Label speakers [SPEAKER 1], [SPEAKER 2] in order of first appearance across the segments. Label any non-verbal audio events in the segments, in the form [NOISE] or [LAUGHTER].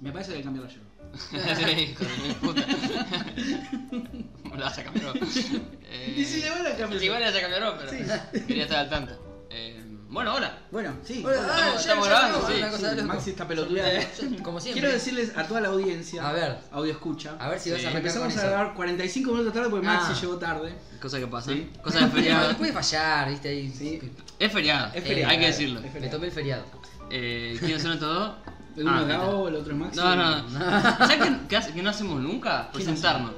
[SPEAKER 1] Me parece que hay que cambiarlo yo.
[SPEAKER 2] Sí, hijo de puta. Me lo vas a cambiar vos. Eh,
[SPEAKER 1] Y si le van a cambiar.
[SPEAKER 2] si igual le vas a cambiar vos, pero
[SPEAKER 1] Sí.
[SPEAKER 2] quería estar al tanto. Eh, bueno, hola.
[SPEAKER 1] Bueno, sí.
[SPEAKER 3] Hola,
[SPEAKER 1] hola.
[SPEAKER 2] ah,
[SPEAKER 3] ya-
[SPEAKER 2] estamos
[SPEAKER 3] ya
[SPEAKER 2] grabando,
[SPEAKER 3] estamos,
[SPEAKER 2] sí,
[SPEAKER 3] una cosa
[SPEAKER 1] sí,
[SPEAKER 3] de loco.
[SPEAKER 1] Maxi está pelotuda, eh.
[SPEAKER 3] Yo- Como siempre.
[SPEAKER 1] Quiero decirles a toda la audiencia,
[SPEAKER 3] A ver.
[SPEAKER 1] audio escucha,
[SPEAKER 3] A ver si vas
[SPEAKER 2] Sí.
[SPEAKER 3] a arrancar con
[SPEAKER 1] empezamos a
[SPEAKER 3] eso.
[SPEAKER 1] grabar 45 minutos tarde porque Maxi
[SPEAKER 3] Ah.
[SPEAKER 1] llegó tarde.
[SPEAKER 2] Cosa que pasa.
[SPEAKER 1] Sí.
[SPEAKER 2] Cosa
[SPEAKER 1] [LAUGHS]
[SPEAKER 2] de
[SPEAKER 3] Pero
[SPEAKER 2] feriado.
[SPEAKER 3] puede fallar, viste ahí.
[SPEAKER 1] Sí.
[SPEAKER 2] Es feriado. eh,
[SPEAKER 1] Es feriado.
[SPEAKER 2] Hay que decirlo.
[SPEAKER 1] Es
[SPEAKER 3] Me tomé el feriado.
[SPEAKER 2] Eh, ¿Quiénes son estos dos?
[SPEAKER 1] El uno
[SPEAKER 2] Ah,
[SPEAKER 1] es
[SPEAKER 2] mira.
[SPEAKER 1] Gabo, el otro es Maxi.
[SPEAKER 2] No, no. ¿Sabes qué, qué hace- que no hacemos nunca?
[SPEAKER 1] ¿Qué no
[SPEAKER 2] Presentarnos.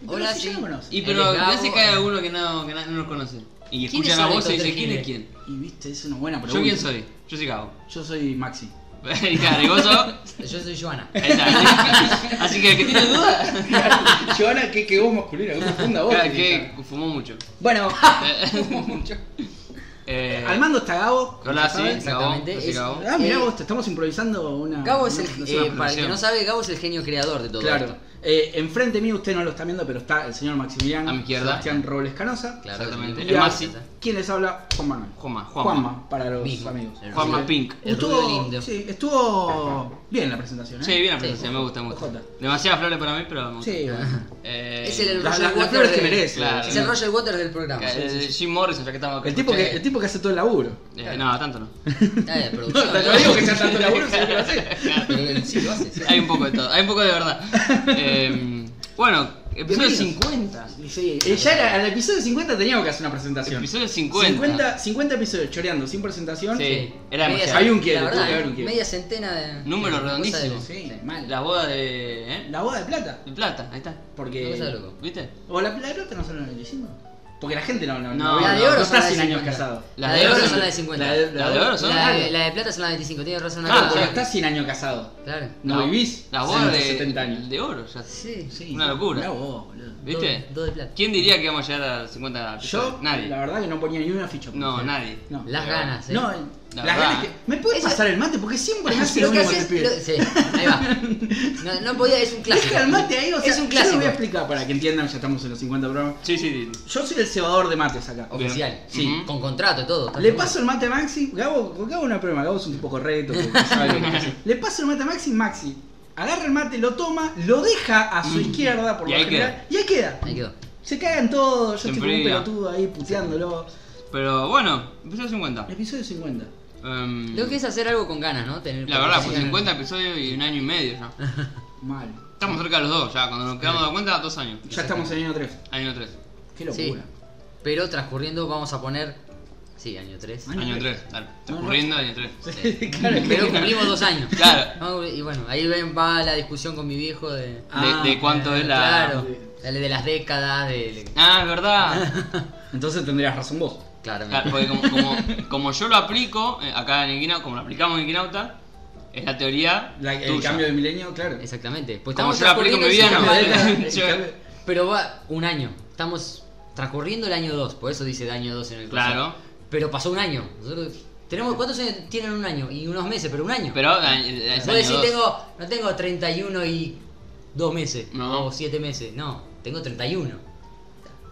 [SPEAKER 1] Pero
[SPEAKER 3] Hola,
[SPEAKER 1] si ya
[SPEAKER 3] sí.
[SPEAKER 1] lo conoces.
[SPEAKER 2] Y
[SPEAKER 3] Él
[SPEAKER 2] pero
[SPEAKER 3] es
[SPEAKER 2] ya se
[SPEAKER 3] Gabo,
[SPEAKER 2] cae
[SPEAKER 3] eh.
[SPEAKER 2] alguno que no, que na- no nos conoce. Y
[SPEAKER 3] ¿Quiénes
[SPEAKER 2] escucha la
[SPEAKER 3] son
[SPEAKER 2] voz y
[SPEAKER 3] estos
[SPEAKER 2] dice,
[SPEAKER 3] tres
[SPEAKER 2] ¿quién es
[SPEAKER 3] giles?
[SPEAKER 2] quién?
[SPEAKER 1] Y viste, es una buena pregunta.
[SPEAKER 2] ¿Yo quién soy? Yo soy Gabo. [LAUGHS]
[SPEAKER 1] Yo soy
[SPEAKER 3] [LAUGHS]
[SPEAKER 1] Maxi.
[SPEAKER 2] Y claro, y vos sos...
[SPEAKER 3] Yo
[SPEAKER 1] [LAUGHS]
[SPEAKER 3] soy Joana.
[SPEAKER 2] Ahí [LAUGHS] está. Así que el que tiene dudas,
[SPEAKER 1] Joana, que quedó masculina, una funda voz.
[SPEAKER 2] que fumó mucho.
[SPEAKER 3] [LAUGHS]
[SPEAKER 1] Bueno,
[SPEAKER 2] Eh,
[SPEAKER 1] al mando está Gabo.
[SPEAKER 2] Hola, sí,
[SPEAKER 1] ¿sabes?
[SPEAKER 3] Exactamente,
[SPEAKER 2] Gabo, yo soy
[SPEAKER 3] es-
[SPEAKER 2] Gabo.
[SPEAKER 1] Ah, mirá
[SPEAKER 3] Eh,
[SPEAKER 1] vos, te estamos improvisando una.
[SPEAKER 3] Gabo es el.
[SPEAKER 1] una- una
[SPEAKER 3] eh, para el que
[SPEAKER 2] producción.
[SPEAKER 3] no sabe, Gabo es el genio creador de todo
[SPEAKER 1] Claro.
[SPEAKER 3] esto.
[SPEAKER 1] Eh, enfrente mío, usted no lo está viendo, pero está el señor Maximiliano
[SPEAKER 2] A mi izquierda.
[SPEAKER 1] Sebastián Robles Canosa.
[SPEAKER 3] Claro.
[SPEAKER 2] Exactamente.
[SPEAKER 1] Y
[SPEAKER 2] El
[SPEAKER 1] a-
[SPEAKER 2] Maxi.
[SPEAKER 1] ¿Quién les habla? Juan Manuel.
[SPEAKER 2] Juanma, Juanma.
[SPEAKER 1] Juanma, para los
[SPEAKER 3] Mismo.
[SPEAKER 1] amigos.
[SPEAKER 3] El
[SPEAKER 2] Juanma
[SPEAKER 1] Así que-
[SPEAKER 2] Pink.
[SPEAKER 3] El rubio lindo.
[SPEAKER 1] Estuvo, sí, estuvo bien la presentación, ¿eh?
[SPEAKER 2] Sí, bien la
[SPEAKER 3] Sí.
[SPEAKER 2] presentación, me gusta, me gusta.
[SPEAKER 1] Jota.
[SPEAKER 2] Demasiadas flores para mí, pero me gusta.
[SPEAKER 1] Sí, bueno.
[SPEAKER 2] [LAUGHS] Eh,
[SPEAKER 3] Es el-
[SPEAKER 1] Las-
[SPEAKER 3] Roger
[SPEAKER 1] las- las
[SPEAKER 3] Waters
[SPEAKER 1] flores que
[SPEAKER 3] de-
[SPEAKER 1] merece.
[SPEAKER 2] claro.
[SPEAKER 3] Es el Roger Waters del programa.
[SPEAKER 2] eh,
[SPEAKER 3] Sí, sí, sí.
[SPEAKER 2] Jim Morrison, ya que estamos
[SPEAKER 1] El tipo, que,
[SPEAKER 2] escuchando.
[SPEAKER 1] el tipo que hace todo el laburo.
[SPEAKER 2] Eh, no, tanto [LAUGHS] no.
[SPEAKER 3] Está
[SPEAKER 1] No,
[SPEAKER 3] de producción.
[SPEAKER 1] te lo digo que sea tanto laburo, sino que lo hace.
[SPEAKER 3] Pero él sí lo hace. sí.
[SPEAKER 2] Hay un poco de todo, hay un poco de
[SPEAKER 1] [LAUGHS]
[SPEAKER 2] verdad. Eh, bueno, [LAUGHS] episodio
[SPEAKER 1] Bienvenidos.
[SPEAKER 2] 50.
[SPEAKER 1] Y sí, eh, ya era- al episodio 50 teníamos que hacer una presentación.
[SPEAKER 2] Episodio 50.
[SPEAKER 1] 50, 50 episodios choreando sin presentación.
[SPEAKER 2] Sí, era
[SPEAKER 3] Media-
[SPEAKER 2] demasiado.
[SPEAKER 1] Hay un quiebre,
[SPEAKER 3] la verdad,
[SPEAKER 1] tuvo que haber un quiebre.
[SPEAKER 3] Media centena de.
[SPEAKER 2] Número
[SPEAKER 3] de cosas
[SPEAKER 2] redondísimo.
[SPEAKER 3] de-
[SPEAKER 1] Sí,
[SPEAKER 3] sí.
[SPEAKER 1] mal.
[SPEAKER 2] La boda de. ¿eh?
[SPEAKER 1] La boda de plata.
[SPEAKER 2] De plata, ahí está.
[SPEAKER 3] Una cosa de
[SPEAKER 1] Porque.
[SPEAKER 3] loco.
[SPEAKER 2] ¿Viste?
[SPEAKER 1] O la, la de plata no solo en el 25. Porque la gente no. No,
[SPEAKER 2] No,
[SPEAKER 3] La
[SPEAKER 2] no,
[SPEAKER 3] de oro son
[SPEAKER 1] está
[SPEAKER 3] las de
[SPEAKER 1] 100 años
[SPEAKER 3] 50.
[SPEAKER 1] casado.
[SPEAKER 3] La de oro son las de
[SPEAKER 1] La
[SPEAKER 3] 50.
[SPEAKER 1] de, la
[SPEAKER 2] ¿La de oro son?
[SPEAKER 3] La de,
[SPEAKER 1] Claro.
[SPEAKER 3] la de plata son las 25, tiene razón.
[SPEAKER 2] Ah,
[SPEAKER 3] Ana.
[SPEAKER 1] Porque está 100 años casado.
[SPEAKER 3] Claro.
[SPEAKER 1] No
[SPEAKER 2] La-
[SPEAKER 1] vivís.
[SPEAKER 2] La boda de.
[SPEAKER 1] 70 años.
[SPEAKER 2] De oro, ya.
[SPEAKER 3] Sí.
[SPEAKER 1] Sí,
[SPEAKER 2] Una locura.
[SPEAKER 1] mirá vos, boludo.
[SPEAKER 2] ¿Viste?
[SPEAKER 3] Dos- dos de plata.
[SPEAKER 2] ¿Quién diría que íbamos a llegar a 50 episodios?
[SPEAKER 1] Yo,
[SPEAKER 2] Nadie.
[SPEAKER 1] la verdad que no ponía ni una ficha. por
[SPEAKER 2] No,
[SPEAKER 1] hacer.
[SPEAKER 2] nadie.
[SPEAKER 1] No.
[SPEAKER 3] Las
[SPEAKER 2] Pero-
[SPEAKER 3] ganas, eh.
[SPEAKER 1] No,
[SPEAKER 2] La
[SPEAKER 1] las
[SPEAKER 2] verdad.
[SPEAKER 1] ganas que. ¿Me puede
[SPEAKER 3] Eso-
[SPEAKER 1] pasar el mate? Porque
[SPEAKER 3] [LAUGHS]
[SPEAKER 1] siempre [LAUGHS] me hace lo
[SPEAKER 3] Lo que
[SPEAKER 1] mismo
[SPEAKER 3] haces-
[SPEAKER 1] este pibe.
[SPEAKER 3] lo- sí, ahí
[SPEAKER 1] [LAUGHS]
[SPEAKER 3] va. No, no podía, es un clásico.
[SPEAKER 1] Deja el mate ahí, o sea,
[SPEAKER 3] es
[SPEAKER 1] yo
[SPEAKER 3] un
[SPEAKER 1] lo
[SPEAKER 3] clásico.
[SPEAKER 1] voy a explicar para que entiendan, ya estamos en los 50 programas.
[SPEAKER 2] Sí, sí. sí.
[SPEAKER 1] Yo soy el cebador de mates acá.
[SPEAKER 2] Ok.
[SPEAKER 3] Oficial.
[SPEAKER 2] Sí.
[SPEAKER 3] Ujú. Con contrato y todo. está
[SPEAKER 1] Le
[SPEAKER 3] seguro.
[SPEAKER 1] paso el mate a Maxi, Gabo, con Gabo no hay problema, Gabo es un tipo correcto, que sabe lo que hace. Le paso el mate a Maxi, Maxi agarra el mate, lo toma, lo deja a su izquierda por
[SPEAKER 2] Y
[SPEAKER 1] lo
[SPEAKER 2] ahí
[SPEAKER 1] general, y ahí queda.
[SPEAKER 3] Ahí quedó.
[SPEAKER 1] Se cagan todos, yo
[SPEAKER 2] Se
[SPEAKER 1] estoy como un
[SPEAKER 2] enfría.
[SPEAKER 1] pelotudo ahí puteándolo.
[SPEAKER 2] Pero bueno, episodio 50.
[SPEAKER 1] Episodio 50.
[SPEAKER 2] Em,
[SPEAKER 3] Lo que es hacer algo con ganas, ¿no? Tener
[SPEAKER 2] La verdad,
[SPEAKER 3] sí,
[SPEAKER 2] pues
[SPEAKER 3] ganas.
[SPEAKER 2] 50 episodios y un año y medio ya.
[SPEAKER 1] Mal.
[SPEAKER 2] Estamos cerca de los dos ya, cuando nos quedamos de cuenta, dos años.
[SPEAKER 1] Ya estamos en el año 3.
[SPEAKER 2] Año 3.
[SPEAKER 1] Qué
[SPEAKER 3] Sí.
[SPEAKER 1] locura.
[SPEAKER 3] Pero transcurriendo, vamos a poner. Sí, año 3.
[SPEAKER 1] Año
[SPEAKER 2] Año
[SPEAKER 1] tres.
[SPEAKER 2] 3, dale.
[SPEAKER 1] No, no.
[SPEAKER 2] Transcurriendo año 3.
[SPEAKER 1] [LAUGHS] Claro que-
[SPEAKER 3] Pero cumplimos dos años. [LAUGHS]
[SPEAKER 2] Claro.
[SPEAKER 3] Vamos a cumplir- Y bueno, ahí ven- va la discusión con mi viejo de.
[SPEAKER 1] Ah,
[SPEAKER 2] de, de cuánto
[SPEAKER 3] Eh,
[SPEAKER 2] es la.
[SPEAKER 3] Claro. De, de las décadas, de. de-
[SPEAKER 2] Ah,
[SPEAKER 1] [LAUGHS]
[SPEAKER 2] es verdad.
[SPEAKER 1] Entonces tendrías razón vos.
[SPEAKER 2] Claro,
[SPEAKER 3] Claramente.
[SPEAKER 2] porque como, como, como yo lo aplico eh, acá en Inquinauta, como lo aplicamos en Inquinauta, es la teoría.
[SPEAKER 1] La- el
[SPEAKER 2] tuya.
[SPEAKER 1] cambio de milenio, claro.
[SPEAKER 3] Exactamente. Pues
[SPEAKER 2] Como
[SPEAKER 3] estamos
[SPEAKER 2] yo la aplico en mi vida,
[SPEAKER 3] transcurriendo
[SPEAKER 1] [LAUGHS]
[SPEAKER 2] no.
[SPEAKER 1] Cambio de década,
[SPEAKER 3] el-
[SPEAKER 1] el
[SPEAKER 2] Yo-
[SPEAKER 1] cambio-
[SPEAKER 3] Pero va un año. Estamos transcurriendo el año 2, por eso dice de año 2 en el
[SPEAKER 2] Claro.
[SPEAKER 3] coso. Pero pasó un año. Nosotros tenemos ¿Cuántos años tienen un año? Y unos meses, pero un año.
[SPEAKER 2] Pero eh, eh, es
[SPEAKER 3] Vos
[SPEAKER 2] año
[SPEAKER 3] decís,
[SPEAKER 2] dos.
[SPEAKER 3] tengo, no tengo 31 y 2 meses,
[SPEAKER 2] No.
[SPEAKER 3] o 7 meses, no, tengo 31.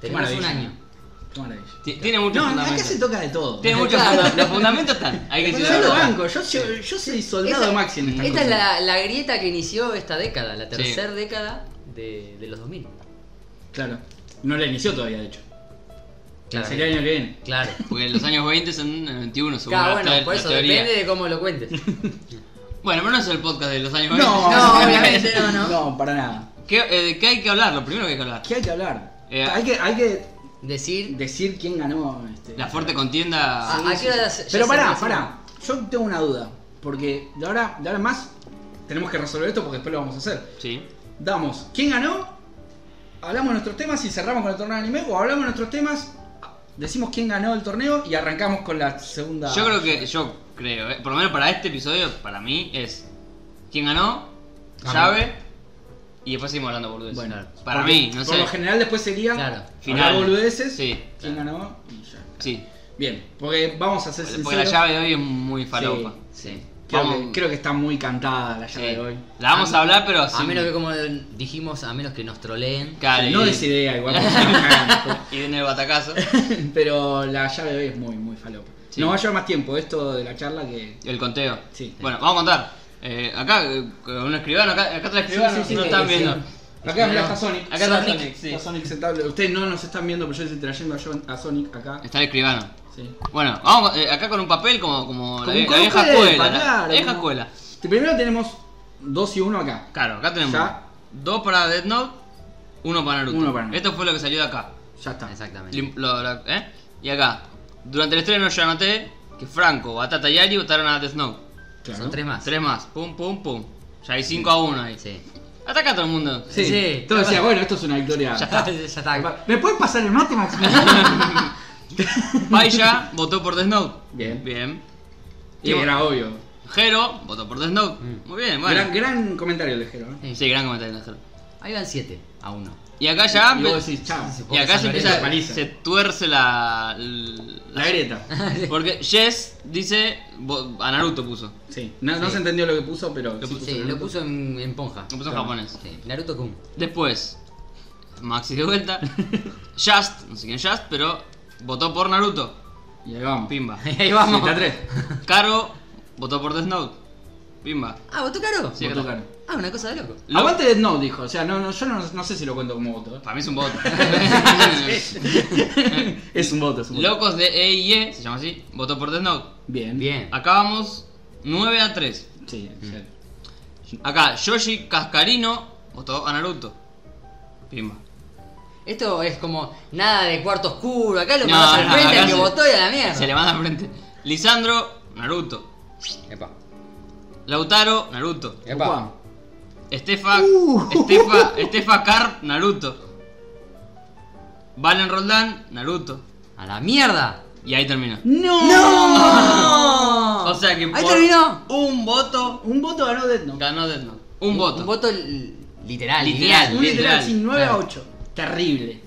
[SPEAKER 3] Tenemos
[SPEAKER 1] maravilla.
[SPEAKER 3] un año.
[SPEAKER 1] Qué maravilla.
[SPEAKER 2] Ti- Tiene mucho
[SPEAKER 1] No, acá se
[SPEAKER 2] fundamento.
[SPEAKER 1] toca de todo.
[SPEAKER 2] Tiene mucho
[SPEAKER 3] Claro.
[SPEAKER 2] fundamento. Los fundamentos están. Hay que
[SPEAKER 1] Yo
[SPEAKER 2] decir la
[SPEAKER 1] lo
[SPEAKER 2] verdad.
[SPEAKER 1] banco, yo, yo, yo soy soldado
[SPEAKER 3] Esa-
[SPEAKER 1] Maxi en esta
[SPEAKER 3] Esta es la, la grieta que inició esta década, la
[SPEAKER 2] Sí.
[SPEAKER 3] tercera década de, de los 2000.
[SPEAKER 1] Claro. No la inició todavía, de hecho.
[SPEAKER 3] Claro.
[SPEAKER 1] Sería el año que viene.
[SPEAKER 3] Claro.
[SPEAKER 2] Porque los años 20 son el 21, según
[SPEAKER 3] Claro,
[SPEAKER 2] la,
[SPEAKER 3] bueno,
[SPEAKER 2] te-
[SPEAKER 3] por
[SPEAKER 2] la
[SPEAKER 3] eso
[SPEAKER 2] teoría.
[SPEAKER 3] depende de cómo lo cuentes.
[SPEAKER 2] [LAUGHS] Bueno, pero no es el podcast de los años 20.
[SPEAKER 1] No,
[SPEAKER 2] [LAUGHS]
[SPEAKER 3] No, obviamente no, no.
[SPEAKER 1] No, para nada.
[SPEAKER 2] ¿Qué, eh, ¿De qué hay que hablar? Lo primero que hay que hablar.
[SPEAKER 1] ¿Qué hay que hablar?
[SPEAKER 2] Eh,
[SPEAKER 1] hay, que, hay que
[SPEAKER 3] Decir.
[SPEAKER 1] decir quién ganó. Este,
[SPEAKER 2] La fuerte contienda.
[SPEAKER 3] Ah, ¿A qué hora se-
[SPEAKER 1] Pero
[SPEAKER 3] ya
[SPEAKER 1] pará,
[SPEAKER 3] se-
[SPEAKER 1] pará. Yo tengo una duda. Porque de ahora, de ahora en más tenemos que resolver esto porque después lo vamos a hacer.
[SPEAKER 2] Sí.
[SPEAKER 1] Damos quién ganó, hablamos de nuestros temas y cerramos con el torneo de anime. O hablamos de nuestros temas, decimos quién ganó el torneo y arrancamos con la segunda.
[SPEAKER 2] Yo creo que, yo creo, eh, por lo menos para este episodio, para mí es quién ganó,
[SPEAKER 3] Ganó.
[SPEAKER 2] llave y después seguimos hablando por
[SPEAKER 1] Bueno,
[SPEAKER 2] Pues, para
[SPEAKER 1] porque
[SPEAKER 2] mí, no
[SPEAKER 1] Por
[SPEAKER 2] sé.
[SPEAKER 1] lo general después sería
[SPEAKER 3] Claro.
[SPEAKER 2] Final.
[SPEAKER 1] final boludeces.
[SPEAKER 2] Sí,
[SPEAKER 1] ¿Quién ganó? Y ya.
[SPEAKER 2] Sí,
[SPEAKER 1] Bien, porque vamos a ser sinceros.
[SPEAKER 2] porque la llave de hoy es muy falopa.
[SPEAKER 3] Sí.
[SPEAKER 1] Creo,
[SPEAKER 2] vamos-
[SPEAKER 1] que, creo que está muy cantada la
[SPEAKER 2] Sí.
[SPEAKER 1] llave de hoy.
[SPEAKER 2] La vamos
[SPEAKER 1] Ah,
[SPEAKER 2] a hablar, pero
[SPEAKER 3] A
[SPEAKER 2] sin-
[SPEAKER 3] menos que, como dijimos, a menos que nos troleen.
[SPEAKER 2] Claro,
[SPEAKER 1] No
[SPEAKER 2] y-
[SPEAKER 1] desidea
[SPEAKER 2] [LAUGHS]
[SPEAKER 1] igual. porque estamos cagando.
[SPEAKER 2] Y en
[SPEAKER 1] [LAUGHS]
[SPEAKER 2] el batacazo.
[SPEAKER 1] Pero la llave de hoy es muy, muy falopa.
[SPEAKER 2] Sí.
[SPEAKER 1] Nos va a llevar más tiempo esto de la charla que.
[SPEAKER 2] El conteo.
[SPEAKER 1] Sí.
[SPEAKER 2] Bueno, vamos a contar. Eh, acá, eh, con un escribano, acá, acá está el
[SPEAKER 1] Sí,
[SPEAKER 2] escribano,
[SPEAKER 1] sí, sí,
[SPEAKER 2] no
[SPEAKER 1] sí,
[SPEAKER 2] están
[SPEAKER 1] sí.
[SPEAKER 2] viendo.
[SPEAKER 1] Acá mirá,
[SPEAKER 2] No.
[SPEAKER 1] está Sonic.
[SPEAKER 2] Acá está
[SPEAKER 1] Sonic,
[SPEAKER 2] Sonic, sí.
[SPEAKER 1] Está Sonic sentado. Ustedes no nos están viendo, pero yo les estoy trayendo a, John- a Sonic acá.
[SPEAKER 2] Está el escribano.
[SPEAKER 1] Sí.
[SPEAKER 2] Bueno, vamos eh, acá con un papel como, como, la,
[SPEAKER 1] Como
[SPEAKER 2] vie-
[SPEAKER 1] con
[SPEAKER 2] la vieja
[SPEAKER 1] un cuerpo,
[SPEAKER 2] escuela. la-
[SPEAKER 1] claro,
[SPEAKER 2] la vieja
[SPEAKER 1] como-
[SPEAKER 2] escuela.
[SPEAKER 1] Primero tenemos 2 y 1 acá.
[SPEAKER 2] Claro, acá tenemos
[SPEAKER 1] Ya.
[SPEAKER 2] dos para Death Note, uno para Naruto.
[SPEAKER 1] Uno para Naruto.
[SPEAKER 2] Esto fue lo que salió de acá.
[SPEAKER 1] Ya está.
[SPEAKER 3] Exactamente.
[SPEAKER 2] Lim- lo- lo- ¿eh? Y acá, durante el estreno yo anoté que Franco, Batata y Ari votaron a Death Note.
[SPEAKER 1] Claro.
[SPEAKER 3] Son tres más.
[SPEAKER 2] Tres más, pum, pum, pum. Ya hay 5 a 1 ahí.
[SPEAKER 3] Sí.
[SPEAKER 2] Hasta acá todo el mundo.
[SPEAKER 1] Sí.
[SPEAKER 3] Sí.
[SPEAKER 1] Entonces decía, bueno, esto es una victoria.
[SPEAKER 3] [LAUGHS] Ya está, ya está.
[SPEAKER 1] ¿Me pueden pasar el mate,
[SPEAKER 3] [LAUGHS]
[SPEAKER 1] Maximiliano?
[SPEAKER 2] Paisa votó por Death Note.
[SPEAKER 1] Bien.
[SPEAKER 2] Bien.
[SPEAKER 1] Y era obvio.
[SPEAKER 2] Jero votó por Death Note.
[SPEAKER 3] Mm.
[SPEAKER 2] Muy bien, bueno.
[SPEAKER 1] Gran, gran comentario ¿eh? ligero, ¿no?
[SPEAKER 2] Sí, gran comentario de Jero.
[SPEAKER 3] Ahí van 7 a 1.
[SPEAKER 2] Y acá ya...
[SPEAKER 1] Y
[SPEAKER 2] empe-
[SPEAKER 1] vos decís, chao.
[SPEAKER 3] Sí, sí,
[SPEAKER 2] Y acá se empieza,
[SPEAKER 1] Paliza.
[SPEAKER 2] se tuerce la,
[SPEAKER 1] [LAUGHS]
[SPEAKER 2] la-
[SPEAKER 1] La grieta.
[SPEAKER 2] Porque Jess dice, bo- a Naruto puso.
[SPEAKER 1] Sí. No, no
[SPEAKER 3] Sí.
[SPEAKER 1] se entendió lo que puso, pero.
[SPEAKER 2] Lo
[SPEAKER 1] sí
[SPEAKER 2] puso-
[SPEAKER 3] Sí,
[SPEAKER 1] el
[SPEAKER 3] lo
[SPEAKER 1] nombre.
[SPEAKER 3] puso en, en ponja.
[SPEAKER 2] Lo puso en
[SPEAKER 1] Claro.
[SPEAKER 2] japonés.
[SPEAKER 3] Sí, Naruto Kun.
[SPEAKER 2] Después, Maxi
[SPEAKER 1] [LAUGHS]
[SPEAKER 2] de vuelta. Just, no sé quién es Just, pero votó por Naruto.
[SPEAKER 1] Y ahí vamos.
[SPEAKER 2] Pimba. [LAUGHS]
[SPEAKER 3] Ahí vamos.
[SPEAKER 1] Sí, está tres.
[SPEAKER 2] Caro votó por Death Note. Pimba.
[SPEAKER 3] Ah, ¿votó caro?
[SPEAKER 2] Sí.
[SPEAKER 1] Voto
[SPEAKER 2] acá.
[SPEAKER 1] Caro.
[SPEAKER 3] Ah, una cosa de loco.
[SPEAKER 2] Lo-
[SPEAKER 1] Aguante Death Note, dijo. O sea, no, no, yo no, no sé si lo cuento como
[SPEAKER 3] [LAUGHS]
[SPEAKER 1] voto.
[SPEAKER 2] Para mí es un
[SPEAKER 1] [LAUGHS]
[SPEAKER 2] voto.
[SPEAKER 1] ¿eh? es un voto, es un voto.
[SPEAKER 2] Locos de EIE, se llama así, votó por Death Note.
[SPEAKER 1] Bien.
[SPEAKER 3] Bien. Mm.
[SPEAKER 2] Acá vamos 9 a 3.
[SPEAKER 1] Sí, o sea,
[SPEAKER 2] Acá, Yoshi Cascarino votó a Naruto. Pimba.
[SPEAKER 3] Esto es como nada de cuarto oscuro. Acá lo
[SPEAKER 2] No,
[SPEAKER 3] mandas
[SPEAKER 2] no,
[SPEAKER 3] al frente
[SPEAKER 2] acá
[SPEAKER 3] al que
[SPEAKER 2] se-
[SPEAKER 3] votó y a la mierda.
[SPEAKER 2] Se le manda al frente. Lisandro, Naruto.
[SPEAKER 3] Epa.
[SPEAKER 2] Lautaro, Naruto.
[SPEAKER 1] Opa.
[SPEAKER 2] Estefa,
[SPEAKER 1] Uh.
[SPEAKER 2] Estefa, Estefa Carp, Naruto. Valen Roldán, Naruto.
[SPEAKER 3] A la mierda.
[SPEAKER 2] Y ahí terminó.
[SPEAKER 1] ¡No!
[SPEAKER 2] O sea que
[SPEAKER 3] Ahí terminó.
[SPEAKER 2] un voto
[SPEAKER 1] Un voto ganó Death Note.
[SPEAKER 2] ganó Death Note. Un, voto.
[SPEAKER 3] Un voto li- literal,
[SPEAKER 2] Literal.
[SPEAKER 3] lineal.
[SPEAKER 1] Un literal,
[SPEAKER 2] Literal.
[SPEAKER 1] sin 9 a
[SPEAKER 3] Claro.
[SPEAKER 1] 8. Terrible.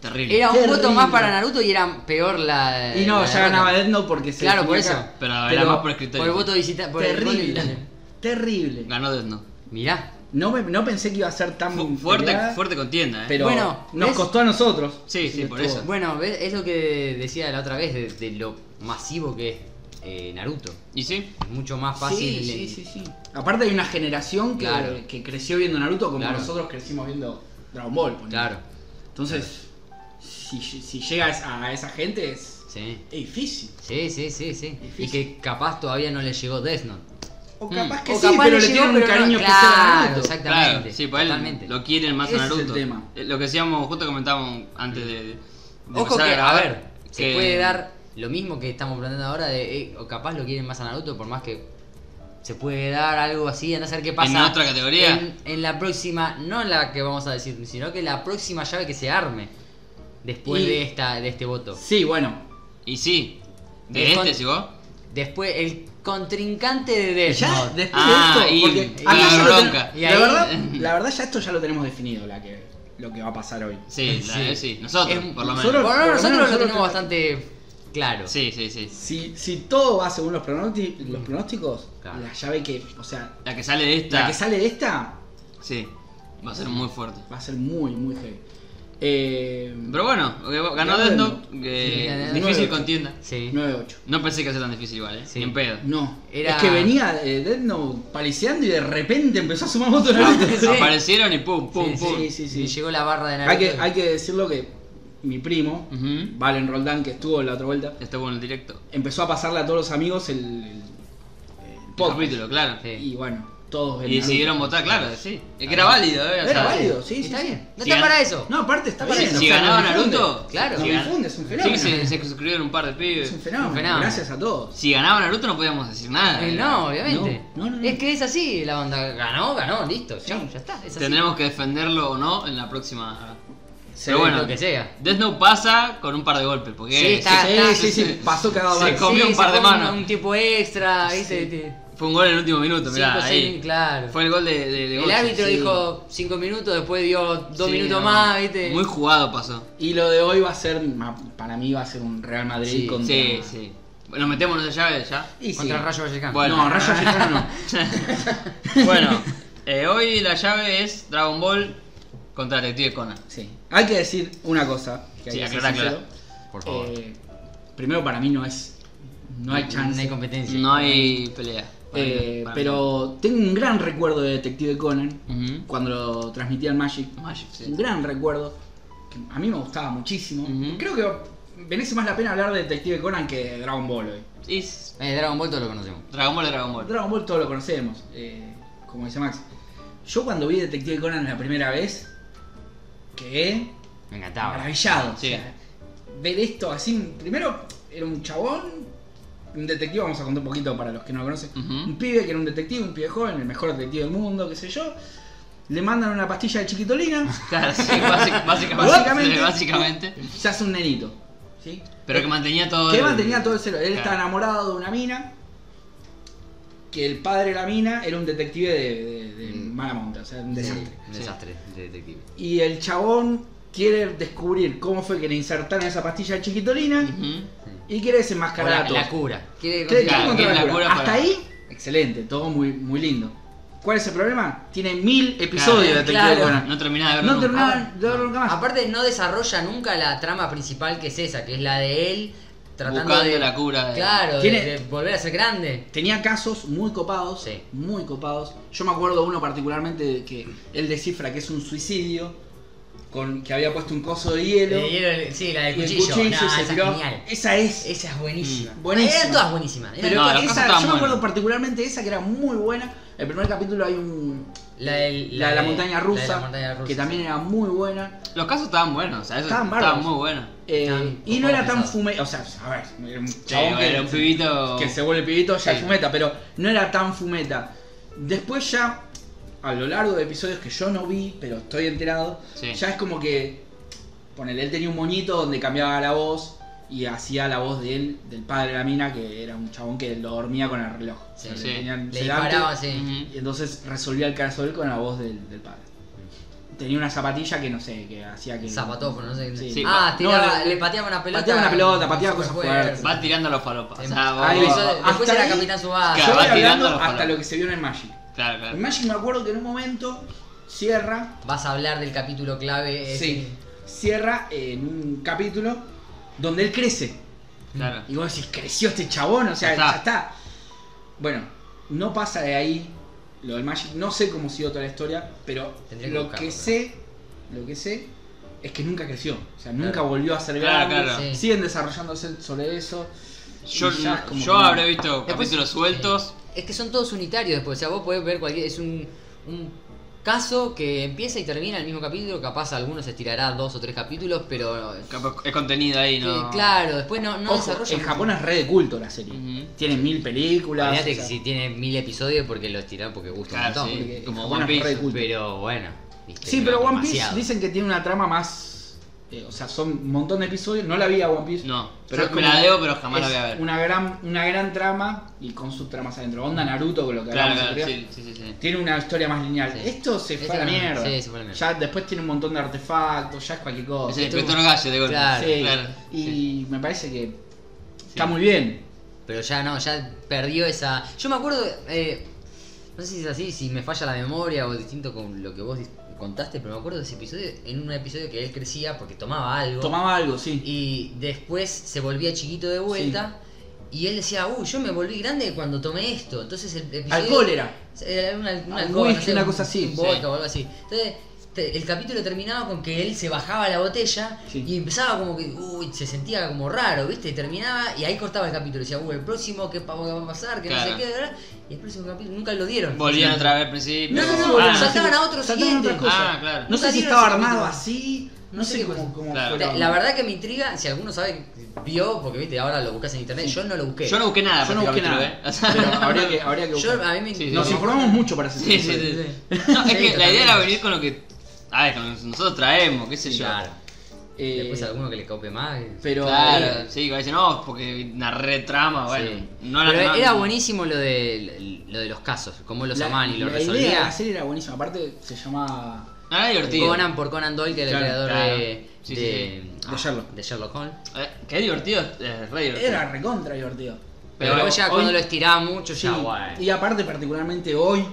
[SPEAKER 2] Terrible.
[SPEAKER 3] Era un
[SPEAKER 1] Terrible.
[SPEAKER 3] voto más para Naruto y era peor la.
[SPEAKER 1] Y no,
[SPEAKER 3] la
[SPEAKER 1] ya
[SPEAKER 3] derrota.
[SPEAKER 1] ganaba Death Note porque se.
[SPEAKER 3] Claro, por eso.
[SPEAKER 1] equivoca.
[SPEAKER 2] Pero era más por el criterio.
[SPEAKER 3] Por el voto visitante. Por el voto
[SPEAKER 1] Terrible.
[SPEAKER 3] visitante.
[SPEAKER 1] Terrible.
[SPEAKER 2] Ganó Death Note.
[SPEAKER 3] Mirá.
[SPEAKER 1] No, me- no pensé que iba a ser tan
[SPEAKER 2] Fu- fuerte,
[SPEAKER 1] peleada,
[SPEAKER 2] fuerte contienda, eh.
[SPEAKER 1] Pero
[SPEAKER 3] Bueno,
[SPEAKER 1] nos
[SPEAKER 3] ¿ves?
[SPEAKER 1] costó a nosotros.
[SPEAKER 2] Sí, sí, por
[SPEAKER 1] estuvo.
[SPEAKER 2] eso.
[SPEAKER 3] Bueno, ¿ves? es lo que decía la otra vez de, de lo masivo que es eh, Naruto.
[SPEAKER 2] ¿Y sí?
[SPEAKER 3] Es mucho más fácil.
[SPEAKER 1] Sí, sí, sí, sí. Aparte hay una generación que,
[SPEAKER 3] Claro.
[SPEAKER 1] que creció viendo Naruto como
[SPEAKER 3] Claro.
[SPEAKER 1] nosotros crecimos viendo Dragon Ball. ponele.
[SPEAKER 3] Claro,
[SPEAKER 1] Entonces, si, si llegas a esa gente es,
[SPEAKER 3] sí.
[SPEAKER 1] es difícil.
[SPEAKER 3] Sí, sí, sí, sí. Y
[SPEAKER 1] Difícil.
[SPEAKER 3] que capaz todavía no le llegó Death Note.
[SPEAKER 1] O
[SPEAKER 2] Mm.
[SPEAKER 1] capaz que
[SPEAKER 3] O
[SPEAKER 1] sí,
[SPEAKER 3] capaz
[SPEAKER 1] pero le
[SPEAKER 3] le llegó,
[SPEAKER 1] tienen un
[SPEAKER 3] pero no-
[SPEAKER 1] cariño especial a
[SPEAKER 3] claro,
[SPEAKER 1] Naruto.
[SPEAKER 3] exacto. Exactamente,
[SPEAKER 2] Claro, sí, pues
[SPEAKER 3] totalmente.
[SPEAKER 2] él lo quieren más a
[SPEAKER 1] Ese es
[SPEAKER 2] Naruto.
[SPEAKER 1] el tema.
[SPEAKER 2] Eh, Lo que decíamos, justo comentábamos antes de, de
[SPEAKER 3] Ojo
[SPEAKER 2] empezar
[SPEAKER 3] que, a
[SPEAKER 2] grabar,
[SPEAKER 3] ver, se
[SPEAKER 2] que-
[SPEAKER 3] puede dar lo mismo que estamos planteando ahora de, eh, o capaz lo quieren más a Naruto, por más que se puede dar algo así, a no saber qué pasa.
[SPEAKER 2] ¿En otra categoría?
[SPEAKER 3] En, en la próxima, no en la que vamos a decir, sino que la próxima llave que se arme después
[SPEAKER 1] Y-
[SPEAKER 3] de esta de este voto.
[SPEAKER 1] Sí, bueno.
[SPEAKER 2] Y sí.
[SPEAKER 3] Y
[SPEAKER 2] De
[SPEAKER 3] con-
[SPEAKER 2] este, si vos.
[SPEAKER 3] Después, el contrincante de Death
[SPEAKER 1] Ya
[SPEAKER 3] Note.
[SPEAKER 1] después
[SPEAKER 2] Ah,
[SPEAKER 1] de
[SPEAKER 2] y-
[SPEAKER 1] esto, porque
[SPEAKER 2] y
[SPEAKER 1] acá
[SPEAKER 2] la
[SPEAKER 1] ya lo ten-
[SPEAKER 2] bronca.
[SPEAKER 3] Y
[SPEAKER 1] la,
[SPEAKER 2] [LAUGHS]
[SPEAKER 3] ahí-
[SPEAKER 1] verdad, la verdad ya esto ya lo tenemos definido, la que, lo que va a pasar hoy.
[SPEAKER 3] [LAUGHS]
[SPEAKER 2] Sí, la-
[SPEAKER 3] Sí.
[SPEAKER 2] sí. Nosotros,
[SPEAKER 3] Es-
[SPEAKER 2] por lo menos.
[SPEAKER 1] nosotros-
[SPEAKER 3] Por ahora
[SPEAKER 1] por lo menos
[SPEAKER 3] nosotros lo
[SPEAKER 1] nosotros
[SPEAKER 3] tenemos bastante claro.
[SPEAKER 2] Sí, sí, sí.
[SPEAKER 1] Si, si todo va según los, pronósti- los pronósticos,
[SPEAKER 3] Claro.
[SPEAKER 1] la llave que, o sea,
[SPEAKER 2] La que sale de esta.
[SPEAKER 1] la que sale de esta
[SPEAKER 2] Sí. Va a ser muy fuerte.
[SPEAKER 1] va a ser muy, muy heavy. Eh,
[SPEAKER 2] Pero bueno, ok, ganó,
[SPEAKER 1] Ganó
[SPEAKER 2] Death
[SPEAKER 1] Death
[SPEAKER 2] Note.
[SPEAKER 3] Sí,
[SPEAKER 2] eh,
[SPEAKER 3] ganó
[SPEAKER 1] Death
[SPEAKER 2] difícil
[SPEAKER 1] Note.
[SPEAKER 2] contienda.
[SPEAKER 3] Sí.
[SPEAKER 1] 9-8.
[SPEAKER 2] No pensé que iba a ser tan difícil igual, eh.
[SPEAKER 3] Sí.
[SPEAKER 2] Ni en pedo.
[SPEAKER 1] No,
[SPEAKER 3] Era-
[SPEAKER 1] es que venía eh, Death Note paliseando y de repente empezó a sumar
[SPEAKER 2] [LAUGHS]
[SPEAKER 1] votos [LAUGHS] de Naruto.
[SPEAKER 3] Sí.
[SPEAKER 2] Aparecieron y pum, pum,
[SPEAKER 1] Sí,
[SPEAKER 2] pum.
[SPEAKER 1] sí, sí, sí.
[SPEAKER 3] Y llegó la barra de Naruto.
[SPEAKER 1] Hay que, hay que decirlo que mi primo,
[SPEAKER 2] Ujú.
[SPEAKER 1] Valen Roldán, que estuvo en la otra vuelta,
[SPEAKER 2] Estuvo en el directo.
[SPEAKER 1] empezó a pasarle a todos los amigos el, el- el
[SPEAKER 2] El
[SPEAKER 1] podcast.
[SPEAKER 2] capítulo, claro.
[SPEAKER 3] Sí.
[SPEAKER 1] Y bueno, todos ven
[SPEAKER 2] Y
[SPEAKER 1] Naruto.
[SPEAKER 2] decidieron votar, claro, sí. Es que era válido, eh. o
[SPEAKER 1] Era
[SPEAKER 2] sea,
[SPEAKER 1] válido, sí, sí.
[SPEAKER 3] Está
[SPEAKER 1] sí.
[SPEAKER 3] bien. No
[SPEAKER 2] Si
[SPEAKER 3] está
[SPEAKER 2] gan-
[SPEAKER 3] para eso.
[SPEAKER 1] No, aparte está
[SPEAKER 2] Sí,
[SPEAKER 1] bien.
[SPEAKER 2] si
[SPEAKER 1] o sea,
[SPEAKER 2] ganaba
[SPEAKER 1] nos difunde.
[SPEAKER 2] Naruto,
[SPEAKER 3] claro.
[SPEAKER 1] Nos
[SPEAKER 2] Si gan-
[SPEAKER 1] difunde, es un
[SPEAKER 2] Sí,
[SPEAKER 1] fenómeno.
[SPEAKER 2] se, se suscribieron un par de pibes.
[SPEAKER 1] Es un fenómeno.
[SPEAKER 3] Un fenómeno.
[SPEAKER 1] Gracias a todos.
[SPEAKER 2] Si ganaba Naruto no podíamos decir nada.
[SPEAKER 3] Eh,
[SPEAKER 2] era-
[SPEAKER 3] no, obviamente.
[SPEAKER 1] No, no, no, no.
[SPEAKER 3] Es que es así la onda. Ganó, ganó, listo. chau, ya está. Es así.
[SPEAKER 2] Tendremos que defenderlo o no en la próxima.
[SPEAKER 1] Se
[SPEAKER 2] Pero
[SPEAKER 1] ve
[SPEAKER 2] bueno,
[SPEAKER 3] Lo que sea.
[SPEAKER 2] Death Note pasa con un par de golpes, porque
[SPEAKER 3] Sí, está-
[SPEAKER 1] Sí,
[SPEAKER 3] está-
[SPEAKER 1] sí, sí, pasó cada
[SPEAKER 2] Se
[SPEAKER 1] vez.
[SPEAKER 2] co- comió un par
[SPEAKER 3] se
[SPEAKER 2] de
[SPEAKER 3] fue
[SPEAKER 2] manos.
[SPEAKER 3] Un, un tipo extra, ¿viste?
[SPEAKER 1] Sí.
[SPEAKER 3] Te-
[SPEAKER 2] fue un gol en el último minuto, mirá,
[SPEAKER 3] cinco,
[SPEAKER 2] ahí.
[SPEAKER 3] seis, pues, claro.
[SPEAKER 2] Fue el gol de, de, de
[SPEAKER 3] el
[SPEAKER 2] Gotze.
[SPEAKER 3] árbitro
[SPEAKER 1] sí.
[SPEAKER 3] dijo 5 minutos, después dio 2
[SPEAKER 2] Sí,
[SPEAKER 3] minutos
[SPEAKER 2] no.
[SPEAKER 3] más, ¿viste?
[SPEAKER 2] Muy jugado pasó.
[SPEAKER 1] Y lo de hoy va a ser, ma- para mí va a ser un Real Madrid
[SPEAKER 3] Sí,
[SPEAKER 1] contra...
[SPEAKER 2] Sí, sí. Bueno, metemos esa llave ya.
[SPEAKER 1] Y sí.
[SPEAKER 3] Contra el Rayo Vallecano.
[SPEAKER 2] Bueno.
[SPEAKER 1] No, Rayo Vallecano no.
[SPEAKER 2] [LAUGHS] bueno, eh, hoy la llave es Dragon Ball contra Detective Conan.
[SPEAKER 1] Sí. Hay que decir una cosa. Que hay
[SPEAKER 2] Sí,
[SPEAKER 1] que ser
[SPEAKER 2] aclará,
[SPEAKER 1] sincero.
[SPEAKER 2] aclará.
[SPEAKER 3] Por
[SPEAKER 2] Eh,
[SPEAKER 3] favor.
[SPEAKER 1] Eh, primero para mí no es... No hay chance.
[SPEAKER 3] No hay competencia.
[SPEAKER 2] No hay pelea.
[SPEAKER 1] O
[SPEAKER 2] Para mí,
[SPEAKER 1] Eh,
[SPEAKER 2] para mí.
[SPEAKER 1] pero tengo un gran recuerdo de Detective Conan
[SPEAKER 2] Ujú.
[SPEAKER 1] cuando lo transmitía en Magic.
[SPEAKER 2] Magic, sí.
[SPEAKER 3] Mm.
[SPEAKER 1] Un gran recuerdo que a mí me gustaba muchísimo.
[SPEAKER 2] Ujú.
[SPEAKER 1] Creo que merece más la pena hablar de Detective Conan que de Dragon Ball hoy.
[SPEAKER 2] Es
[SPEAKER 3] Eh, Dragon Ball todos lo conocemos.
[SPEAKER 2] Dragon Ball, Dragon Ball.
[SPEAKER 1] Dragon Ball todos lo conocemos, eh, como dice Max. Yo cuando vi Detective Conan la primera vez, quedé
[SPEAKER 3] Me encantaba.
[SPEAKER 1] maravillado. O
[SPEAKER 2] Sí.
[SPEAKER 1] sea, ver esto así, primero era un chabón, un detective, vamos a contar un poquito para los que no lo conocen,
[SPEAKER 2] Ujú.
[SPEAKER 1] un pibe que era un detective, un pibe joven, el mejor detective del mundo, qué sé yo. Le mandan una pastilla de
[SPEAKER 2] [LAUGHS]
[SPEAKER 1] chiquitolina,
[SPEAKER 2] Claro, sí, básica-
[SPEAKER 3] [LAUGHS]
[SPEAKER 2] básicamente.
[SPEAKER 1] Básicamente.
[SPEAKER 2] básicamente.
[SPEAKER 1] se hace un nenito. ¿sí? Eh,
[SPEAKER 2] Pero que mantenía todo.
[SPEAKER 1] Que
[SPEAKER 2] el-
[SPEAKER 1] mantenía todo el celo. Él
[SPEAKER 2] Claro.
[SPEAKER 1] estaba enamorado de una mina. Que el padre de la mina era un detective de, de- de
[SPEAKER 3] Mm.
[SPEAKER 1] mala monta, o sea, un
[SPEAKER 3] Sí,
[SPEAKER 1] desastre.
[SPEAKER 3] un desastre de detective.
[SPEAKER 1] Y el chabón quiere descubrir cómo fue que le insertaron esa pastilla de chiquitolina
[SPEAKER 2] Ujú.
[SPEAKER 1] y quiere
[SPEAKER 3] O
[SPEAKER 1] desenmascarar a
[SPEAKER 3] La,
[SPEAKER 1] todos.
[SPEAKER 3] la cura. Quiere
[SPEAKER 1] Quiere- quiere
[SPEAKER 2] Claro,
[SPEAKER 1] encontrar
[SPEAKER 2] quiere
[SPEAKER 1] la
[SPEAKER 2] la
[SPEAKER 1] cura.
[SPEAKER 2] cura
[SPEAKER 1] Hasta
[SPEAKER 2] para-
[SPEAKER 1] ahí, excelente, todo muy, muy lindo. ¿Cuál es el problema? Tiene mil episodios de Detective
[SPEAKER 3] claro.
[SPEAKER 1] Conan.
[SPEAKER 2] No terminaba de verlo.
[SPEAKER 1] No
[SPEAKER 2] nunca. Ah,
[SPEAKER 1] terminaba de verlo nunca más.
[SPEAKER 3] Aparte no desarrolla nunca la trama principal que es esa, que es la de él tratando
[SPEAKER 2] Buscando
[SPEAKER 3] de
[SPEAKER 2] la cura de-
[SPEAKER 3] Claro, de-
[SPEAKER 1] Tiene-
[SPEAKER 3] de volver a ser grande.
[SPEAKER 1] Tenía casos muy copados,
[SPEAKER 3] Sí.
[SPEAKER 1] muy copados. Yo me acuerdo uno particularmente que él descifra que es un suicidio, con que había puesto un coso de hielo.
[SPEAKER 3] Eh, y era- sí, la del
[SPEAKER 1] y el
[SPEAKER 3] cuchillo.
[SPEAKER 1] cuchillo
[SPEAKER 3] Nah,
[SPEAKER 1] y se
[SPEAKER 3] esa
[SPEAKER 1] tiró.
[SPEAKER 3] es genial.
[SPEAKER 1] Esa es.
[SPEAKER 3] Esa es buenísima.
[SPEAKER 1] Mm. Buenísima.
[SPEAKER 3] Eran todas buenísimas. Eran
[SPEAKER 1] Pero
[SPEAKER 2] No,
[SPEAKER 3] todas-
[SPEAKER 2] las
[SPEAKER 1] esa-
[SPEAKER 2] cosas
[SPEAKER 1] yo
[SPEAKER 2] estaban
[SPEAKER 1] me acuerdo
[SPEAKER 2] buenas.
[SPEAKER 1] particularmente esa que era muy buena. El primer capítulo hay un.
[SPEAKER 3] La, del-
[SPEAKER 1] La de la
[SPEAKER 3] del-
[SPEAKER 1] montaña
[SPEAKER 3] la
[SPEAKER 1] rusa,
[SPEAKER 3] de la montaña rusa,
[SPEAKER 1] que
[SPEAKER 3] sí.
[SPEAKER 1] también era muy buena.
[SPEAKER 2] Los casos estaban buenos, o sea, eso
[SPEAKER 1] Estaban
[SPEAKER 2] estaban,
[SPEAKER 1] bárbaros.
[SPEAKER 2] muy buenos.
[SPEAKER 1] Eh,
[SPEAKER 3] Estaban
[SPEAKER 1] y no era tan
[SPEAKER 3] pesados.
[SPEAKER 1] fumeta. O sea, a ver, era un
[SPEAKER 2] Sí,
[SPEAKER 1] chabón que-
[SPEAKER 2] era un pibito.
[SPEAKER 1] que se vuelve pibito ya es
[SPEAKER 2] Sí.
[SPEAKER 1] fumeta, pero no era tan fumeta. Después ya, a lo largo de episodios que yo no vi, pero estoy enterado,
[SPEAKER 2] Sí.
[SPEAKER 1] ya es como que, ponele, él tenía un monito donde cambiaba la voz y hacía la voz de él, del padre de la mina, que era un chabón que lo dormía con el reloj.
[SPEAKER 3] Sí,
[SPEAKER 1] le
[SPEAKER 2] sí.
[SPEAKER 1] tenían
[SPEAKER 3] Le
[SPEAKER 1] sedante
[SPEAKER 3] disparaba así.
[SPEAKER 2] Ujú.
[SPEAKER 1] Y entonces resolvía el caso él con la voz del, del padre. Tenía una zapatilla que no sé, que hacía que...
[SPEAKER 3] Zapatófono, no sé.
[SPEAKER 1] Sí.
[SPEAKER 2] Sí.
[SPEAKER 3] Ah,
[SPEAKER 1] No,
[SPEAKER 3] tiraba-
[SPEAKER 1] le-
[SPEAKER 3] le, pateaba una pelota.
[SPEAKER 1] pateaba una pelota, pateaba
[SPEAKER 3] con
[SPEAKER 1] cosas
[SPEAKER 3] superfuerza.
[SPEAKER 1] fuertes.
[SPEAKER 2] Va tirando los falopas. O sea,
[SPEAKER 3] Em-
[SPEAKER 2] va-
[SPEAKER 1] ahí
[SPEAKER 3] después
[SPEAKER 1] va.
[SPEAKER 3] era- después
[SPEAKER 1] Hasta
[SPEAKER 3] era
[SPEAKER 1] ahí-
[SPEAKER 3] capitán Subasa.
[SPEAKER 1] Ah, Yo
[SPEAKER 2] Claro.
[SPEAKER 1] voy
[SPEAKER 2] va tirando
[SPEAKER 1] hablando
[SPEAKER 2] los
[SPEAKER 1] hasta
[SPEAKER 2] palos.
[SPEAKER 1] lo que se vio en el Magic.
[SPEAKER 2] Claro, claro.
[SPEAKER 1] En Magic me acuerdo que en un momento cierra,
[SPEAKER 3] Vas a hablar del capítulo clave. eh,
[SPEAKER 1] sí, cierra en un capítulo donde él crece.
[SPEAKER 2] claro.
[SPEAKER 1] Y vos decís, creció este chabón, o sea,
[SPEAKER 2] Ah. Ya
[SPEAKER 1] ya
[SPEAKER 2] está.
[SPEAKER 1] está. Bueno, no pasa de ahí lo del Magic. No sé cómo siguió toda la historia, pero
[SPEAKER 3] Tendría que
[SPEAKER 1] lo
[SPEAKER 3] buscarlo,
[SPEAKER 1] que
[SPEAKER 3] pero-
[SPEAKER 1] sé, lo que sé es que nunca creció. O sea, nunca
[SPEAKER 3] Claro.
[SPEAKER 1] volvió a ser
[SPEAKER 2] Claro,
[SPEAKER 1] grande.
[SPEAKER 2] claro.
[SPEAKER 3] Sí.
[SPEAKER 1] Siguen desarrollándose sobre eso.
[SPEAKER 2] Yo,
[SPEAKER 1] Y ya es como
[SPEAKER 2] yo
[SPEAKER 1] que no.
[SPEAKER 2] habré visto
[SPEAKER 3] Después- eh,
[SPEAKER 2] capítulos sueltos.
[SPEAKER 3] Es que son todos unitarios después, o sea, vos podés ver cualquier... Es un, un caso que empieza y termina en el mismo capítulo, capaz algunos estirará dos o tres capítulos, pero...
[SPEAKER 2] Capaz Es contenido ahí,
[SPEAKER 3] que,
[SPEAKER 2] ¿no?
[SPEAKER 3] Claro, después no, no
[SPEAKER 1] Ojo,
[SPEAKER 3] desarrolla
[SPEAKER 1] en
[SPEAKER 3] mucho.
[SPEAKER 1] Japón es re de culto la serie.
[SPEAKER 2] Ujú.
[SPEAKER 1] Tiene mil películas.
[SPEAKER 3] Olvídate
[SPEAKER 1] o
[SPEAKER 3] que
[SPEAKER 1] sea,
[SPEAKER 3] si tiene mil episodios porque los tiraron porque gusta
[SPEAKER 2] Claro,
[SPEAKER 3] un montón.
[SPEAKER 2] sí.
[SPEAKER 1] porque
[SPEAKER 2] Como
[SPEAKER 1] Japón
[SPEAKER 2] One
[SPEAKER 1] es re de
[SPEAKER 2] Piece.
[SPEAKER 1] culto.
[SPEAKER 3] Pero bueno. viste,
[SPEAKER 1] Sí,
[SPEAKER 3] no
[SPEAKER 1] pero
[SPEAKER 3] es
[SPEAKER 1] One Piece
[SPEAKER 3] demasiado.
[SPEAKER 1] dicen que tiene una trama más. eh, o sea, son un montón de episodios. No la vi a One Piece.
[SPEAKER 2] No.
[SPEAKER 1] Pero
[SPEAKER 2] Yo
[SPEAKER 1] es
[SPEAKER 2] me
[SPEAKER 1] como-
[SPEAKER 2] la debo, pero jamás la
[SPEAKER 1] es
[SPEAKER 2] voy a ver.
[SPEAKER 1] Una gran, una gran trama y con sus tramas adentro. Onda Naruto, con lo que
[SPEAKER 2] Claro,
[SPEAKER 1] hablamos
[SPEAKER 2] claro,
[SPEAKER 1] el otro día.
[SPEAKER 2] sí, sí, sí, sí.
[SPEAKER 1] Tiene una historia más lineal.
[SPEAKER 3] Sí.
[SPEAKER 1] Esto se fue
[SPEAKER 3] Esto
[SPEAKER 1] a la
[SPEAKER 3] no-
[SPEAKER 1] mierda.
[SPEAKER 3] sí, se fue a la mierda.
[SPEAKER 1] Ya después tiene un montón de artefactos, ya es cualquier cosa.
[SPEAKER 2] Es el
[SPEAKER 3] esto-
[SPEAKER 2] inspector gallo de golpe.
[SPEAKER 3] Claro.
[SPEAKER 1] Sí,
[SPEAKER 2] claro,
[SPEAKER 1] Y me parece que está
[SPEAKER 2] Sí.
[SPEAKER 1] muy bien.
[SPEAKER 3] Pero ya no, ya perdió esa. Yo me acuerdo. eh, no sé si es así, si me falla la memoria o distinto con lo que vos dis- contaste, pero me acuerdo de ese episodio. En un episodio que él crecía porque tomaba algo.
[SPEAKER 1] Tomaba algo, sí.
[SPEAKER 3] Y después se volvía chiquito de vuelta. Y él decía, uy, yo me volví grande cuando tomé esto. Entonces el episodio.
[SPEAKER 1] Alcohol era.
[SPEAKER 3] Era una, una,
[SPEAKER 1] Algún
[SPEAKER 3] alcohol, no
[SPEAKER 1] whisky,
[SPEAKER 3] sé,
[SPEAKER 1] una
[SPEAKER 3] un-
[SPEAKER 1] cosa así,
[SPEAKER 3] un vodka
[SPEAKER 2] sí.
[SPEAKER 3] o algo así. Entonces, te- el capítulo terminaba con que él se bajaba la botella
[SPEAKER 1] Sí.
[SPEAKER 3] y empezaba como que, uy, se sentía como raro, ¿viste? Y terminaba y ahí cortaba el capítulo. Decía, uy, el próximo, ¿qué, pa- qué va a pasar? Que no
[SPEAKER 2] Claro.
[SPEAKER 3] sé qué, ¿verdad? Y el próximo capítulo nunca lo dieron.
[SPEAKER 2] Volvían otra vez al principio.
[SPEAKER 3] No, no, no,
[SPEAKER 2] ah,
[SPEAKER 3] volvían. saltaban a otro
[SPEAKER 1] saltaban a otra
[SPEAKER 3] siguiente.
[SPEAKER 1] cosa.
[SPEAKER 2] Ah, claro.
[SPEAKER 1] No sé si
[SPEAKER 3] Salieron
[SPEAKER 1] estaba
[SPEAKER 3] ese
[SPEAKER 1] armado
[SPEAKER 3] capítulo.
[SPEAKER 1] así. No,
[SPEAKER 3] No sé
[SPEAKER 1] sé
[SPEAKER 3] qué
[SPEAKER 1] cómo,
[SPEAKER 3] pasó.
[SPEAKER 1] cómo
[SPEAKER 2] Claro.
[SPEAKER 1] fue
[SPEAKER 3] La, la verdad que me intriga, si alguno sabe, vio, porque viste, ahora lo buscas en internet, yo no lo busqué.
[SPEAKER 2] Yo no busqué nada.
[SPEAKER 1] Yo no
[SPEAKER 2] para
[SPEAKER 1] busqué
[SPEAKER 2] este capítulo,
[SPEAKER 1] nada.
[SPEAKER 2] ¿eh? O sea, [LAUGHS]
[SPEAKER 1] Pero habría que, habría que
[SPEAKER 3] Yo-
[SPEAKER 1] buscar.
[SPEAKER 3] a mí me
[SPEAKER 2] Sí, sí,
[SPEAKER 1] Nos
[SPEAKER 2] ah, sí.
[SPEAKER 1] informamos mucho para hacer
[SPEAKER 2] Sí,
[SPEAKER 1] ese
[SPEAKER 2] sí,
[SPEAKER 1] episodio.
[SPEAKER 2] sí. No, es
[SPEAKER 3] Sí,
[SPEAKER 2] que la idea era
[SPEAKER 3] totalmente.
[SPEAKER 2] venir con lo que. A ver, con lo que nosotros traemos, qué sé yo.
[SPEAKER 3] Claro.
[SPEAKER 1] Eh,
[SPEAKER 3] Después alguno que le copie más.
[SPEAKER 1] pero
[SPEAKER 2] Claro,
[SPEAKER 1] eh,
[SPEAKER 2] sí, va a decir, no, porque una retrama, Ah, bueno.
[SPEAKER 3] Sí.
[SPEAKER 2] No la
[SPEAKER 3] Pero
[SPEAKER 2] no-
[SPEAKER 3] era buenísimo lo de lo de los casos, cómo los
[SPEAKER 1] la-
[SPEAKER 3] amaban y los
[SPEAKER 1] la idea de
[SPEAKER 3] resolvían.
[SPEAKER 1] la serie era buenísima. Aparte, se llamaba.
[SPEAKER 2] No era divertido.
[SPEAKER 3] Conan por Conan Doyle, que era el
[SPEAKER 1] Claro,
[SPEAKER 3] creador
[SPEAKER 2] claro.
[SPEAKER 3] de,
[SPEAKER 2] Sí,
[SPEAKER 3] de,
[SPEAKER 2] sí,
[SPEAKER 3] ah,
[SPEAKER 1] sí. De Sherlock.
[SPEAKER 3] de Sherlock Holmes.
[SPEAKER 2] Eh, Qué divertido, es re divertido.
[SPEAKER 1] Era recontra divertido.
[SPEAKER 3] Pero,
[SPEAKER 2] Pero
[SPEAKER 3] ya
[SPEAKER 1] hoy-
[SPEAKER 3] cuando lo estiraba mucho,
[SPEAKER 1] Sí,
[SPEAKER 3] ya guay.
[SPEAKER 1] y aparte, particularmente hoy,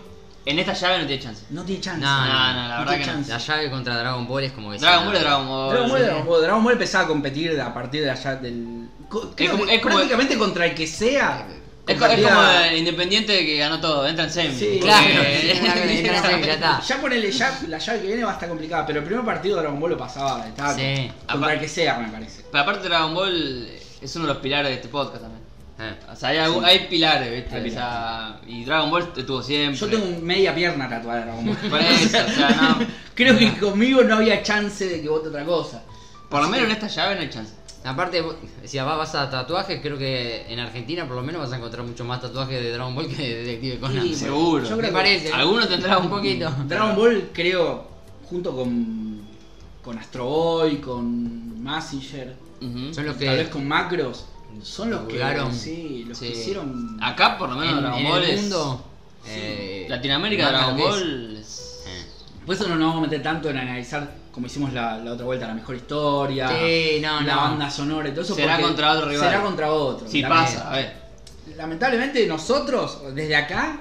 [SPEAKER 2] En esta llave no tiene chance.
[SPEAKER 1] no tiene chance.
[SPEAKER 3] No, no,
[SPEAKER 2] no, la
[SPEAKER 1] No
[SPEAKER 2] verdad
[SPEAKER 1] tiene
[SPEAKER 2] que no.
[SPEAKER 1] chance.
[SPEAKER 3] La llave contra Dragon Ball es como que
[SPEAKER 2] Dragon
[SPEAKER 3] se-
[SPEAKER 2] Ball es Dragon Ball.
[SPEAKER 1] Pues Dragon Ball,
[SPEAKER 2] sí.
[SPEAKER 1] Dragon Ball, Dragon Ball empezaba a competir de- a partir de allá del. co- creo
[SPEAKER 2] como-
[SPEAKER 1] que
[SPEAKER 2] es como-
[SPEAKER 1] prácticamente contra el que sea.
[SPEAKER 2] Es, co- es
[SPEAKER 1] compartía-
[SPEAKER 2] como el Independiente que ganó todo, entra en semi.
[SPEAKER 1] Sí.
[SPEAKER 2] [LAUGHS]
[SPEAKER 3] Claro,
[SPEAKER 2] Porque-
[SPEAKER 3] una que entra en semi, ya está.
[SPEAKER 1] [LAUGHS] Ya ponele, ya, la llave que viene va a estar complicada, pero el primer partido Dragon Ball lo pasaba de taco.
[SPEAKER 3] Sí.
[SPEAKER 1] Contra
[SPEAKER 2] Apa-
[SPEAKER 1] el que sea, me parece.
[SPEAKER 2] Pero aparte Dragon Ball es uno de los pilares de este podcast también.
[SPEAKER 3] Eh.
[SPEAKER 2] O sea, hay, algún- hay pilares, ¿viste?
[SPEAKER 1] Hay
[SPEAKER 2] O sea, y Dragon Ball estuvo siempre.
[SPEAKER 1] Yo tengo un media pierna tatuada de Dragon Ball.
[SPEAKER 2] Por eso, o sea, no.
[SPEAKER 1] [LAUGHS] Creo que conmigo no había chance de que vote otra cosa.
[SPEAKER 2] Por lo menos en esta llave no hay chance.
[SPEAKER 3] Aparte, vos- si vas- vas a tatuajes, creo que en Argentina por lo menos vas a encontrar mucho más tatuajes de Dragon Ball que de Detective Conan. [LAUGHS]
[SPEAKER 1] Sí,
[SPEAKER 2] seguro.
[SPEAKER 1] Yo
[SPEAKER 3] Me
[SPEAKER 1] creo que
[SPEAKER 3] parece.
[SPEAKER 2] Alguno tendrá un
[SPEAKER 3] Un poquito.
[SPEAKER 1] Dragon Ball, creo, junto con, con Astro Boy, con Massinger,
[SPEAKER 2] Ujú.
[SPEAKER 3] Son los
[SPEAKER 1] tal vez
[SPEAKER 3] que.
[SPEAKER 1] con Macros, son los que,
[SPEAKER 3] Divulgaron.
[SPEAKER 1] sí, los
[SPEAKER 2] Sí.
[SPEAKER 1] que hicieron...
[SPEAKER 2] Acá por lo menos
[SPEAKER 3] En,
[SPEAKER 2] Dragon
[SPEAKER 3] en
[SPEAKER 2] Ball
[SPEAKER 3] el
[SPEAKER 2] es.
[SPEAKER 3] mundo. eh,
[SPEAKER 2] Latinoamérica
[SPEAKER 3] marca
[SPEAKER 2] Dragon
[SPEAKER 3] lo que es.
[SPEAKER 2] Ball es.
[SPEAKER 3] Eh.
[SPEAKER 1] Por eso no nos vamos a meter tanto en analizar, como hicimos la, la otra vuelta, la mejor historia,
[SPEAKER 3] Sí, no,
[SPEAKER 1] la
[SPEAKER 3] no.
[SPEAKER 1] banda sonora y todo eso.
[SPEAKER 2] Será
[SPEAKER 1] porque
[SPEAKER 2] contra otro rival.
[SPEAKER 1] Será contra otro.
[SPEAKER 2] Si
[SPEAKER 1] Lame-
[SPEAKER 2] pasa, a ver.
[SPEAKER 1] Lamentablemente nosotros, desde acá...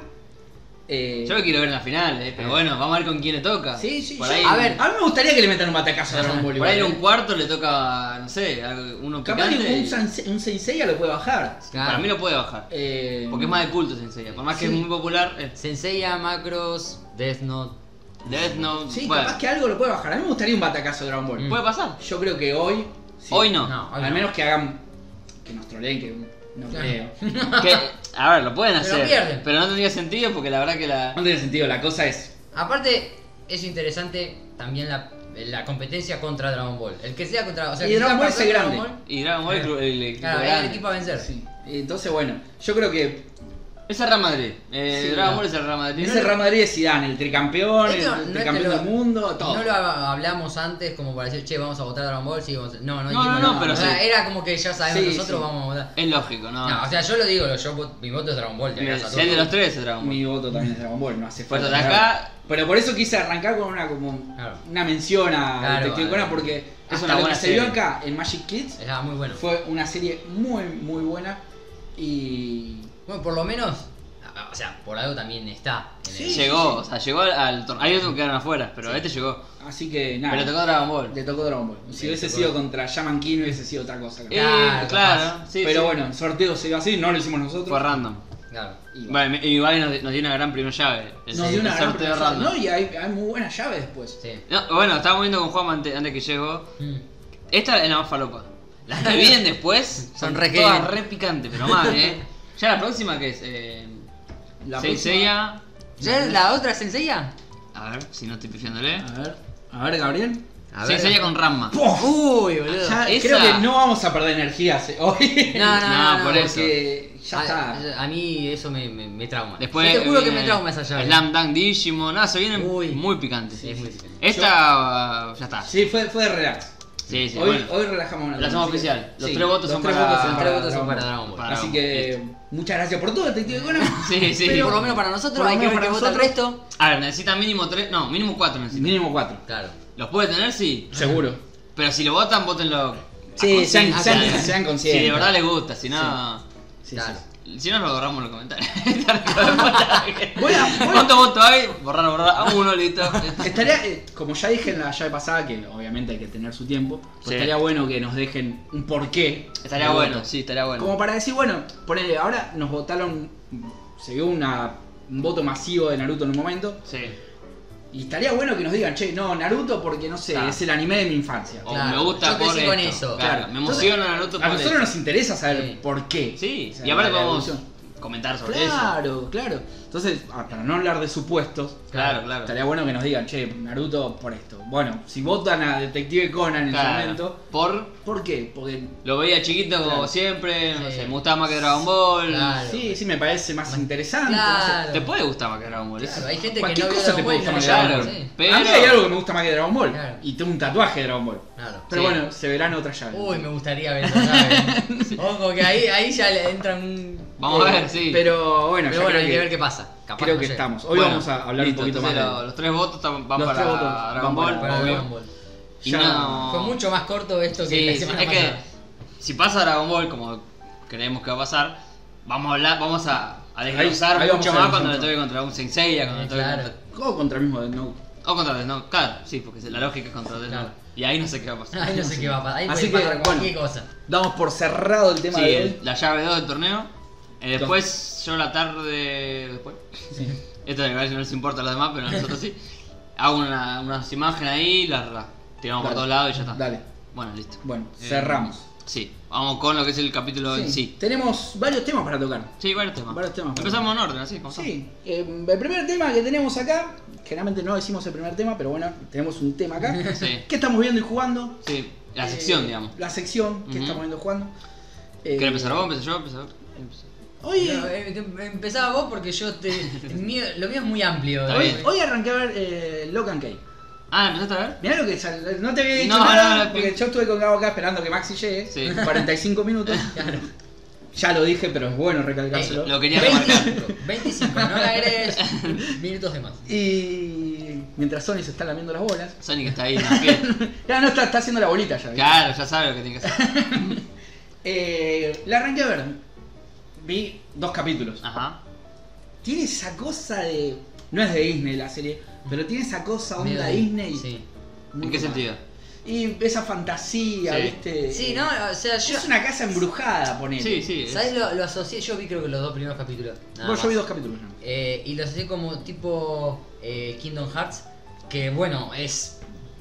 [SPEAKER 1] eh,
[SPEAKER 2] Yo lo quiero ver en la final, eh, pero bueno, vamos a ver con quién le toca.
[SPEAKER 1] Sí, sí,
[SPEAKER 2] Por
[SPEAKER 1] yo-
[SPEAKER 2] ahí,
[SPEAKER 1] a ver, a mí me gustaría que le metan un batacazo a Dragon Ball.
[SPEAKER 2] por ahí en
[SPEAKER 1] igual, eh.
[SPEAKER 2] un cuarto le toca, no sé, a uno
[SPEAKER 1] Capaz que
[SPEAKER 2] picante.
[SPEAKER 1] un,
[SPEAKER 2] y-
[SPEAKER 1] Sanse- un Sensei ya lo puede bajar.
[SPEAKER 3] Claro.
[SPEAKER 2] Para mí lo puede bajar.
[SPEAKER 1] Eh,
[SPEAKER 2] Porque es más de culto Sensei. Por más que
[SPEAKER 1] Sí.
[SPEAKER 2] es muy popular, eh, es
[SPEAKER 3] Senseiya, Macros, Death Note.
[SPEAKER 2] Death Note.
[SPEAKER 1] Sí,
[SPEAKER 2] bueno,
[SPEAKER 1] capaz que algo lo puede bajar. A mí me gustaría un batacazo de Dragon Ball.
[SPEAKER 2] puede
[SPEAKER 1] [LAUGHS]
[SPEAKER 2] pasar.
[SPEAKER 1] Yo creo que hoy. sí.
[SPEAKER 2] Hoy no.
[SPEAKER 3] No, hoy
[SPEAKER 1] Al
[SPEAKER 3] no.
[SPEAKER 1] menos que hagan. Que nos troleen, que no
[SPEAKER 3] Claro.
[SPEAKER 1] creo. [LAUGHS] No
[SPEAKER 2] Que- a ver, lo pueden
[SPEAKER 3] Pero
[SPEAKER 2] hacer.
[SPEAKER 3] pierden.
[SPEAKER 2] Pero no tendría sentido porque la verdad que la.
[SPEAKER 1] tiene sentido, la cosa es.
[SPEAKER 3] Aparte, es interesante también la, la competencia contra Dragon Ball. El que sea contra. O sea,
[SPEAKER 1] Y
[SPEAKER 3] que
[SPEAKER 1] Dragon
[SPEAKER 3] sea
[SPEAKER 1] Ball es el
[SPEAKER 3] campeón
[SPEAKER 1] grande.
[SPEAKER 3] Ball,
[SPEAKER 2] Y Dragon Ball es
[SPEAKER 3] Eh.
[SPEAKER 2] cru- el equipo
[SPEAKER 3] Claro, es el
[SPEAKER 2] grande.
[SPEAKER 3] equipo a vencer.
[SPEAKER 1] Sí. Entonces, bueno, yo creo que.
[SPEAKER 2] Es el Real Madrid. Eh,
[SPEAKER 1] Sí,
[SPEAKER 2] Dragon
[SPEAKER 1] no.
[SPEAKER 2] Ball es el Real Madrid.
[SPEAKER 1] Ese Real Madrid es Zidane, el tricampeón, el,
[SPEAKER 3] Esto no es que
[SPEAKER 1] tricampeón
[SPEAKER 3] lo-
[SPEAKER 1] del mundo, todo.
[SPEAKER 3] No lo ha- hablamos antes como para decir, che, vamos a votar Dragon Ball. Sí, vamos a- No, no,
[SPEAKER 2] No,
[SPEAKER 3] dijimos
[SPEAKER 2] no, no,
[SPEAKER 3] nada.
[SPEAKER 2] pero
[SPEAKER 3] O sea,
[SPEAKER 2] sí.
[SPEAKER 3] Era como que ya sabemos
[SPEAKER 1] Sí,
[SPEAKER 3] nosotros
[SPEAKER 1] sí.
[SPEAKER 3] vamos a votar.
[SPEAKER 2] Es lógico, ¿no?
[SPEAKER 3] No, o sea, yo lo digo, yo, vo- mi voto es Dragon Ball. de
[SPEAKER 2] Mira,
[SPEAKER 3] acá a
[SPEAKER 2] si es de
[SPEAKER 3] todo.
[SPEAKER 2] los tres es Dragon Ball.
[SPEAKER 1] Mi voto también es Dragon Ball, no hace
[SPEAKER 2] Por
[SPEAKER 1] falta.
[SPEAKER 2] eso, de Pues acá
[SPEAKER 1] Pero por eso quise arrancar con una como
[SPEAKER 3] Claro.
[SPEAKER 1] una mención a
[SPEAKER 3] Claro,
[SPEAKER 1] Detective
[SPEAKER 3] vale.
[SPEAKER 1] Conan porque es
[SPEAKER 2] una
[SPEAKER 1] lo
[SPEAKER 2] buena
[SPEAKER 1] que se vio
[SPEAKER 2] serie.
[SPEAKER 1] acá en Magic Kids
[SPEAKER 3] Era muy bueno.
[SPEAKER 1] fue una serie muy muy buena y
[SPEAKER 3] Bueno, por lo menos, a- a- o sea, por algo también está. en
[SPEAKER 1] Sí.
[SPEAKER 2] llegó, o sea, llegó al torneo. Hay otros que quedaron afuera, pero
[SPEAKER 3] Sí.
[SPEAKER 2] este llegó.
[SPEAKER 1] así que nada.
[SPEAKER 2] Pero le tocó Dragon Ball. Eh,
[SPEAKER 1] Le tocó Dragon Ball. Si
[SPEAKER 3] Le
[SPEAKER 1] hubiese
[SPEAKER 3] tocó-
[SPEAKER 1] sido contra Shaman King hubiese sido otra cosa. creo.
[SPEAKER 2] Eh,
[SPEAKER 3] Claro,
[SPEAKER 2] claro,
[SPEAKER 3] capaz.
[SPEAKER 2] sí.
[SPEAKER 1] Pero
[SPEAKER 2] sí.
[SPEAKER 1] bueno, el sorteo se dio así, no lo hicimos
[SPEAKER 2] Fue
[SPEAKER 1] nosotros.
[SPEAKER 2] random.
[SPEAKER 3] el- Claro.
[SPEAKER 1] Y bueno,
[SPEAKER 2] Vale, me- igual nos, nos dio una gran primera llave. El,
[SPEAKER 1] nos
[SPEAKER 2] el
[SPEAKER 1] dio una gran
[SPEAKER 2] sorteo
[SPEAKER 1] sorpresa,
[SPEAKER 2] random.
[SPEAKER 1] ¿no? Y hay, hay muy buena llave después.
[SPEAKER 3] Sí.
[SPEAKER 2] No, bueno, estábamos viendo con Juan ante- antes, que llegó.
[SPEAKER 3] Mm.
[SPEAKER 2] Esta es la más falopa. Las que
[SPEAKER 1] [LAUGHS]
[SPEAKER 2] vienen después
[SPEAKER 3] Son
[SPEAKER 2] son
[SPEAKER 3] re
[SPEAKER 2] todas
[SPEAKER 3] heavy.
[SPEAKER 2] re picantes, pero más, ¿eh? Ya la próxima que es. Eh,
[SPEAKER 1] La
[SPEAKER 2] Saint
[SPEAKER 1] próxima-
[SPEAKER 2] Seiya.
[SPEAKER 3] ¿Ya la otra sencilla?
[SPEAKER 2] A ver, si no estoy pifiándole.
[SPEAKER 1] A ver, a ver Oh. Ah, Gabriel.
[SPEAKER 2] Saint Seiya con Ranma.
[SPEAKER 3] Uy, boludo.
[SPEAKER 1] Ya,
[SPEAKER 2] esa-
[SPEAKER 1] Creo que no vamos a perder energías eh, [LAUGHS] hoy.
[SPEAKER 3] No, no, no,
[SPEAKER 2] No, Ah,
[SPEAKER 3] no,
[SPEAKER 2] por eso.
[SPEAKER 1] Porque ya está.
[SPEAKER 3] Ah, eh,
[SPEAKER 1] eh,
[SPEAKER 3] A, a mí eso me, me, me trauma.
[SPEAKER 2] Después.
[SPEAKER 3] Yo te juro que
[SPEAKER 2] viene
[SPEAKER 3] me trauma esa llave.
[SPEAKER 2] Slam Dunk Digimon. Nada, se vienen
[SPEAKER 3] Uy.
[SPEAKER 2] muy picantes.
[SPEAKER 3] Sí, es muy diferente.
[SPEAKER 2] Esta. ah, Ya está. Sí,
[SPEAKER 1] Sí, fue, fue de relax.
[SPEAKER 2] sí,
[SPEAKER 1] hoy,
[SPEAKER 2] bueno.
[SPEAKER 1] hoy relajamos una
[SPEAKER 2] Lo hacemos
[SPEAKER 1] así que-
[SPEAKER 2] oficial. Los
[SPEAKER 1] sí,
[SPEAKER 2] tres votos
[SPEAKER 1] los
[SPEAKER 2] son
[SPEAKER 1] tres
[SPEAKER 2] para.
[SPEAKER 1] votos son
[SPEAKER 3] Los tres votos son para Dragon Ball.
[SPEAKER 2] para-
[SPEAKER 1] Así que muchas gracias por todo, Detective Conan.
[SPEAKER 2] [LAUGHS] Sí, sí.
[SPEAKER 3] Sí,
[SPEAKER 1] Pero-
[SPEAKER 3] por lo menos para
[SPEAKER 1] por
[SPEAKER 3] nosotros
[SPEAKER 1] lo
[SPEAKER 3] hay que
[SPEAKER 1] menos
[SPEAKER 3] ver que
[SPEAKER 1] para
[SPEAKER 3] vota el
[SPEAKER 1] nosotros.
[SPEAKER 3] resto.
[SPEAKER 2] A ver, necesitan mínimo tres. No, mínimo cuatro necesitan.
[SPEAKER 1] Mínimo cuatro.
[SPEAKER 3] Claro.
[SPEAKER 2] ¿Los puede tener? Sí.
[SPEAKER 1] Seguro.
[SPEAKER 2] Pero si lo votan, votenlo.
[SPEAKER 1] Sí,
[SPEAKER 2] a
[SPEAKER 1] sean-
[SPEAKER 2] conciencia,
[SPEAKER 1] sean-
[SPEAKER 2] ¿eh?
[SPEAKER 1] sean conscientes.
[SPEAKER 2] Si de verdad les gusta, si no.
[SPEAKER 1] Sí,
[SPEAKER 3] Claro.
[SPEAKER 1] sí.
[SPEAKER 2] Si no, lo borramos en los comentarios.
[SPEAKER 1] Voy a-
[SPEAKER 2] [LAUGHS]
[SPEAKER 1] voy a-
[SPEAKER 2] ¿Cuántos votos hay? Borrar, borrar. A uno, listo.
[SPEAKER 1] Estaría, eh, como ya dije en la llave pasada, que obviamente hay que tener su tiempo, pues
[SPEAKER 2] Sí.
[SPEAKER 1] estaría bueno que nos dejen un porqué.
[SPEAKER 2] Estaría
[SPEAKER 1] del
[SPEAKER 2] bueno,
[SPEAKER 1] voto.
[SPEAKER 2] sí, estaría bueno.
[SPEAKER 1] Como para decir, bueno, ponele, ahora nos votaron, se vio una, un voto masivo de Naruto en un momento,
[SPEAKER 2] Sí.
[SPEAKER 1] y estaría bueno que nos digan, che, no, Naruto porque no sé,
[SPEAKER 2] Claro.
[SPEAKER 1] es el anime de mi infancia.
[SPEAKER 2] Ah. O
[SPEAKER 3] Claro,
[SPEAKER 2] me gusta por
[SPEAKER 3] yo crecí
[SPEAKER 2] esto.
[SPEAKER 3] con eso.
[SPEAKER 2] Claro,
[SPEAKER 1] Claro.
[SPEAKER 2] me emociona Naruto
[SPEAKER 1] A
[SPEAKER 2] por
[SPEAKER 1] nosotros
[SPEAKER 2] esto.
[SPEAKER 1] nos interesa saber
[SPEAKER 3] Sí.
[SPEAKER 1] por qué.
[SPEAKER 2] Sí,
[SPEAKER 1] O sea,
[SPEAKER 2] y aparte
[SPEAKER 1] la
[SPEAKER 2] podemos
[SPEAKER 1] evolución.
[SPEAKER 2] comentar sobre eso.
[SPEAKER 1] Claro, claro. Entonces, ah, para no hablar de supuestos,
[SPEAKER 2] Claro, claro.
[SPEAKER 1] estaría bueno que nos digan, che, Naruto por esto. Bueno, si votan a Detective Conan en
[SPEAKER 2] Claro.
[SPEAKER 1] su momento,
[SPEAKER 2] Por
[SPEAKER 1] ¿por qué? Porque
[SPEAKER 2] lo veía chiquito como
[SPEAKER 1] Claro.
[SPEAKER 2] siempre, no
[SPEAKER 3] Sí.
[SPEAKER 2] sé, me gustaba más que Dragon Ball.
[SPEAKER 3] Claro.
[SPEAKER 1] sí, sí me parece más interesante.
[SPEAKER 3] Claro.
[SPEAKER 2] Te puede gustar más que Dragon Ball. eso.
[SPEAKER 3] Claro, hay gente que
[SPEAKER 1] Cualquier
[SPEAKER 3] no vio
[SPEAKER 1] cosa
[SPEAKER 3] Dragon
[SPEAKER 1] te
[SPEAKER 3] Ball
[SPEAKER 1] puede
[SPEAKER 3] y no le
[SPEAKER 1] gustar,
[SPEAKER 3] llama,
[SPEAKER 2] claro.
[SPEAKER 3] sí.
[SPEAKER 1] A mí
[SPEAKER 2] Pero-
[SPEAKER 1] hay algo que me gusta más que Dragon Ball.
[SPEAKER 3] Claro.
[SPEAKER 1] Y tengo un tatuaje de Dragon Ball.
[SPEAKER 3] Claro.
[SPEAKER 1] Pero
[SPEAKER 2] Sí.
[SPEAKER 1] bueno, se verán otras llaves.
[SPEAKER 3] Uy, me gustaría ver
[SPEAKER 1] [LAUGHS]
[SPEAKER 3] esa llave. Ojo, que ahí, ahí ya le entran un.
[SPEAKER 2] Vamos a
[SPEAKER 1] Eh,
[SPEAKER 2] ver, sí.
[SPEAKER 1] Pero bueno, yo
[SPEAKER 3] Pero bueno,
[SPEAKER 1] creo
[SPEAKER 3] hay que
[SPEAKER 1] que-
[SPEAKER 3] ver qué pasa. Capaz
[SPEAKER 1] creo
[SPEAKER 3] no
[SPEAKER 1] que
[SPEAKER 3] llega.
[SPEAKER 1] estamos. Hoy
[SPEAKER 2] Bueno,
[SPEAKER 1] vamos a hablar
[SPEAKER 2] listo,
[SPEAKER 1] un poquito más.
[SPEAKER 2] entonces lo-
[SPEAKER 1] de-
[SPEAKER 2] Los tres votos tam- van
[SPEAKER 1] Los
[SPEAKER 2] para
[SPEAKER 1] tres votos
[SPEAKER 2] Dragon
[SPEAKER 1] van
[SPEAKER 2] Ball,
[SPEAKER 1] para
[SPEAKER 3] Para
[SPEAKER 2] obvio.
[SPEAKER 3] Dragon Ball.
[SPEAKER 2] Y
[SPEAKER 1] Ya-
[SPEAKER 2] no-
[SPEAKER 3] Fue mucho más corto esto que
[SPEAKER 2] Sí,
[SPEAKER 3] la
[SPEAKER 2] sí,
[SPEAKER 3] semana
[SPEAKER 2] es que
[SPEAKER 3] pasada.
[SPEAKER 2] si pasa Dragon Ball como creemos que va a pasar, vamos a hablar, vamos a, a desglosar
[SPEAKER 1] Ahí- ahí
[SPEAKER 2] mucho
[SPEAKER 1] vamos a
[SPEAKER 2] más cuando le
[SPEAKER 1] desglosar.
[SPEAKER 2] toque contra un Senseiya, cuando le
[SPEAKER 3] Eh,
[SPEAKER 2] toque
[SPEAKER 3] claro.
[SPEAKER 2] contra-
[SPEAKER 1] ¿Cómo contra el mismo de No?
[SPEAKER 2] O contra Death Note, claro, sí, porque la lógica es contra Death
[SPEAKER 3] Claro.
[SPEAKER 2] Note. Y ahí no sé qué va a pasar.
[SPEAKER 3] Ahí no Ah, sé qué va a pasar. Ahí
[SPEAKER 1] Así
[SPEAKER 3] puede
[SPEAKER 1] que,
[SPEAKER 3] pasar cualquier
[SPEAKER 1] bueno.
[SPEAKER 3] cosa.
[SPEAKER 1] Damos por cerrado el tema
[SPEAKER 2] Sí,
[SPEAKER 1] de hoy.
[SPEAKER 2] la llave 2 del torneo. Eh, después, yo la tarde. Después. [LAUGHS] Esto de caballo no les importa a los demás, pero a nosotros sí. Hago una- unas imágenes ahí, las ra- tiramos
[SPEAKER 1] Dale.
[SPEAKER 2] por todos lados y ya está.
[SPEAKER 1] Dale.
[SPEAKER 2] Bueno, listo.
[SPEAKER 1] Bueno,
[SPEAKER 2] Eh,
[SPEAKER 1] cerramos.
[SPEAKER 2] Sí, vamos con lo que es el capítulo en sí.
[SPEAKER 1] Tenemos varios temas para tocar.
[SPEAKER 2] Sí, varios temas.
[SPEAKER 1] Varios temas.
[SPEAKER 2] Empezamos en orden, así como son.
[SPEAKER 1] Sí, eh, el primer tema que tenemos acá, generalmente no decimos el primer tema, pero bueno, tenemos un tema acá.
[SPEAKER 2] [LAUGHS] Sí.
[SPEAKER 1] ¿Qué estamos viendo y jugando?
[SPEAKER 2] Sí, la
[SPEAKER 1] Eh,
[SPEAKER 2] sección, digamos.
[SPEAKER 1] La sección, ¿qué
[SPEAKER 2] Ujú.
[SPEAKER 1] estamos viendo y jugando? Eh,
[SPEAKER 2] ¿Querés empezar vos? ¿Empezar yo? ¿Empezar empezar-
[SPEAKER 1] Hoy,
[SPEAKER 3] No, eh, que empezaba vos porque yo te. el mío- lo mío es muy amplio.
[SPEAKER 2] Está
[SPEAKER 3] eh.
[SPEAKER 2] bien.
[SPEAKER 1] hoy arranqué a ver eh, Lock and Key.
[SPEAKER 2] Ah, ¿empezaste a ver?
[SPEAKER 1] Mirá lo que sal- no te había dicho
[SPEAKER 2] No, no,
[SPEAKER 1] nada,
[SPEAKER 2] no,
[SPEAKER 1] porque
[SPEAKER 2] pi-
[SPEAKER 1] yo estuve con Gabo acá esperando que Maxi llegue, [LAUGHS]
[SPEAKER 2] Sí.
[SPEAKER 1] 45
[SPEAKER 2] [LAUGHS]
[SPEAKER 1] minutos. Ya lo dije, pero es bueno recalcárselo.
[SPEAKER 2] Eh, Lo
[SPEAKER 1] [LAUGHS]
[SPEAKER 2] quería remarcar.
[SPEAKER 3] 25, [LAUGHS] 25, no le agregues minutos de más.
[SPEAKER 1] Y mientras Sony se está lamiendo las bolas. [LAUGHS]
[SPEAKER 2] Sonic está ahí, ¿no? Bien.
[SPEAKER 1] Ya no está, está haciendo la bolita ya. ¿viste?
[SPEAKER 2] Claro, ya sabe lo que tiene que hacer.
[SPEAKER 1] Eh, la arranqué a ver. Vi dos capítulos.
[SPEAKER 2] Ajá.
[SPEAKER 1] Tiene esa cosa de. No es de Disney la serie, pero tiene esa cosa onda
[SPEAKER 3] Medio-
[SPEAKER 1] Disney.
[SPEAKER 3] Sí.
[SPEAKER 1] muy
[SPEAKER 2] ¿En qué
[SPEAKER 1] rara.
[SPEAKER 2] sentido?
[SPEAKER 1] Y esa fantasía,
[SPEAKER 2] Sí.
[SPEAKER 1] ¿viste?
[SPEAKER 3] Sí, no, o sea, yo.
[SPEAKER 1] Eh, Es una casa embrujada, ponele.
[SPEAKER 2] Sí, sí. es-
[SPEAKER 3] ¿Sabes? Lo, lo asocié, yo vi creo que los dos primeros capítulos. nada
[SPEAKER 1] Vos, yo vi
[SPEAKER 3] más.
[SPEAKER 1] dos capítulos. ¿no?
[SPEAKER 3] Eh, y lo asocié como tipo eh, Kingdom Hearts, que bueno, es.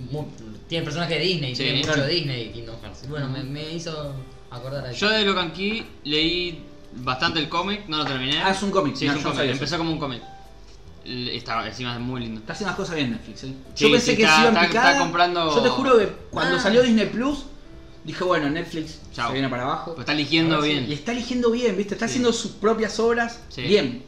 [SPEAKER 3] muy- tiene personajes de Disney,
[SPEAKER 2] Sí,
[SPEAKER 3] tiene mucho
[SPEAKER 1] claro.
[SPEAKER 3] Disney Kingdom Hearts. Y bueno, me, me hizo acordar a eso.
[SPEAKER 2] Yo de Locan Key leí bastante el cómic, no lo terminé.
[SPEAKER 1] Ah, es un cómic.
[SPEAKER 2] Sí,
[SPEAKER 1] No,
[SPEAKER 2] es
[SPEAKER 1] yo no
[SPEAKER 2] un cómic.
[SPEAKER 1] sabía eso.
[SPEAKER 2] Empezó como un cómic. L- Está encima es muy lindo.
[SPEAKER 1] Está haciendo las cosas bien Netflix, ¿eh?
[SPEAKER 2] Sí,
[SPEAKER 1] Yo pensé
[SPEAKER 2] sí,
[SPEAKER 1] que
[SPEAKER 2] está-
[SPEAKER 1] se iban
[SPEAKER 2] está-
[SPEAKER 1] picada.
[SPEAKER 2] está comprando-
[SPEAKER 1] Yo te juro que cuando
[SPEAKER 3] Ah.
[SPEAKER 1] salió Disney Plus, dije, bueno, Netflix
[SPEAKER 2] Chao.
[SPEAKER 1] se viene para abajo.
[SPEAKER 2] Pero está eligiendo
[SPEAKER 3] Ahora sí,
[SPEAKER 2] bien.
[SPEAKER 1] Ah, Y está eligiendo bien, ¿viste? Está
[SPEAKER 2] Sí.
[SPEAKER 1] haciendo sus propias obras
[SPEAKER 2] Sí.
[SPEAKER 1] bien.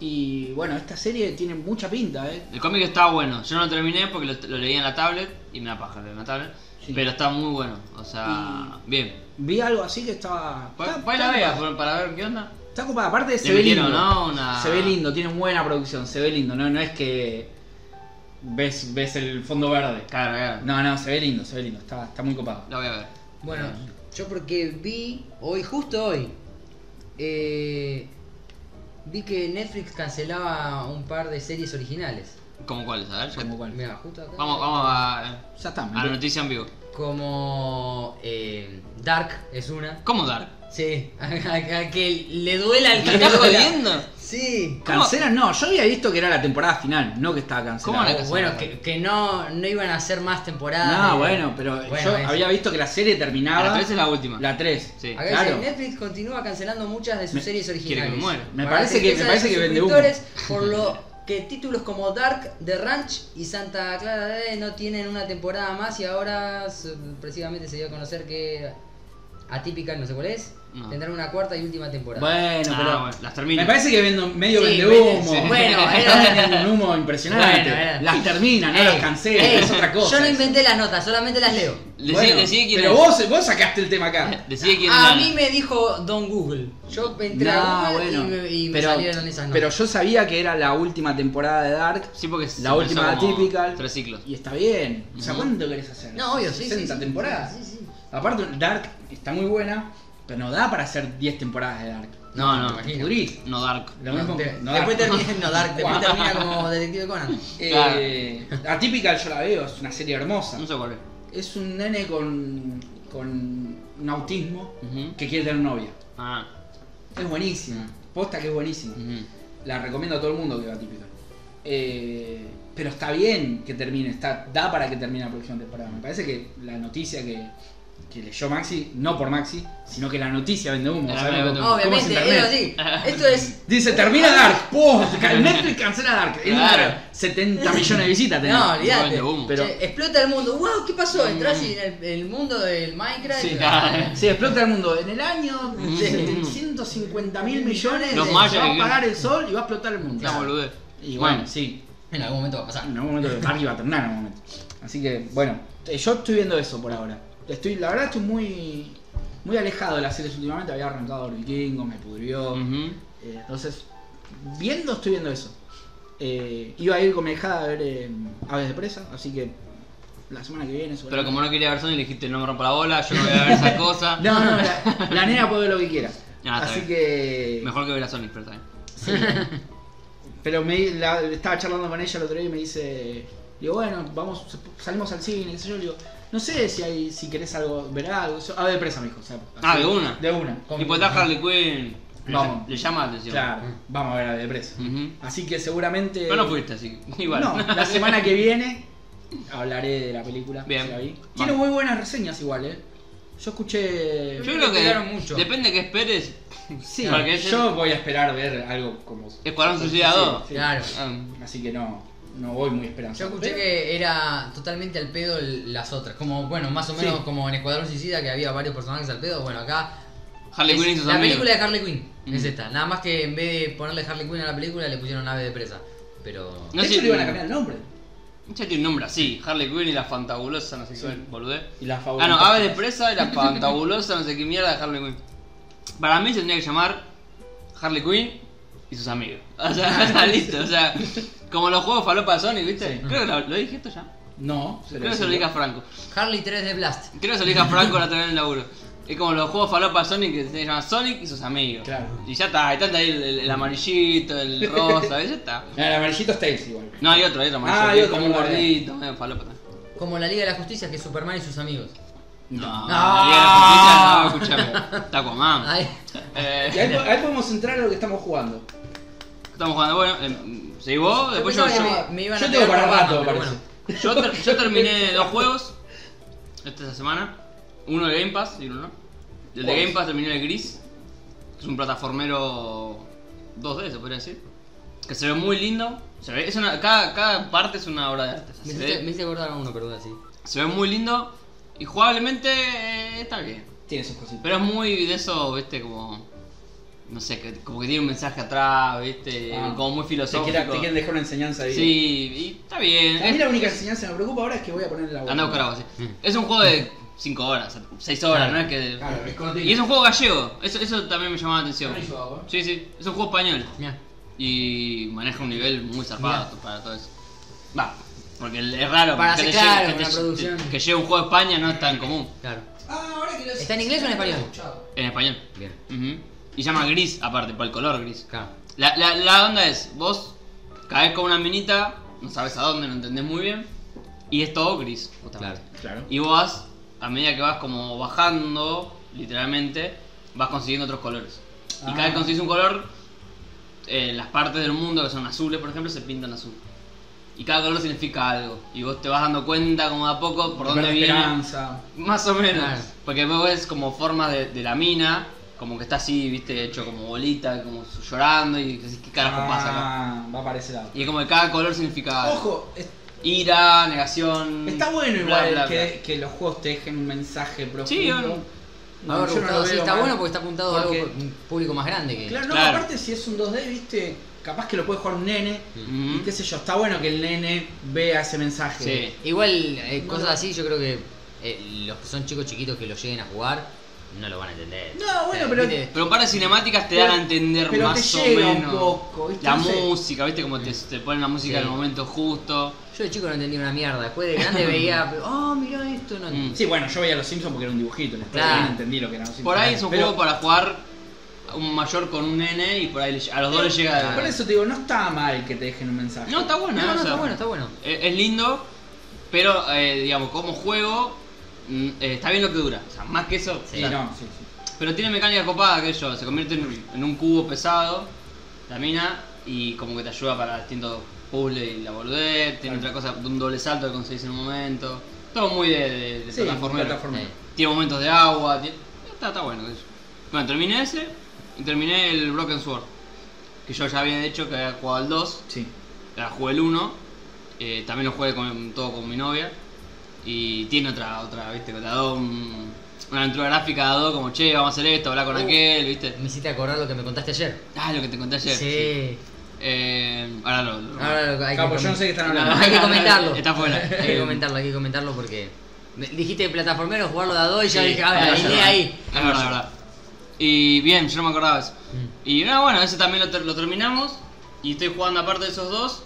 [SPEAKER 1] Y bueno, esta serie tiene mucha pinta, ¿eh?
[SPEAKER 2] El cómic está bueno. Yo no lo terminé porque lo, lo leí en la tablet y me da paja leer en la tablet.
[SPEAKER 1] Sí.
[SPEAKER 2] Pero está muy bueno. O sea, bien.
[SPEAKER 1] Vi algo así que estaba.
[SPEAKER 2] Pa-
[SPEAKER 1] está-
[SPEAKER 2] pa' Pues, la
[SPEAKER 1] está
[SPEAKER 2] vea,
[SPEAKER 1] copada.
[SPEAKER 2] por- para ver qué onda.
[SPEAKER 1] Está copada, aparte se
[SPEAKER 2] Le
[SPEAKER 1] ve
[SPEAKER 2] metieron,
[SPEAKER 1] lindo.
[SPEAKER 2] ¿no? Una-
[SPEAKER 1] Se ve lindo, tiene buena producción, se ve lindo. No, no es que ves, ves el fondo verde.
[SPEAKER 2] Claro, claro.
[SPEAKER 1] No, no, se ve lindo, se ve lindo. Está, está muy copado.
[SPEAKER 2] La voy a ver. Eh,
[SPEAKER 3] Bueno, yo porque vi hoy, justo hoy, eh, vi que Netflix cancelaba un par de series originales.
[SPEAKER 2] ¿Cómo cuáles? A ver. ya-
[SPEAKER 1] Como cual.
[SPEAKER 3] Mira, justo acá.
[SPEAKER 2] Vamos, vamos a,
[SPEAKER 1] Ya está. me
[SPEAKER 2] a la
[SPEAKER 1] empe-
[SPEAKER 2] noticia en vivo.
[SPEAKER 3] Como eh, Dark es una.
[SPEAKER 2] ¿Cómo
[SPEAKER 1] [LAUGHS]
[SPEAKER 2] dar?
[SPEAKER 3] Sí, [LAUGHS] a, a- a que le duela al
[SPEAKER 2] ¿Me
[SPEAKER 3] que le
[SPEAKER 2] estás
[SPEAKER 3] duela.
[SPEAKER 2] jodiendo?
[SPEAKER 3] Sí.
[SPEAKER 2] ¿Cómo?
[SPEAKER 1] Cancelan, no, yo había visto que era la temporada final, no que estaba cancelada.
[SPEAKER 2] ¿Cómo la
[SPEAKER 3] O Bueno, que, que no, no iban a hacer más temporadas.
[SPEAKER 1] No,
[SPEAKER 3] de-
[SPEAKER 1] bueno, pero
[SPEAKER 3] Bueno,
[SPEAKER 1] yo
[SPEAKER 3] es-
[SPEAKER 1] había visto que la serie terminaba.
[SPEAKER 2] La 3 es la última.
[SPEAKER 1] La 3.
[SPEAKER 2] Sí.
[SPEAKER 3] Acá
[SPEAKER 1] claro.
[SPEAKER 3] dice, Netflix continúa cancelando muchas de sus
[SPEAKER 1] Me-
[SPEAKER 3] series
[SPEAKER 2] que me
[SPEAKER 3] originales.
[SPEAKER 2] muera.
[SPEAKER 1] Me
[SPEAKER 3] Para
[SPEAKER 1] parece que-
[SPEAKER 3] tristeza
[SPEAKER 1] me parece
[SPEAKER 3] de sus
[SPEAKER 1] que vende humo.
[SPEAKER 3] suscriptores, [LAUGHS] Por lo que títulos como Dark, The Ranch y Santa Clara de no tienen una temporada más y ahora su- precisamente se dio a conocer que Atípica, no sé cuál es,
[SPEAKER 2] No.
[SPEAKER 3] tendrán una cuarta y última temporada.
[SPEAKER 1] Bueno,
[SPEAKER 2] Ah,
[SPEAKER 1] pero.
[SPEAKER 2] bueno, las termino.
[SPEAKER 1] Me parece que vendo, medio
[SPEAKER 3] Sí,
[SPEAKER 1] vende
[SPEAKER 3] vende-
[SPEAKER 1] humo. [LAUGHS]
[SPEAKER 3] sí. Bueno,
[SPEAKER 1] Está
[SPEAKER 3] era-
[SPEAKER 1] vendiendo un humo impresionante.
[SPEAKER 3] Bueno, era-
[SPEAKER 1] Las termina, no
[SPEAKER 3] Ey,
[SPEAKER 1] las cancela,
[SPEAKER 3] ey,
[SPEAKER 1] es otra cosa.
[SPEAKER 3] Eh, Yo no
[SPEAKER 1] eso.
[SPEAKER 3] inventé las notas, solamente las leo.
[SPEAKER 2] Decide,
[SPEAKER 1] Bueno,
[SPEAKER 2] decide quién
[SPEAKER 1] pero
[SPEAKER 2] es.
[SPEAKER 1] vos, vos sacaste el tema
[SPEAKER 3] [LAUGHS]
[SPEAKER 1] acá.
[SPEAKER 2] Decide quién
[SPEAKER 3] A
[SPEAKER 2] gana.
[SPEAKER 3] mí me dijo Don Google. Yo entré a
[SPEAKER 1] No,
[SPEAKER 3] Google y
[SPEAKER 1] bueno.
[SPEAKER 3] me, y me
[SPEAKER 1] pero,
[SPEAKER 3] salieron esas notas.
[SPEAKER 1] pero yo sabía que era la última temporada de Dark
[SPEAKER 2] Sí, porque se
[SPEAKER 1] La
[SPEAKER 2] empezó
[SPEAKER 1] última
[SPEAKER 2] como
[SPEAKER 1] Atypical.
[SPEAKER 2] Tres ciclos.
[SPEAKER 1] y está bien. O sea,
[SPEAKER 2] Ujú.
[SPEAKER 1] ¿cuánto querés hacer?
[SPEAKER 3] no, obvio, sí, sí,
[SPEAKER 1] 60
[SPEAKER 3] sí,
[SPEAKER 1] temporadas.
[SPEAKER 3] Sí, sí.
[SPEAKER 1] Aparte, Dark está muy buena, pero no da para hacer 10 temporadas de Dark.
[SPEAKER 2] No, no,
[SPEAKER 3] imagino.
[SPEAKER 1] Pudrís.
[SPEAKER 2] no Dark.
[SPEAKER 1] Lo mismo.
[SPEAKER 3] Te-
[SPEAKER 1] no
[SPEAKER 3] después,
[SPEAKER 1] Dark.
[SPEAKER 3] termina, no, Dark, después termina como Detective
[SPEAKER 2] [LAUGHS]
[SPEAKER 3] Conan.
[SPEAKER 1] Eh, Atypical yo la veo, es una serie hermosa.
[SPEAKER 2] No sé cuál es.
[SPEAKER 1] Es un nene con, con un autismo
[SPEAKER 2] Ujú.
[SPEAKER 1] que quiere tener novia.
[SPEAKER 2] Ah.
[SPEAKER 1] Es buenísima. Posta que es buenísima.
[SPEAKER 2] ujú.
[SPEAKER 1] La recomiendo a todo el mundo que va típica. Eh, pero está bien que termine, está, da para que termine la próxima temporada. Me parece que la noticia que, que leyó Maxi, no por Maxi, sino que la noticia vende humo.
[SPEAKER 2] Ah,
[SPEAKER 1] ¿sabes?
[SPEAKER 2] vende
[SPEAKER 1] ¿Cómo-
[SPEAKER 2] humo.
[SPEAKER 1] cómo es
[SPEAKER 3] Obviamente, es
[SPEAKER 1] internet?
[SPEAKER 3] así.
[SPEAKER 2] [LAUGHS]
[SPEAKER 3] Esto es.
[SPEAKER 1] Dice, termina Dark, ¡pum! Netflix cancela Dark.
[SPEAKER 2] Claro.
[SPEAKER 1] Entra 70 millones de visitas tenés.
[SPEAKER 3] No,
[SPEAKER 2] vende
[SPEAKER 3] olvídate.
[SPEAKER 2] humo.
[SPEAKER 3] Che, Explota el mundo. ¡Wow! ¿Qué pasó? Entrás y en el, el mundo del Minecraft.
[SPEAKER 2] Sí,
[SPEAKER 4] [LAUGHS]
[SPEAKER 3] y-
[SPEAKER 2] claro.
[SPEAKER 1] Sí, explota el mundo. En el año de 750 mil millones eh,
[SPEAKER 2] Los
[SPEAKER 1] se
[SPEAKER 2] mayas
[SPEAKER 1] va a
[SPEAKER 2] que-
[SPEAKER 1] apagar el sol y va a explotar el mundo.
[SPEAKER 2] Una boludez.
[SPEAKER 1] Y bueno, sí.
[SPEAKER 3] En algún momento va a pasar.
[SPEAKER 1] En algún momento Barry va a terminar en algún momento. Así que, bueno, eh, yo estoy viendo eso por ahora. Estoy, la verdad estoy muy muy alejado de las series últimamente. Había arrancado el vikingo, me pudrió.
[SPEAKER 2] Ujú.
[SPEAKER 1] Eh, entonces, viendo, estoy viendo eso. Eh, iba a ir con mi hijada a ver eh, Aves de Presa, así que la semana que viene
[SPEAKER 2] Pero
[SPEAKER 1] seguramente-
[SPEAKER 2] como no quería ver Sony, le dijiste no me rompa la bola, yo no voy a
[SPEAKER 1] [LAUGHS]
[SPEAKER 2] ver esa cosa.
[SPEAKER 1] No, no, la, la nena puede ver lo que quiera.
[SPEAKER 2] Ah, está
[SPEAKER 1] así
[SPEAKER 2] bien.
[SPEAKER 1] que...
[SPEAKER 2] Mejor que ver a Sony, pero también.
[SPEAKER 1] Sí. Pero me, la- estaba charlando con ella el otro día y me dice, digo, bueno, vamos, salimos al cine, qué sé yo, le digo, no sé si hay, si querés algo, ver algo, eso- ah, de presa, me dijo, o sea,
[SPEAKER 2] Ah,
[SPEAKER 1] así,
[SPEAKER 2] de una.
[SPEAKER 1] De una.
[SPEAKER 3] Con-
[SPEAKER 2] Tipo está Harley Quinn. Le,
[SPEAKER 1] Vamos.
[SPEAKER 2] le llama la atención.
[SPEAKER 1] Claro, vamos a ver a De Preso.
[SPEAKER 2] Ujú.
[SPEAKER 1] Así que seguramente.
[SPEAKER 2] Pero no fuiste así. Igual.
[SPEAKER 1] No,
[SPEAKER 2] [LAUGHS]
[SPEAKER 1] la semana que viene hablaré de la película.
[SPEAKER 2] Bien.
[SPEAKER 1] si la vi.
[SPEAKER 2] Vamos.
[SPEAKER 1] Tiene muy buenas reseñas igual, eh. Yo escuché.
[SPEAKER 2] Yo creo que
[SPEAKER 4] Cuidaron mucho.
[SPEAKER 2] depende que esperes.
[SPEAKER 1] Sí,
[SPEAKER 2] Porque es-
[SPEAKER 1] yo voy a esperar ver algo como.
[SPEAKER 2] Escuadrón Suicida
[SPEAKER 1] Sí,
[SPEAKER 2] 2.
[SPEAKER 1] sí.
[SPEAKER 3] Claro.
[SPEAKER 2] Ah,
[SPEAKER 1] Así que no, no voy muy
[SPEAKER 4] Yo
[SPEAKER 1] esperanzado.
[SPEAKER 4] escuché
[SPEAKER 1] Pero-
[SPEAKER 4] que era totalmente al pedo el- las otras. Como, bueno, más o menos
[SPEAKER 1] Sí.
[SPEAKER 4] como en Escuadrón Suicida que había varios personajes al pedo. Bueno, acá.
[SPEAKER 2] Harley
[SPEAKER 4] es
[SPEAKER 2] Quinn y sus
[SPEAKER 4] La
[SPEAKER 2] amigos.
[SPEAKER 4] película de Harley Quinn es
[SPEAKER 2] Mm.
[SPEAKER 4] esta. Nada más que en vez de ponerle Harley Quinn a la película, le pusieron ave de presa. Pero.
[SPEAKER 2] No
[SPEAKER 1] de
[SPEAKER 2] sé
[SPEAKER 1] hecho, le
[SPEAKER 2] si-
[SPEAKER 1] iban a cambiar el nombre.
[SPEAKER 2] Ya tiene un nombre así. Harley Quinn y la fantabulosa, no sé qué
[SPEAKER 1] Sí.
[SPEAKER 2] boludez.
[SPEAKER 1] Y la
[SPEAKER 2] Ah, no,
[SPEAKER 1] favorita.
[SPEAKER 2] Ave de Presa y la fantabulosa, no sé qué mierda de Harley Quinn. Para mí se tendría que llamar Harley Quinn y sus amigos. O sea, [LAUGHS] está listo. O sea, como los juegos falopa de Sonic, ¿viste?
[SPEAKER 1] Sí.
[SPEAKER 2] Creo que lo, lo dije esto ya.
[SPEAKER 1] No,
[SPEAKER 2] Creo que se lo dije a Franco.
[SPEAKER 4] Harley 3 de Blast.
[SPEAKER 2] Creo que se lo dije a Franco la tener en el laburo. Es como los juegos falopa de Sonic que se llaman Sonic y sus amigos.
[SPEAKER 1] Claro.
[SPEAKER 2] Y ya está, está ahí el, el- el amarillito, el rosa, y ya está.
[SPEAKER 1] No, el amarillito está ese igual.
[SPEAKER 2] No, hay otro, hay otro amarillo.
[SPEAKER 1] Ah,
[SPEAKER 2] que
[SPEAKER 1] hay
[SPEAKER 2] es
[SPEAKER 1] otro,
[SPEAKER 2] como un
[SPEAKER 1] verdad.
[SPEAKER 2] gordito, medio falopa.
[SPEAKER 4] Como la Liga de la Justicia, que es Superman y sus amigos.
[SPEAKER 2] No,
[SPEAKER 4] Ah.
[SPEAKER 2] no, escúchame. Está
[SPEAKER 4] [LAUGHS]
[SPEAKER 2] Aquaman.
[SPEAKER 4] Ahí.
[SPEAKER 2] Eh,
[SPEAKER 1] Y ahí, po- ahí podemos entrar a lo que estamos jugando.
[SPEAKER 2] Estamos jugando, bueno, eh, seguí vos,
[SPEAKER 4] Yo
[SPEAKER 2] después yo,
[SPEAKER 4] pensaba
[SPEAKER 2] yo,
[SPEAKER 4] que me, me iban
[SPEAKER 1] yo
[SPEAKER 4] a
[SPEAKER 1] tengo
[SPEAKER 4] pegar
[SPEAKER 1] para
[SPEAKER 4] por
[SPEAKER 1] rato,
[SPEAKER 4] Batman, pero
[SPEAKER 1] parece.
[SPEAKER 2] yo ter- yo terminé dos juegos esta semana. Uno de Game Pass y uno no. El de
[SPEAKER 1] ¿Cuál es?
[SPEAKER 2] Game Pass terminé el gris, que es un plataformero 2D, se podría decir. Que se ve muy lindo. Se ve, es una, cada, cada parte es una obra de arte. o sea,
[SPEAKER 4] Me
[SPEAKER 2] se,
[SPEAKER 4] hiciste, me
[SPEAKER 2] ve,
[SPEAKER 4] hice acordar a uno, perdón, así.
[SPEAKER 2] se ve muy lindo y jugablemente eh, está bien.
[SPEAKER 1] Tiene sus cositas.
[SPEAKER 2] Pero es muy de eso, viste, como. No sé, que- como que tiene un mensaje atrás, viste,
[SPEAKER 1] Ah.
[SPEAKER 2] como muy
[SPEAKER 1] Te
[SPEAKER 2] filosófico.
[SPEAKER 1] quieren, te quieren dejar una enseñanza ahí.
[SPEAKER 2] Sí, y está bien.
[SPEAKER 1] A mí
[SPEAKER 2] Es,
[SPEAKER 1] la única enseñanza que me preocupa ahora es que voy a poner la
[SPEAKER 2] anda a buscar algo así. Es un juego de 5 horas, 6 horas, ¿no? Es que,
[SPEAKER 1] Claro, es
[SPEAKER 2] y es un juego gallego, eso, eso también me llamó la atención.
[SPEAKER 1] cortito.
[SPEAKER 2] Sí, sí, es un juego español.
[SPEAKER 4] Mirá.
[SPEAKER 2] Y maneja un nivel muy zarpado
[SPEAKER 4] Mirá.
[SPEAKER 2] para todo eso. Va, porque es raro.
[SPEAKER 4] Para
[SPEAKER 2] porque
[SPEAKER 4] hacer
[SPEAKER 2] te llegue-
[SPEAKER 4] claro,
[SPEAKER 2] que te-
[SPEAKER 4] una producción.
[SPEAKER 2] Que llegue un juego a España no es tan común.
[SPEAKER 4] Claro.
[SPEAKER 1] Ah, ahora que lo
[SPEAKER 4] ¿Está en inglés o en español?
[SPEAKER 2] En español.
[SPEAKER 4] Bien,
[SPEAKER 2] Ujú. Y llama gris, aparte, para el color gris.
[SPEAKER 4] claro.
[SPEAKER 2] La, la, la onda es, vos caes con una minita, no sabes a dónde, no entendés muy bien, y es todo gris.
[SPEAKER 4] Claro.
[SPEAKER 1] Claro.
[SPEAKER 2] Y vos, a medida que vas como bajando, literalmente, vas consiguiendo otros colores. Y cada
[SPEAKER 1] Ah.
[SPEAKER 2] vez que consigues un color, eh, las partes del mundo que son azules, por ejemplo, se pintan azul. Y cada color significa algo. Y vos te vas dando cuenta como de a poco por dónde viene.
[SPEAKER 1] Esperanza.
[SPEAKER 2] Más o menos.
[SPEAKER 4] Claro.
[SPEAKER 2] Porque vos ves como forma de, de la mina, como que está así, viste, hecho como bolita, como su- llorando y decís, ¿qué carajo pasa acá?
[SPEAKER 1] Ah, va para ese lado.
[SPEAKER 2] Y es como que cada color significa
[SPEAKER 1] Ojo, es-
[SPEAKER 2] ira, negación.
[SPEAKER 1] está bueno
[SPEAKER 2] bla,
[SPEAKER 1] igual
[SPEAKER 2] bla,
[SPEAKER 1] que,
[SPEAKER 2] bla.
[SPEAKER 1] que los juegos te dejen un mensaje profundo.
[SPEAKER 2] Sí, bueno.
[SPEAKER 4] A ver,
[SPEAKER 1] yo no
[SPEAKER 4] Gustavo,
[SPEAKER 1] lo
[SPEAKER 4] sí,
[SPEAKER 1] veo
[SPEAKER 4] está
[SPEAKER 1] mal.
[SPEAKER 4] bueno porque está apuntado a
[SPEAKER 1] Porque-
[SPEAKER 4] algo por- un público más grande que.
[SPEAKER 1] Claro, no,
[SPEAKER 2] Claro.
[SPEAKER 1] aparte si es un 2D, viste, capaz que lo puede jugar un nene.
[SPEAKER 2] Ujú.
[SPEAKER 1] Y qué sé yo, está bueno que el nene vea ese mensaje.
[SPEAKER 2] Sí.
[SPEAKER 4] Igual, eh,
[SPEAKER 1] No
[SPEAKER 4] cosas
[SPEAKER 1] lo-
[SPEAKER 4] así, yo creo que eh, los que son chicos chiquitos que lo lleguen a jugar no lo van a entender.
[SPEAKER 1] No, bueno,
[SPEAKER 4] Eh,
[SPEAKER 1] pero-
[SPEAKER 4] viste,
[SPEAKER 2] Pero un par de cinemáticas te
[SPEAKER 1] Pero-
[SPEAKER 2] dan a entender
[SPEAKER 1] pero te
[SPEAKER 2] más o
[SPEAKER 1] llega un
[SPEAKER 2] menos.
[SPEAKER 1] poco, ¿viste?
[SPEAKER 2] La
[SPEAKER 1] No sé.
[SPEAKER 2] música, viste, como te, te ponen la música
[SPEAKER 4] Sí.
[SPEAKER 2] en el momento justo.
[SPEAKER 4] Yo de chico no entendía una mierda. Después de [LAUGHS] grande veía, oh, mirá esto. No,
[SPEAKER 2] Mm.
[SPEAKER 1] Sí, bueno, yo veía los Simpsons porque era un dibujito, después
[SPEAKER 4] Claro.
[SPEAKER 1] no entendí lo que eran los Simpsons.
[SPEAKER 2] Por ahí es un
[SPEAKER 1] Pero-
[SPEAKER 2] juego para jugar un mayor con un nene y por ahí le- a los dos les llega.
[SPEAKER 1] Por eso te digo, no está mal que te dejen un mensaje.
[SPEAKER 2] No, está bueno,
[SPEAKER 4] No, no,
[SPEAKER 2] o sea,
[SPEAKER 4] está bueno, está bueno.
[SPEAKER 2] Es, es lindo, pero eh, digamos, como juego, mm, eh, está bien lo que dura. O sea, más que eso.
[SPEAKER 1] Sí,
[SPEAKER 2] o sea,
[SPEAKER 1] no, sí, sí.
[SPEAKER 2] Pero tiene mecánica copada, que yo, se convierte en, en un cubo pesado, la mina, y como que te ayuda para distintos puzzles y la boludez, tiene
[SPEAKER 1] Claro.
[SPEAKER 2] otra cosa, un doble salto que conseguís en un momento. Todo muy de, de, de
[SPEAKER 1] Sí,
[SPEAKER 2] plataformero.
[SPEAKER 1] plataformero.
[SPEAKER 4] Sí.
[SPEAKER 2] Tiene momentos de agua, tiene- está, está bueno. qué sé yo. Bueno, terminé ese y terminé el Broken Sword. Que yo ya había hecho que había jugado al 2,
[SPEAKER 1] Sí.
[SPEAKER 2] la jugué el 1, eh, también lo jugué con, todo con mi novia. Y tiene otra, otra, viste, que te da un- una aventura gráfica dado como che, vamos a hacer esto, hablar con
[SPEAKER 4] Uh.
[SPEAKER 2] aquel, viste.
[SPEAKER 4] Me hiciste acordar lo que me contaste ayer.
[SPEAKER 2] Ah, lo que te conté ayer. sí.
[SPEAKER 4] Sí.
[SPEAKER 2] Eh, ahora lo. lo-
[SPEAKER 4] Ahora lo- hay que
[SPEAKER 1] Capo, yo no
[SPEAKER 4] comentar.
[SPEAKER 1] sé qué están
[SPEAKER 2] No,
[SPEAKER 1] hablando.
[SPEAKER 4] hay que comentarlo.
[SPEAKER 2] Está fuera.
[SPEAKER 4] [LAUGHS]
[SPEAKER 3] [LAUGHS]
[SPEAKER 4] Hay que
[SPEAKER 2] Eh,
[SPEAKER 4] comentarlo, hay que comentarlo porque. me- Dijiste plataformero, jugarlo de a dos y ya
[SPEAKER 2] sí,
[SPEAKER 4] dije,
[SPEAKER 3] "Ah,
[SPEAKER 4] a ver,
[SPEAKER 2] ahora
[SPEAKER 4] ahí,
[SPEAKER 2] ya
[SPEAKER 4] lee
[SPEAKER 2] va.
[SPEAKER 4] ahí.
[SPEAKER 2] Es verdad, es verdad. Y bien, yo no me acordaba eso.
[SPEAKER 4] Mm.
[SPEAKER 2] Y nada, bueno, ese también lo, ter- lo terminamos. Y estoy jugando aparte de esos dos.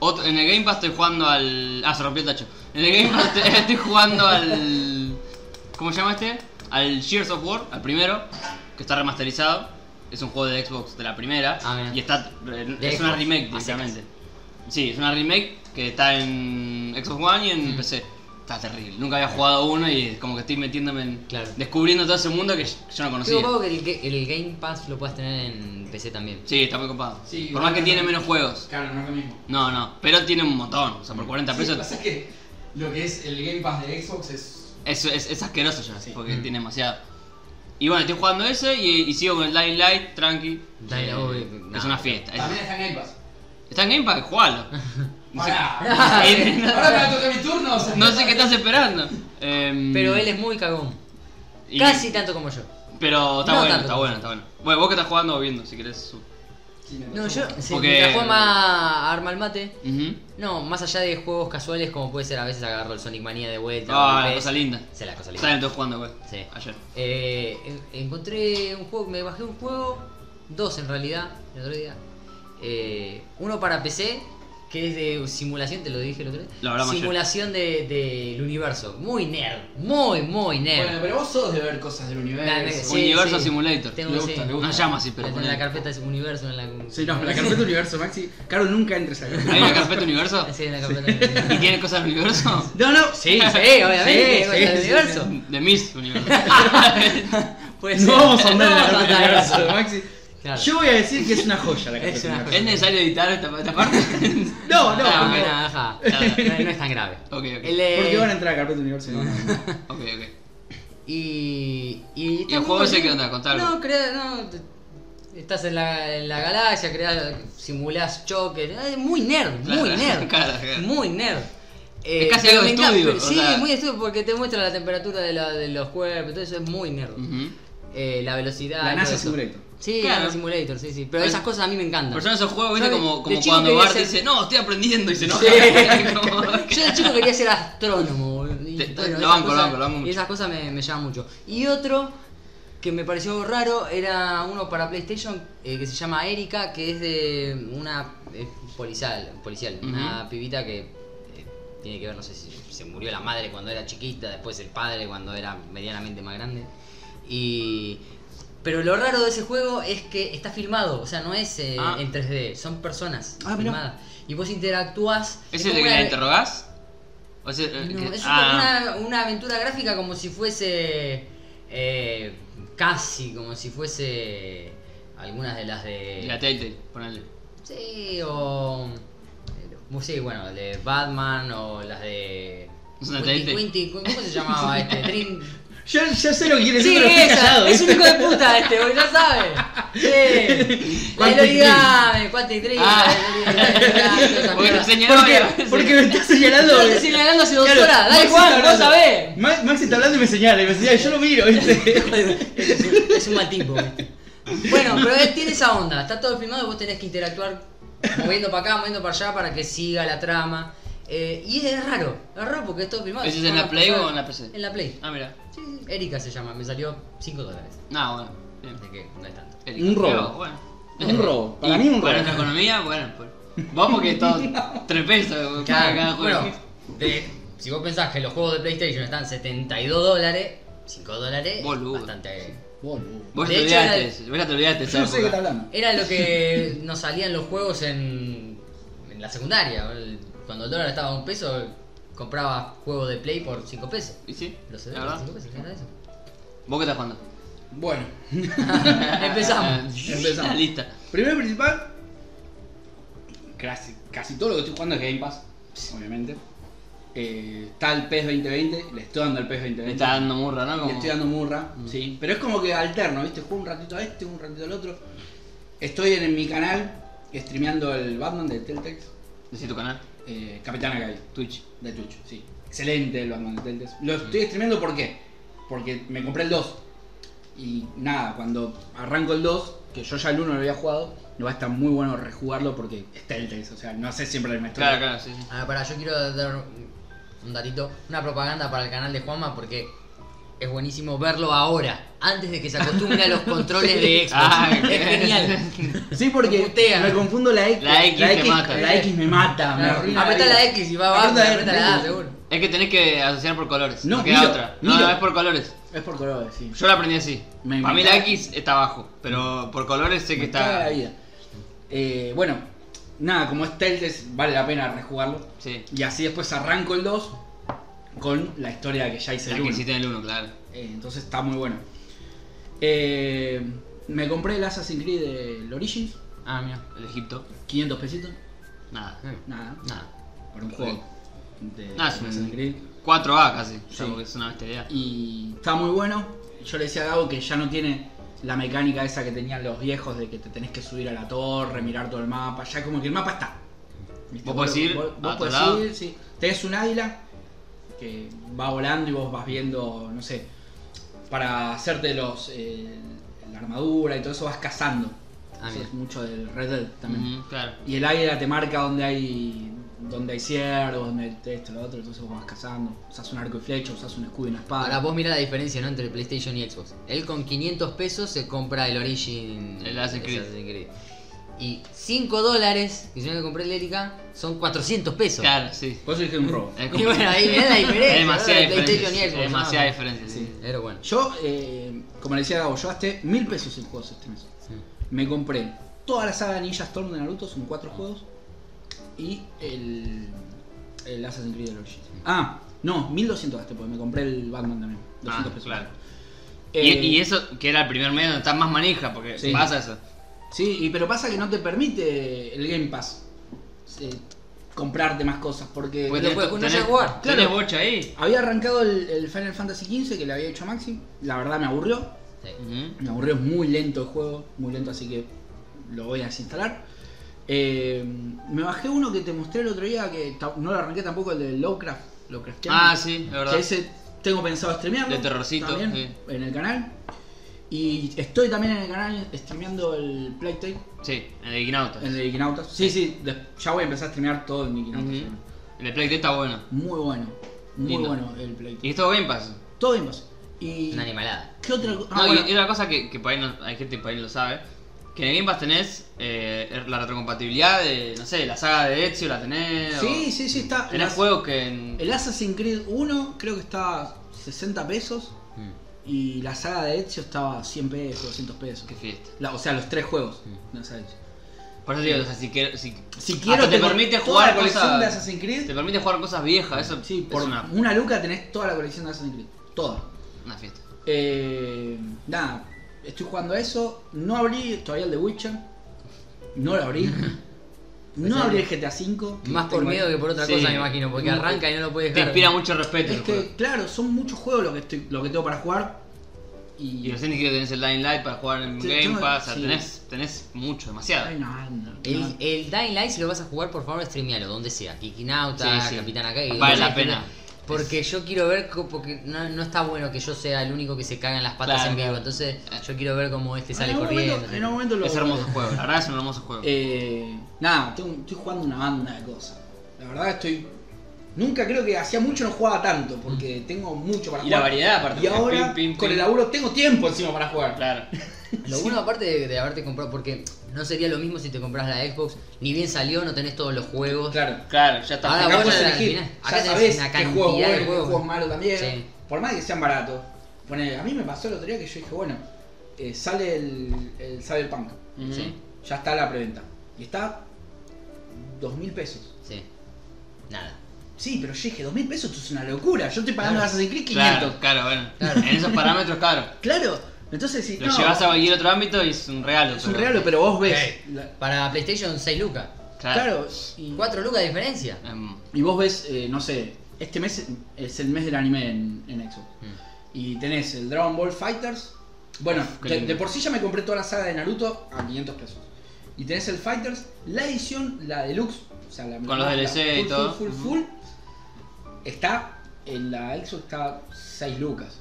[SPEAKER 2] otro- en el Game Pass estoy jugando al. Ah, se rompió el tacho. En el Game Pass te- estoy [LAUGHS] jugando al. ¿Cómo se llama este? Al Gears of War, al primero, que está remasterizado. Es un juego de Xbox de la primera.
[SPEAKER 4] Ah, bien.
[SPEAKER 2] y está. eh, es
[SPEAKER 4] Xbox,
[SPEAKER 2] una remake,
[SPEAKER 4] a secas. Mm.
[SPEAKER 2] directamente. Sí, es una remake que está en Xbox One y en PC. está terrible. Nunca había jugado uno y es como que estoy metiéndome en.
[SPEAKER 3] Claro.
[SPEAKER 2] Descubriendo todo ese mundo que yo no
[SPEAKER 3] Estoy
[SPEAKER 2] conocía.
[SPEAKER 3] ocupado que el, ga- el Game Pass lo puedas tener en PC también.
[SPEAKER 2] Sí, está muy copado.
[SPEAKER 1] Sí,
[SPEAKER 2] por
[SPEAKER 1] no,
[SPEAKER 2] más que
[SPEAKER 1] no,
[SPEAKER 2] tiene
[SPEAKER 1] no.
[SPEAKER 2] menos juegos.
[SPEAKER 1] Claro, no es lo mismo.
[SPEAKER 2] No, no, pero tiene un montón. O sea, por 40
[SPEAKER 1] Sí, lo que
[SPEAKER 2] pesos
[SPEAKER 1] pasa es que lo que es el Game Pass de Xbox es.
[SPEAKER 2] es, es, es asqueroso ya,
[SPEAKER 1] Sí.
[SPEAKER 3] Mm.
[SPEAKER 2] porque tiene demasiado. Y bueno, estoy jugando ese y, y sigo con el Dying Light, tranqui.
[SPEAKER 3] Dying Light, obvio,
[SPEAKER 2] que
[SPEAKER 3] no.
[SPEAKER 2] es una fiesta. Es-
[SPEAKER 1] También está en Game Pass.
[SPEAKER 2] está en Game Pass,
[SPEAKER 3] [LAUGHS]
[SPEAKER 2] jugalo. No
[SPEAKER 1] [LAUGHS]
[SPEAKER 2] sé-
[SPEAKER 1] Pará.
[SPEAKER 2] Eh,
[SPEAKER 1] Ahora me va a tocar mi turno. o sea,
[SPEAKER 2] No sé qué estás esperando. Em,
[SPEAKER 3] Pero él es muy cagón.
[SPEAKER 2] y-
[SPEAKER 3] Casi tanto como yo.
[SPEAKER 2] Pero está
[SPEAKER 3] no
[SPEAKER 2] bueno,
[SPEAKER 3] tanto.
[SPEAKER 2] está bueno, está bueno. Bueno, vos que estás jugando o viendo, si querés. su-
[SPEAKER 1] Sí, me
[SPEAKER 3] No,
[SPEAKER 1] pasó.
[SPEAKER 3] yo. Sí,
[SPEAKER 2] Porque-
[SPEAKER 3] mientras juego más a Arma al Mate.
[SPEAKER 2] Ujú.
[SPEAKER 3] No, más allá de juegos casuales como puede ser a veces agarro el Sonic Manía de vuelta.
[SPEAKER 2] Ah,
[SPEAKER 3] o el
[SPEAKER 2] la
[SPEAKER 3] PES.
[SPEAKER 2] cosa linda.
[SPEAKER 3] Sí, la cosa linda.
[SPEAKER 2] Está estoy jugando, güey.
[SPEAKER 3] Sí.
[SPEAKER 2] Ayer.
[SPEAKER 3] Eh, en- encontré un juego, me bajé un juego, dos en realidad, el otro día. Eh, uno para PC, que es de simulación, te lo dije el otro día.
[SPEAKER 2] Lo hablamos ayer.
[SPEAKER 3] simulación de- del universo. Muy nerd, muy, muy nerd.
[SPEAKER 1] Bueno, pero vos sos de ver cosas del
[SPEAKER 3] La- la-
[SPEAKER 1] universo.
[SPEAKER 3] sí,
[SPEAKER 2] Universo
[SPEAKER 3] sí.
[SPEAKER 2] Simulator.
[SPEAKER 3] Tengo-
[SPEAKER 1] Me
[SPEAKER 3] sí.
[SPEAKER 1] gusta, me gusta.
[SPEAKER 2] No llama así, pero
[SPEAKER 3] en
[SPEAKER 2] ponele.
[SPEAKER 3] la carpeta es universo, en la...
[SPEAKER 1] Sí, no, la
[SPEAKER 3] [LAUGHS]
[SPEAKER 1] carpeta universo, Maxi. Claro, nunca entres ahí.
[SPEAKER 2] [LAUGHS] ¿Hay una carpeta universo?
[SPEAKER 3] Sí, en la
[SPEAKER 1] [LAUGHS]
[SPEAKER 3] carpeta.
[SPEAKER 2] ¿Y tiene cosas del universo?
[SPEAKER 1] No, no.
[SPEAKER 3] [LAUGHS] Sí, sí, obviamente,
[SPEAKER 1] Sí,
[SPEAKER 3] con el
[SPEAKER 1] sí, sí,
[SPEAKER 3] universo.
[SPEAKER 2] De mis universo.
[SPEAKER 3] Puede
[SPEAKER 1] [LAUGHS] No
[SPEAKER 3] ser.
[SPEAKER 1] vamos a andar en la
[SPEAKER 3] No
[SPEAKER 1] carpeta
[SPEAKER 3] vamos a andar.
[SPEAKER 1] universo, Maxi.
[SPEAKER 3] Claro.
[SPEAKER 1] Yo voy a decir que es una joya la
[SPEAKER 3] Es
[SPEAKER 1] carpeta
[SPEAKER 3] una
[SPEAKER 1] universo.
[SPEAKER 2] ¿Es necesario editar esta, esta parte? [LAUGHS]
[SPEAKER 1] No, no,
[SPEAKER 3] Ah,
[SPEAKER 1] porque-
[SPEAKER 3] bueno, ajá.
[SPEAKER 1] [LAUGHS]
[SPEAKER 3] No, no es tan grave.
[SPEAKER 2] Ok, ok.
[SPEAKER 3] El, eh,
[SPEAKER 1] porque van a entrar a carpeta universo. No, no, no.
[SPEAKER 2] Ok, ok.
[SPEAKER 3] Y. ¿Y,
[SPEAKER 2] el juego ese qué onda? Contá algo.
[SPEAKER 3] No, crea, no. te- Estás en la, en la galaxia, creas, simulás choques. eh, Muy nerd,
[SPEAKER 2] Claro,
[SPEAKER 3] muy nerd.
[SPEAKER 2] claro, claro.
[SPEAKER 3] Muy nerd. Eh,
[SPEAKER 2] Es casi
[SPEAKER 3] pero
[SPEAKER 2] algo de
[SPEAKER 3] me encanta-
[SPEAKER 2] estudio, o
[SPEAKER 3] Sí,
[SPEAKER 2] sea.
[SPEAKER 3] muy estudio porque te muestra la temperatura de, la- de los cuerpos, todo eso es muy nerd.
[SPEAKER 2] Ujú.
[SPEAKER 3] Eh, la velocidad.
[SPEAKER 1] La
[SPEAKER 3] y todo
[SPEAKER 1] NASA
[SPEAKER 3] eso.
[SPEAKER 1] Simulator.
[SPEAKER 3] Sí,
[SPEAKER 2] Claro.
[SPEAKER 3] la NASA Simulator, sí, sí. Pero
[SPEAKER 2] Pero-
[SPEAKER 3] esas cosas a mí me encantan.
[SPEAKER 2] Por eso en esos juegos, viste,
[SPEAKER 3] Yo de-
[SPEAKER 2] como,
[SPEAKER 3] de
[SPEAKER 2] como
[SPEAKER 3] chico
[SPEAKER 2] cuando
[SPEAKER 3] quería
[SPEAKER 2] Bart
[SPEAKER 3] ser-
[SPEAKER 2] dice, no, estoy aprendiendo y se enoja.
[SPEAKER 1] Sí.
[SPEAKER 2] [LAUGHS] Como-
[SPEAKER 3] [LAUGHS] Yo de chico quería ser astrónomo. boludo, y
[SPEAKER 2] Te- te-
[SPEAKER 3] bueno,
[SPEAKER 2] lo
[SPEAKER 3] esas
[SPEAKER 2] banco, lo
[SPEAKER 3] cosas-
[SPEAKER 2] banco, lo banco mucho.
[SPEAKER 3] Esas cosas me, me llaman mucho. Y otro que me pareció raro era uno para PlayStation eh, que se llama Erika, que es de una eh, policial, policial una pibita que eh, tiene que ver, no sé si se murió la madre cuando era chiquita, después el padre cuando era medianamente más grande. Y. Pero lo raro de ese juego es que está filmado, o sea, no es eh,
[SPEAKER 2] Ah.
[SPEAKER 3] en 3D, son personas
[SPEAKER 1] Ah, mirá.
[SPEAKER 3] filmadas. Y vos interactúas.
[SPEAKER 2] ¿Ese es
[SPEAKER 3] es
[SPEAKER 2] el
[SPEAKER 3] como
[SPEAKER 2] que la
[SPEAKER 3] una-
[SPEAKER 2] interrogás? O sea, eh,
[SPEAKER 3] no,
[SPEAKER 2] que-
[SPEAKER 3] es
[SPEAKER 2] ah,
[SPEAKER 3] una, una aventura gráfica como si fuese. eh, casi, como si fuese. Algunas de las de.
[SPEAKER 2] de la Telltale, ponele.
[SPEAKER 3] Sí, o. eh, Sí, bueno, de Batman o las de.
[SPEAKER 2] ¿Es una
[SPEAKER 3] Quentin-
[SPEAKER 2] tele?
[SPEAKER 3] Quentin- ¿Cómo se
[SPEAKER 2] [LAUGHS]
[SPEAKER 3] llamaba este? Dream-
[SPEAKER 1] Yo, yo sé lo que quieres
[SPEAKER 3] Sí,
[SPEAKER 1] decir, pero estoy
[SPEAKER 3] esa,
[SPEAKER 1] callado.
[SPEAKER 3] es un hijo de puta este, porque
[SPEAKER 2] [LAUGHS]
[SPEAKER 3] ya sabe. Sí. La
[SPEAKER 1] Quantic
[SPEAKER 3] origami, Quantic Dream,
[SPEAKER 2] Ah.
[SPEAKER 3] la origami, todas
[SPEAKER 2] [LAUGHS]
[SPEAKER 3] esas
[SPEAKER 2] Porque te
[SPEAKER 3] mierdas.
[SPEAKER 2] señalaba y a
[SPEAKER 1] Porque,
[SPEAKER 2] veces-
[SPEAKER 1] porque me estás señalando.
[SPEAKER 3] Yo te estoy señalando hace dos
[SPEAKER 1] Claro,
[SPEAKER 3] horas,
[SPEAKER 1] Maxi
[SPEAKER 3] dale Juan,
[SPEAKER 1] está
[SPEAKER 3] no
[SPEAKER 1] hablando.
[SPEAKER 3] sabés.
[SPEAKER 1] Ma- Maxi está hablando y me señala, y me señala, yo lo miro, ¿viste?
[SPEAKER 3] es, un, es un mal tipo. ¿viste? Bueno, pero él tiene esa onda. Está todo filmado y vos tenés que interactuar moviendo para acá, moviendo para allá para que siga la trama. Eh, y es raro, es raro porque es todo filmado. Ah,
[SPEAKER 2] ¿Ese es en la Play o en la PC?
[SPEAKER 3] En la Play.
[SPEAKER 2] Ah, mira.
[SPEAKER 3] Sí, sí, Erika se llama, me salió 5 dólares.
[SPEAKER 2] No, bueno. Bien.
[SPEAKER 3] Así que no es tanto.
[SPEAKER 2] Erika.
[SPEAKER 1] Un robo.
[SPEAKER 2] Pero, bueno.
[SPEAKER 1] Un robo. Para
[SPEAKER 2] Y
[SPEAKER 1] mí un
[SPEAKER 2] Para
[SPEAKER 1] robo.
[SPEAKER 2] nuestra economía, bueno. Pues, vamos que todo. Tres pesos cada, cada juego.
[SPEAKER 3] bueno, de- si vos pensás que los juegos de PlayStation están 72 dólares, 5 dólares,
[SPEAKER 2] Boludo.
[SPEAKER 3] bastante. eh,
[SPEAKER 2] Vos ya
[SPEAKER 3] de
[SPEAKER 2] te
[SPEAKER 3] hecho,
[SPEAKER 2] olvidaste. Vos ya te olvidaste.
[SPEAKER 1] Yo
[SPEAKER 2] esa
[SPEAKER 1] no sé de qué
[SPEAKER 2] época.
[SPEAKER 1] está hablando.
[SPEAKER 3] Era lo que nos salían los juegos en, en la secundaria. El- Cuando el dólar estaba a un peso, compraba juegos de Play por 5 pesos.
[SPEAKER 2] ¿Y sí?
[SPEAKER 3] Los
[SPEAKER 2] la
[SPEAKER 3] CDs por
[SPEAKER 2] verdad.
[SPEAKER 3] 5 pesos, ¿qué era eso?
[SPEAKER 2] ¿Vos qué
[SPEAKER 1] [LAUGHS]
[SPEAKER 2] estás jugando?
[SPEAKER 1] Bueno,
[SPEAKER 3] Empezamos.
[SPEAKER 2] Eh,
[SPEAKER 1] Empezamos.
[SPEAKER 2] la lista.
[SPEAKER 1] primero y principal, casi, casi todo lo que estoy jugando es Game Pass, obviamente. Eh, está el PES 2020, le estoy dando Mm. al PES 2020.
[SPEAKER 2] Me está dando murra, ¿no?
[SPEAKER 1] Le
[SPEAKER 2] Como...
[SPEAKER 1] estoy dando murra, sí. Pero es como que alterno, ¿viste? Juego un ratito a este, un ratito al otro. Estoy en, en mi canal streameando el Batman de Teltex,
[SPEAKER 2] Decí tu canal.
[SPEAKER 1] eh, Capitán Akai,
[SPEAKER 2] Twitch.
[SPEAKER 1] de Twitch, sí. Excelente el Batman de Teltex. Lo estoy streameando ¿por qué? Porque me compré el 2. Y nada, cuando arranco el 2, que yo ya el 1 lo había jugado, no va a estar muy bueno rejugarlo porque es Teltex, o sea, no sé siempre la misma historia.
[SPEAKER 2] Claro, claro, sí,
[SPEAKER 1] [LAUGHS]
[SPEAKER 2] sí.
[SPEAKER 3] Ah, para, yo quiero dar un- un datito, una propaganda para el canal de Juanma porque es buenísimo verlo ahora, antes de que se acostumbre
[SPEAKER 2] [LAUGHS]
[SPEAKER 3] a los controles de Xbox.
[SPEAKER 2] Ah, [LAUGHS]
[SPEAKER 3] es genial.
[SPEAKER 1] Sí, porque
[SPEAKER 3] Lo putean.
[SPEAKER 1] me confundo la X.
[SPEAKER 2] La X te mata.
[SPEAKER 1] La X me mata, me
[SPEAKER 3] Claro,
[SPEAKER 1] arruina
[SPEAKER 3] Apretá
[SPEAKER 1] vida.
[SPEAKER 3] la X y va abajo,
[SPEAKER 1] Apretá la
[SPEAKER 3] apretá la A,
[SPEAKER 1] X.
[SPEAKER 3] seguro.
[SPEAKER 2] Es que tenés que asociar por colores.
[SPEAKER 1] No,
[SPEAKER 2] No, queda
[SPEAKER 1] miro,
[SPEAKER 2] otra. No,
[SPEAKER 1] miro.
[SPEAKER 2] no, es por colores.
[SPEAKER 1] Es por colores, sí.
[SPEAKER 2] Yo lo aprendí así.
[SPEAKER 1] Me
[SPEAKER 2] Para mí la
[SPEAKER 1] encanta.
[SPEAKER 2] X está abajo, pero por colores sé que
[SPEAKER 1] Me
[SPEAKER 2] está.
[SPEAKER 1] caga la vida. Eh, bueno, nada, como es Teltes, vale la pena rejugarlo.
[SPEAKER 2] Sí.
[SPEAKER 1] Y así después arranco el 2. con la historia que ya hice
[SPEAKER 2] La
[SPEAKER 1] el
[SPEAKER 2] que
[SPEAKER 1] uno.
[SPEAKER 2] hiciste en el 1, claro.
[SPEAKER 1] Eh, entonces está muy bueno. Eh, me compré el Assassin's Creed del Origins,
[SPEAKER 2] Ah, mira, el Egipto.
[SPEAKER 1] 500 pesitos,
[SPEAKER 2] Nada.
[SPEAKER 1] nada,
[SPEAKER 3] Nada.
[SPEAKER 1] para un juego de
[SPEAKER 2] Nada, es
[SPEAKER 1] de
[SPEAKER 2] un-
[SPEAKER 1] Assassin's Creed.
[SPEAKER 2] 4A casi. O
[SPEAKER 1] Sí.
[SPEAKER 2] sea, porque es una bestialidad.
[SPEAKER 1] Y está muy bueno. Yo le decía a Gabo que ya no tiene la mecánica esa que tenían los viejos de que te tenés que subir a la torre, mirar todo el mapa. Ya como que el mapa está. ¿Viste?
[SPEAKER 2] Vos podés ir
[SPEAKER 1] vos-
[SPEAKER 2] a
[SPEAKER 1] vos
[SPEAKER 2] otro
[SPEAKER 1] podés
[SPEAKER 2] lado.
[SPEAKER 1] ir, sí. Tenés un águila que va volando y vos vas viendo, no sé, para hacerte los eh, la armadura y todo eso vas cazando.
[SPEAKER 3] Ah,
[SPEAKER 1] eso
[SPEAKER 3] mira.
[SPEAKER 1] es mucho del Red Dead también.
[SPEAKER 2] Ujú, claro.
[SPEAKER 1] Y el águila te marca donde hay donde hay ciervos, donde hay esto, lo otro, entonces vos vas cazando. Usás un arco y flecha, usás un escudo y una espada.
[SPEAKER 3] Ahora vos mirá la diferencia ¿no? entre PlayStation y Xbox. Él con 500 pesos se compra el Origin.
[SPEAKER 2] El Assassin's Creed.
[SPEAKER 3] Creed. Y 5 dólares que yo me compré el Erika son 400 pesos.
[SPEAKER 2] Claro, sí.
[SPEAKER 1] Por eso dije un robo.
[SPEAKER 2] [LAUGHS] Es
[SPEAKER 3] [LAUGHS] Y
[SPEAKER 2] como-
[SPEAKER 3] bueno, ahí mirá la diferencia.
[SPEAKER 2] Hay demasiada
[SPEAKER 1] eh,
[SPEAKER 3] ¿no? De
[SPEAKER 2] diferencia.
[SPEAKER 3] PlayStation y Xbox,
[SPEAKER 2] hay demasiada
[SPEAKER 3] ¿no?
[SPEAKER 2] diferencia, sí.
[SPEAKER 3] Pero bueno.
[SPEAKER 1] Yo, eh, como le decía a Gabo, yo gasté mil pesos en juegos este mes. Me compré toda la saga de Ninja Storm de Naruto, son cuatro juegos. Y el, el Assassin's Creed Origins. Ah, no, 1200 gasté, porque me compré el Batman también. 200
[SPEAKER 2] Ah,
[SPEAKER 1] pesos.
[SPEAKER 2] claro.
[SPEAKER 1] Eh,
[SPEAKER 2] Y, y eso, que era el primer mes donde estás más manija, porque
[SPEAKER 1] Sí.
[SPEAKER 2] pasa eso.
[SPEAKER 1] Sí, y- pero pasa que no te permite el Game Pass eh, comprarte más cosas, porque...
[SPEAKER 3] Porque lo
[SPEAKER 2] tenés-
[SPEAKER 3] puedes- no
[SPEAKER 2] tenés-
[SPEAKER 3] sabes jugar.
[SPEAKER 2] tenés
[SPEAKER 1] Claro.
[SPEAKER 2] bocha ahí.
[SPEAKER 1] Había arrancado el, el Final Fantasy XV que le había hecho a Maxi, la verdad me aburrió,
[SPEAKER 2] Ujú.
[SPEAKER 1] Me aburrió, es muy lento el juego, muy lento, así que lo voy a desinstalar. Eh, me bajé uno que te mostré el otro día, que ta- no lo arranqué tampoco, el de Lovecraft. Lovecraft
[SPEAKER 2] Ah, sí, la verdad.
[SPEAKER 1] Que ese tengo pensado streamearlo.
[SPEAKER 2] De terrorcito,
[SPEAKER 1] también,
[SPEAKER 2] sí.
[SPEAKER 1] En el canal. Y estoy también en el canal streameando el Playtale,
[SPEAKER 2] Sí, el de Ignautas.
[SPEAKER 1] el de Ignautas. Sí, sí, de- ya voy a empezar a streamear todo en Ignautas.
[SPEAKER 2] Ujú. El de Play Test está bueno.
[SPEAKER 1] Muy bueno, muy
[SPEAKER 2] Lindo.
[SPEAKER 1] bueno el Playtale.
[SPEAKER 2] Y esto Game Pass.
[SPEAKER 1] Todo bien pasó. Y...
[SPEAKER 3] Una animalada.
[SPEAKER 1] ¿Qué otra cosa? Ah,
[SPEAKER 2] no, y-
[SPEAKER 1] bueno.
[SPEAKER 2] y una cosa que, que por ahí no- hay gente que por ahí no lo sabe. Que en el Game Pass tenés eh, la retrocompatibilidad de, no sé, la saga de Ezio la tenés. o-
[SPEAKER 1] Sí, sí, sí, está.
[SPEAKER 2] Tenés
[SPEAKER 1] Las-
[SPEAKER 2] juegos que en...
[SPEAKER 1] El Assassin's Creed 1 creo que estaba 60 pesos
[SPEAKER 3] Mm.
[SPEAKER 1] y la saga de Ezio estaba 100 pesos, 200 pesos.
[SPEAKER 2] Qué fiesta.
[SPEAKER 1] La- o sea, los tres juegos.
[SPEAKER 2] Mm.
[SPEAKER 1] de Assassin's Creed.
[SPEAKER 2] Por eso digo, o sea, si, quiero- si,
[SPEAKER 1] Si
[SPEAKER 2] hasta
[SPEAKER 1] quiero
[SPEAKER 2] te
[SPEAKER 1] tengo
[SPEAKER 2] permite
[SPEAKER 1] toda
[SPEAKER 2] jugar
[SPEAKER 1] la colección
[SPEAKER 2] cosas-
[SPEAKER 1] de Assassin's Creed.
[SPEAKER 2] Te permite jugar cosas viejas, eso
[SPEAKER 1] Sí,
[SPEAKER 2] es
[SPEAKER 1] por una...
[SPEAKER 2] una,
[SPEAKER 1] luca tenés toda la colección de Assassin's Creed. Toda.
[SPEAKER 2] una fiesta.
[SPEAKER 1] Eh, nada, estoy jugando a eso. No abrí todavía el de Witcher. No lo
[SPEAKER 2] [LAUGHS]
[SPEAKER 1] abrí. No abrí el GTA V. que
[SPEAKER 3] Más por
[SPEAKER 1] tengo ahí.
[SPEAKER 3] miedo que por otra
[SPEAKER 2] Sí.
[SPEAKER 3] cosa, me imagino. Porque
[SPEAKER 1] Muy-
[SPEAKER 3] arranca y no lo puedes
[SPEAKER 2] Te
[SPEAKER 3] dejar.
[SPEAKER 2] inspira mucho respeto.
[SPEAKER 1] Es
[SPEAKER 2] el juego.
[SPEAKER 1] que, claro, son muchos juegos lo que, estoy, lo que tengo para jugar. Y,
[SPEAKER 2] Y recién que tenés el Dying Light para jugar en
[SPEAKER 1] Sí,
[SPEAKER 2] Game
[SPEAKER 1] tengo-
[SPEAKER 2] Pass, o sea,
[SPEAKER 1] sí.
[SPEAKER 2] tenés, tenés mucho, demasiado.
[SPEAKER 1] Ay, no, no,
[SPEAKER 3] El,
[SPEAKER 2] Ah.
[SPEAKER 1] no.
[SPEAKER 3] el Dying Light, si lo vas a jugar, por favor, streamealo, donde sea. Kikinauta,
[SPEAKER 2] Sí, sí.
[SPEAKER 3] Capitán acá. y-
[SPEAKER 2] Vale
[SPEAKER 3] y-
[SPEAKER 2] la pena.
[SPEAKER 3] Porque yo quiero ver, co- porque no, no está bueno que yo sea el único que se caga en las patas
[SPEAKER 2] Claro,
[SPEAKER 3] en vivo.
[SPEAKER 2] claro. Eh.
[SPEAKER 3] Entonces, yo quiero ver cómo este sale
[SPEAKER 1] en algún
[SPEAKER 3] corriendo.
[SPEAKER 1] momento- en algún momento lo
[SPEAKER 2] Es hermoso juego, la verdad es un hermoso juego.
[SPEAKER 1] Eh, nada, tengo- estoy jugando una banda de cosas. La verdad estoy. Nunca creo que hacía mucho no jugaba tanto, porque tengo mucho para
[SPEAKER 2] Mm. Y la
[SPEAKER 1] jugar.
[SPEAKER 2] variedad, aparte,
[SPEAKER 1] Y
[SPEAKER 2] porque
[SPEAKER 1] ahora,
[SPEAKER 2] pim, pim,
[SPEAKER 1] con
[SPEAKER 2] pim.
[SPEAKER 1] el laburo, tengo tiempo encima para jugar.
[SPEAKER 2] Claro.
[SPEAKER 3] Lo bueno, aparte de, de haberte comprado, porque no sería lo mismo si te compras la Xbox, ni bien salió, no tenés todos los juegos.
[SPEAKER 1] Claro.
[SPEAKER 2] Claro, ya está.
[SPEAKER 3] Ahora
[SPEAKER 1] Acá
[SPEAKER 3] vos
[SPEAKER 1] podés
[SPEAKER 3] ya la
[SPEAKER 1] elegir.
[SPEAKER 3] adivinás.
[SPEAKER 1] Ya
[SPEAKER 3] Acá tenés
[SPEAKER 1] sabés
[SPEAKER 3] una
[SPEAKER 1] qué
[SPEAKER 3] cantidad
[SPEAKER 1] juegos
[SPEAKER 3] de
[SPEAKER 1] buenos, qué
[SPEAKER 3] juegos.
[SPEAKER 1] juegos malos también.
[SPEAKER 3] Sí.
[SPEAKER 1] Por más que sean baratos. Ponele, a mí me pasó el otro día que yo dije, bueno, eh, sale el, el Cyberpunk.
[SPEAKER 2] Ujú.
[SPEAKER 3] Sí.
[SPEAKER 1] Ya está la preventa. Y está. Dos mil pesos.
[SPEAKER 3] Sí. Nada.
[SPEAKER 1] Sí, pero yo dije, dos mil pesos, esto es una locura. Yo estoy pagando
[SPEAKER 3] Claro.
[SPEAKER 1] Assassin's Creed 500.
[SPEAKER 2] Claro, claro, bueno. En esos parámetros, claro.
[SPEAKER 1] Claro. Entonces, si
[SPEAKER 2] Lo
[SPEAKER 1] no,
[SPEAKER 2] llevas a cualquier otro ámbito y es un regalo.
[SPEAKER 1] es un
[SPEAKER 2] pero-
[SPEAKER 1] regalo, pero vos ves.
[SPEAKER 3] Sí.
[SPEAKER 1] la-
[SPEAKER 3] Para PlayStation, 6 lucas.
[SPEAKER 1] claro. Y,
[SPEAKER 3] 4 lucas de diferencia.
[SPEAKER 2] Em,
[SPEAKER 1] y vos ves, eh, no sé, este mes es el mes del anime en, en Xbox. Y tenés el Dragon Ball Fighters. Bueno,
[SPEAKER 2] Mm. Uf, qué
[SPEAKER 1] de,
[SPEAKER 2] lindo.
[SPEAKER 1] de por sí ya me compré toda la saga de Naruto a 500 pesos. Y tenés el Fighters, la edición, la deluxe, o sea, la
[SPEAKER 2] Con los
[SPEAKER 1] la
[SPEAKER 2] DLC y
[SPEAKER 1] full,
[SPEAKER 2] todo.
[SPEAKER 1] Full, full, full. Está en la Xbox está 6 lucas.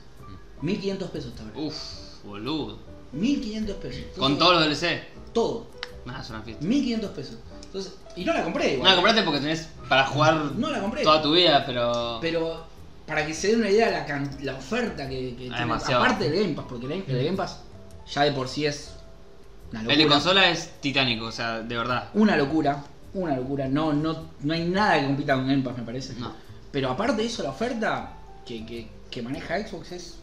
[SPEAKER 2] Mm.
[SPEAKER 1] 1500 pesos está ahora.
[SPEAKER 2] Uf, boludo.
[SPEAKER 1] 1500 pesos.
[SPEAKER 2] Uh. Con
[SPEAKER 1] Entonces,
[SPEAKER 2] todos los DLC.
[SPEAKER 1] Todo.
[SPEAKER 2] Nada, es una fiesta.
[SPEAKER 1] 1500 pesos. Entonces, y no la compré
[SPEAKER 2] No
[SPEAKER 1] igual.
[SPEAKER 2] la compraste porque tenés para jugar
[SPEAKER 1] No la compré.
[SPEAKER 2] toda tu vida, pero.
[SPEAKER 1] Pero para que se den una idea de la, can- la oferta que, que
[SPEAKER 2] Ah,
[SPEAKER 1] tiene.
[SPEAKER 2] demasiado.
[SPEAKER 1] Aparte del Game Pass, porque el, el Game Pass ya de por sí es una
[SPEAKER 2] El de
[SPEAKER 1] locura.
[SPEAKER 2] consola es titánico, o sea, de verdad.
[SPEAKER 1] Una locura. Una locura. No, no, no hay nada que compita con Game Pass, me parece.
[SPEAKER 2] No.
[SPEAKER 1] Pero aparte de eso, la oferta que, que- que maneja Xbox es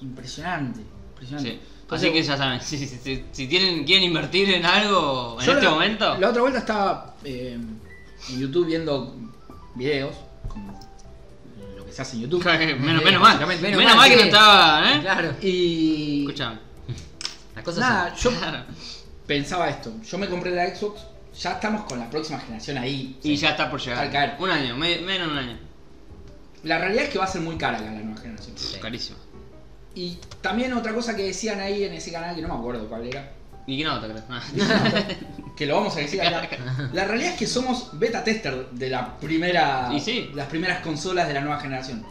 [SPEAKER 1] impresionante. impresionante.
[SPEAKER 2] Sí.
[SPEAKER 1] Entonces,
[SPEAKER 2] Así que ya saben, [LAUGHS] si, si, si- si tienen, quieren invertir en algo en
[SPEAKER 1] Yo
[SPEAKER 2] este
[SPEAKER 1] la-
[SPEAKER 2] momento,
[SPEAKER 1] La otra vuelta estaba eh, en YouTube viendo videos, como en lo que se hace en YouTube.
[SPEAKER 2] [LAUGHS] [LAUGHS] menos, menos mal.
[SPEAKER 1] Menos
[SPEAKER 2] Menos,
[SPEAKER 1] mal,
[SPEAKER 2] mal que
[SPEAKER 1] sí.
[SPEAKER 2] no estaba, ¿eh?
[SPEAKER 3] Claro.
[SPEAKER 1] Y.
[SPEAKER 2] Escuchame.
[SPEAKER 3] Las cosas
[SPEAKER 1] Nada, yo
[SPEAKER 2] Claro.
[SPEAKER 1] pensaba esto. Yo me compré la Xbox, ya estamos con la próxima generación ahí.
[SPEAKER 2] Y ya está por llegar.
[SPEAKER 1] Está caro.
[SPEAKER 2] Un año, me- menos de un año.
[SPEAKER 1] La realidad es que va a ser muy cara acá la nueva generación.
[SPEAKER 3] Sí.
[SPEAKER 2] Carísimo.
[SPEAKER 1] Y también otra cosa que decían ahí en ese canal, que no me acuerdo cuál era,
[SPEAKER 2] Y que no, te crees.
[SPEAKER 1] que lo vamos a decir
[SPEAKER 2] [LAUGHS]
[SPEAKER 1] acá. La realidad es que somos beta tester de la primera,
[SPEAKER 2] Y sí. Mm.
[SPEAKER 1] las primeras consolas de la nueva generación.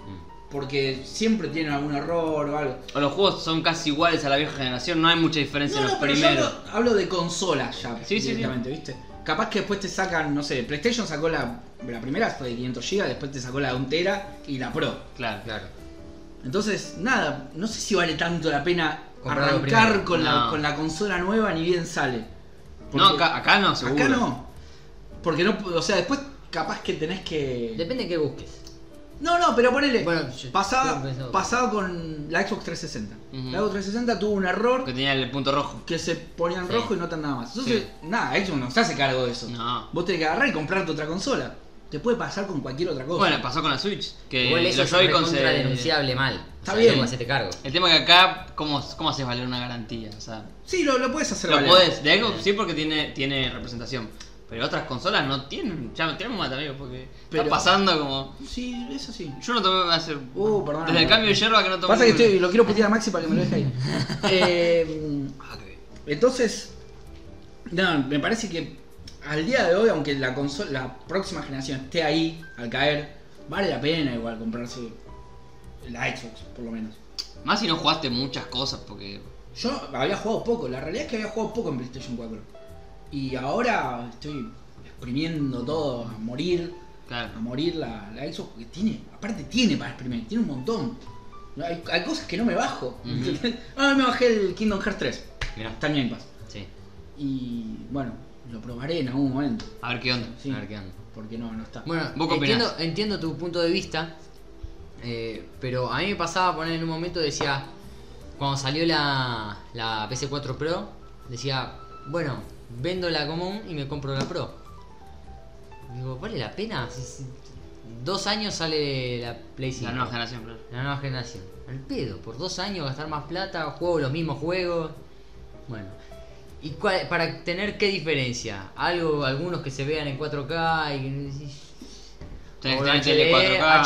[SPEAKER 1] Porque siempre tienen algún error o algo.
[SPEAKER 2] [LAUGHS] O los juegos son casi iguales a la vieja generación, no hay mucha diferencia
[SPEAKER 1] No,
[SPEAKER 2] en
[SPEAKER 1] no,
[SPEAKER 2] los
[SPEAKER 1] pero yo
[SPEAKER 2] primeros.
[SPEAKER 1] hablo, hablo de consolas ya
[SPEAKER 2] Sí, sí, sí.
[SPEAKER 1] directamente, ¿viste? Capaz que después te sacan, no sé, PlayStation sacó la, la primera, fue de 500 GB, después te sacó la de 1 tera y la Pro.
[SPEAKER 2] Claro.
[SPEAKER 3] Claro.
[SPEAKER 1] Entonces, nada, no sé si vale tanto la pena
[SPEAKER 3] Comprar lo
[SPEAKER 1] arrancar
[SPEAKER 3] primero.
[SPEAKER 1] con, la,
[SPEAKER 2] No.
[SPEAKER 1] con la consola nueva, ni bien sale.
[SPEAKER 2] No,
[SPEAKER 1] Porque-
[SPEAKER 2] acá, acá no, seguro.
[SPEAKER 1] acá no. Porque no, o sea, después capaz que tenés que...
[SPEAKER 3] Depende de qué busques.
[SPEAKER 1] No, no, pero ponele.
[SPEAKER 3] Bueno, yo-
[SPEAKER 1] pasaba,
[SPEAKER 3] yo pensaba-
[SPEAKER 1] pasaba con la Xbox 360.
[SPEAKER 2] Ujú.
[SPEAKER 1] La Xbox 360 tuvo un error
[SPEAKER 2] Porque tenía el punto rojo.
[SPEAKER 1] que se ponía en
[SPEAKER 3] Sí.
[SPEAKER 1] rojo y no tan nada más. Entonces, nada, Xbox no se hace cargo de eso.
[SPEAKER 2] No.
[SPEAKER 1] Vos tenés que agarrar y comprarte otra consola. Te puede pasar con cualquier otra cosa.
[SPEAKER 2] Bueno, pasó con la Switch. Que
[SPEAKER 3] Igual eso
[SPEAKER 2] Eh, los eh,
[SPEAKER 3] es
[SPEAKER 2] Joy-Con se.
[SPEAKER 3] recontra denunciable mal.
[SPEAKER 1] Está
[SPEAKER 3] o sea,
[SPEAKER 1] bien.
[SPEAKER 3] tengo que hacerte cargo.
[SPEAKER 2] El tema que acá, ¿cómo, cómo haces valer una garantía? O sea,
[SPEAKER 1] sí, lo, lo puedes hacer
[SPEAKER 2] lo
[SPEAKER 1] valer.
[SPEAKER 2] podés. De Xbox sí, porque tiene, tiene representación. Pero otras consolas no tienen. Ya tenemos más amigos, porque
[SPEAKER 1] Pero-
[SPEAKER 2] está pasando como.
[SPEAKER 1] Sí, eso sí.
[SPEAKER 2] Yo no tomé hacer.
[SPEAKER 1] Uh, perdón.
[SPEAKER 2] desde el cambio de yerba que no tomé.
[SPEAKER 1] Pasa que
[SPEAKER 2] ninguna.
[SPEAKER 1] estoy, lo quiero putear a Maxi para que me lo deje ahí. Eh,
[SPEAKER 2] Ah,
[SPEAKER 1] entonces, nada, me parece que al día de hoy, aunque la consola, la próxima generación esté ahí al caer, vale la pena igual comprarse la Xbox, por lo menos.
[SPEAKER 2] Más si no jugaste muchas cosas, porque.
[SPEAKER 1] Yo había jugado poco, la realidad es que había jugado poco en PlayStation 4. Y ahora estoy exprimiendo todo a morir, a
[SPEAKER 2] Claro.
[SPEAKER 1] morir la, la Xbox, porque tiene, aparte tiene para exprimir, tiene un montón. No, Hay, hay cosas que no me bajo.
[SPEAKER 2] Ujú.
[SPEAKER 1] [LAUGHS] ah, me bajé el Kingdom Hearts 3,
[SPEAKER 3] Mirá.
[SPEAKER 1] está en Game Pass.
[SPEAKER 3] Sí.
[SPEAKER 1] Y bueno, lo probaré en algún momento,
[SPEAKER 2] A ver qué onda.
[SPEAKER 1] sí,
[SPEAKER 3] A ver qué onda.
[SPEAKER 1] porque no, no está.
[SPEAKER 3] Bueno,
[SPEAKER 2] ¿Vos qué opinás?
[SPEAKER 3] entiendo, entiendo tu punto de vista, eh, pero a mí me pasaba poner en un momento, decía, cuando salió la, la PC4 Pro, decía, bueno, vendo la común y me compro la Pro. Digo, ¿vale la pena? Si- si- dos años sale la Play 5.
[SPEAKER 2] La nueva generación, claro.
[SPEAKER 3] La nueva generación. Al pedo, por dos años gastar más plata, juego los mismos juegos. Bueno. ¿Y cuál- para tener qué diferencia? Algo, algunos que se vean en 4K y...
[SPEAKER 2] Tenés
[SPEAKER 3] o
[SPEAKER 2] que tener
[SPEAKER 3] HD,
[SPEAKER 2] tele 4K.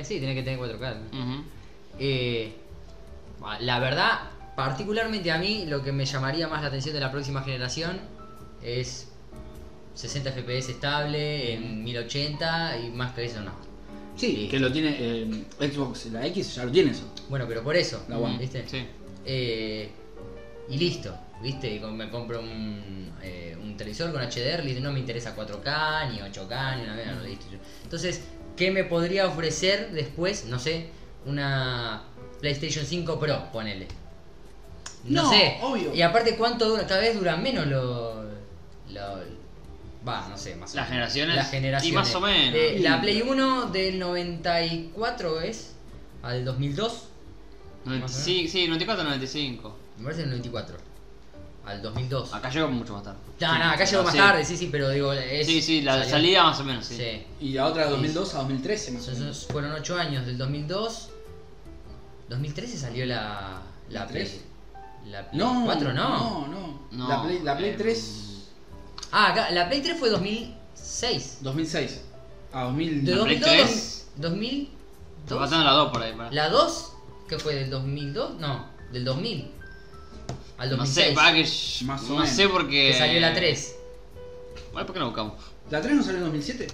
[SPEAKER 3] HDR, sí, tenés que tener 4K. ¿no?
[SPEAKER 2] Ujú.
[SPEAKER 3] Eh, bah, la verdad, particularmente a mí, lo que me llamaría más la atención de la próxima generación es 60 FPS estable en 1080 y más que eso no.
[SPEAKER 1] Sí, que lo tiene eh, Xbox, la X ya lo tiene eso.
[SPEAKER 3] Bueno, pero por eso,
[SPEAKER 1] La One.
[SPEAKER 3] ¿viste?
[SPEAKER 2] Sí.
[SPEAKER 3] Eh, y listo, ¿viste? Y con- me compro un, eh, un televisor con HDR, listo, no me interesa 4K, ni 8K, ni una mierda, no, listo. Entonces, ¿qué me podría ofrecer después? No sé, una PlayStation 5 Pro, ponele. No,
[SPEAKER 1] No,
[SPEAKER 3] sé.
[SPEAKER 1] obvio.
[SPEAKER 3] Y aparte, ¿cuánto dura? Cada vez duran menos los. los- Va, no sé, más o
[SPEAKER 2] Las
[SPEAKER 3] menos.
[SPEAKER 2] generaciones.
[SPEAKER 3] Las generaciones.
[SPEAKER 2] Y más o menos.
[SPEAKER 3] Eh, la Play 1 del 94 es al 2002.
[SPEAKER 2] Noventa-
[SPEAKER 3] más o
[SPEAKER 2] sí, sí, 94 95.
[SPEAKER 3] Me parece el 94. Al 2002.
[SPEAKER 2] Acá llegó mucho más tarde.
[SPEAKER 3] No, no, acá llegó más
[SPEAKER 2] sí.
[SPEAKER 3] tarde, sí, sí, pero digo, es...
[SPEAKER 2] Sí, sí, la
[SPEAKER 3] salió-
[SPEAKER 2] salida más o menos, sí.
[SPEAKER 3] Sí.
[SPEAKER 1] Y la otra de 2002 a 2013 más o
[SPEAKER 3] Son-
[SPEAKER 1] menos.
[SPEAKER 3] son- fueron 8 años, del 2002... 2013 salió la... La
[SPEAKER 1] ¿Tres?
[SPEAKER 3] Play... La Play
[SPEAKER 1] No,
[SPEAKER 3] 4, no. Eh,
[SPEAKER 1] No, no.
[SPEAKER 2] No,
[SPEAKER 1] la Play, la Play
[SPEAKER 2] em,
[SPEAKER 1] 3,
[SPEAKER 3] Ah, acá, la Play 3 fue 2006.
[SPEAKER 1] 2006 a
[SPEAKER 3] De
[SPEAKER 1] 2009.
[SPEAKER 2] ¿La Play
[SPEAKER 3] 2002,
[SPEAKER 2] 3?
[SPEAKER 3] 2000...
[SPEAKER 2] Está faltando la 2 por ahí. Para.
[SPEAKER 3] La 2, que fue del 2002, no, del 2000. Al
[SPEAKER 2] no sé,
[SPEAKER 3] 2006.
[SPEAKER 2] para que. sh-
[SPEAKER 1] Más o
[SPEAKER 2] no
[SPEAKER 1] menos.
[SPEAKER 2] sé porque.
[SPEAKER 3] que salió la 3.
[SPEAKER 2] Bueno, ¿por qué no buscamos?
[SPEAKER 1] ¿La 3 no salió en 2007?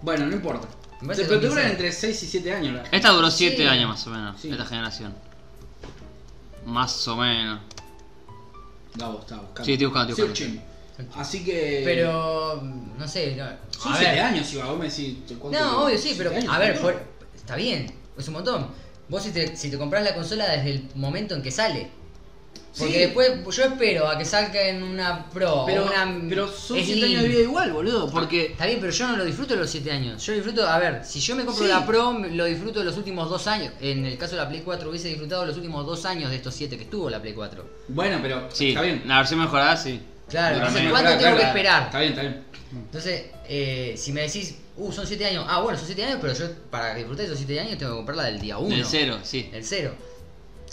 [SPEAKER 1] Bueno, no importa.
[SPEAKER 3] Me parece
[SPEAKER 1] Se pero te
[SPEAKER 3] 2006.
[SPEAKER 1] duran entre 6 y 7 años. la-
[SPEAKER 2] Esta duró 7
[SPEAKER 3] Sí.
[SPEAKER 2] años más o menos,
[SPEAKER 1] Sí.
[SPEAKER 2] esta generación. Más o menos.
[SPEAKER 1] La vos, está buscando.
[SPEAKER 2] Sí, estoy buscando, estoy
[SPEAKER 1] Searching. Así que.
[SPEAKER 3] Pero... No sé, no, a
[SPEAKER 1] Son
[SPEAKER 3] ver.
[SPEAKER 1] 7 años, Iba. Vos me decís. ¿cuánto-
[SPEAKER 3] No, obvio, sí,
[SPEAKER 1] siete
[SPEAKER 3] pero
[SPEAKER 1] años?
[SPEAKER 3] a ver,
[SPEAKER 1] No.
[SPEAKER 3] por- está bien, es un montón. Vos si te, si te compras la consola desde el momento en que sale. Porque
[SPEAKER 1] Sí.
[SPEAKER 3] después yo espero a que saquen una Pro
[SPEAKER 1] Pero,
[SPEAKER 3] o una Ah.
[SPEAKER 1] pero son 7
[SPEAKER 3] Slim.
[SPEAKER 1] años de vida igual, boludo. Porque.
[SPEAKER 3] Está bien, pero yo no lo disfruto los 7 años. Yo disfruto, a ver, si yo me compro
[SPEAKER 1] Sí.
[SPEAKER 3] la Pro, me- lo disfruto los últimos 2 años. En el caso de la Play 4 hubiese disfrutado los últimos 2 años de estos 7 que estuvo la Play 4.
[SPEAKER 1] Bueno, pero.
[SPEAKER 2] Sí,
[SPEAKER 1] Está bien.
[SPEAKER 2] la versión mejorada sí.
[SPEAKER 3] Claro,
[SPEAKER 2] Dura
[SPEAKER 3] entonces,
[SPEAKER 2] menos.
[SPEAKER 3] ¿cuánto
[SPEAKER 1] Claro,
[SPEAKER 3] tengo que
[SPEAKER 1] claro,
[SPEAKER 3] esperar?
[SPEAKER 1] Está bien, está bien.
[SPEAKER 3] Entonces, eh, si me decís, uh, son 7 años, ah, bueno, son 7 años, pero yo para disfrutar de esos 7 años tengo que comprarla del día 1.
[SPEAKER 2] Del cero, sí.
[SPEAKER 3] El cero.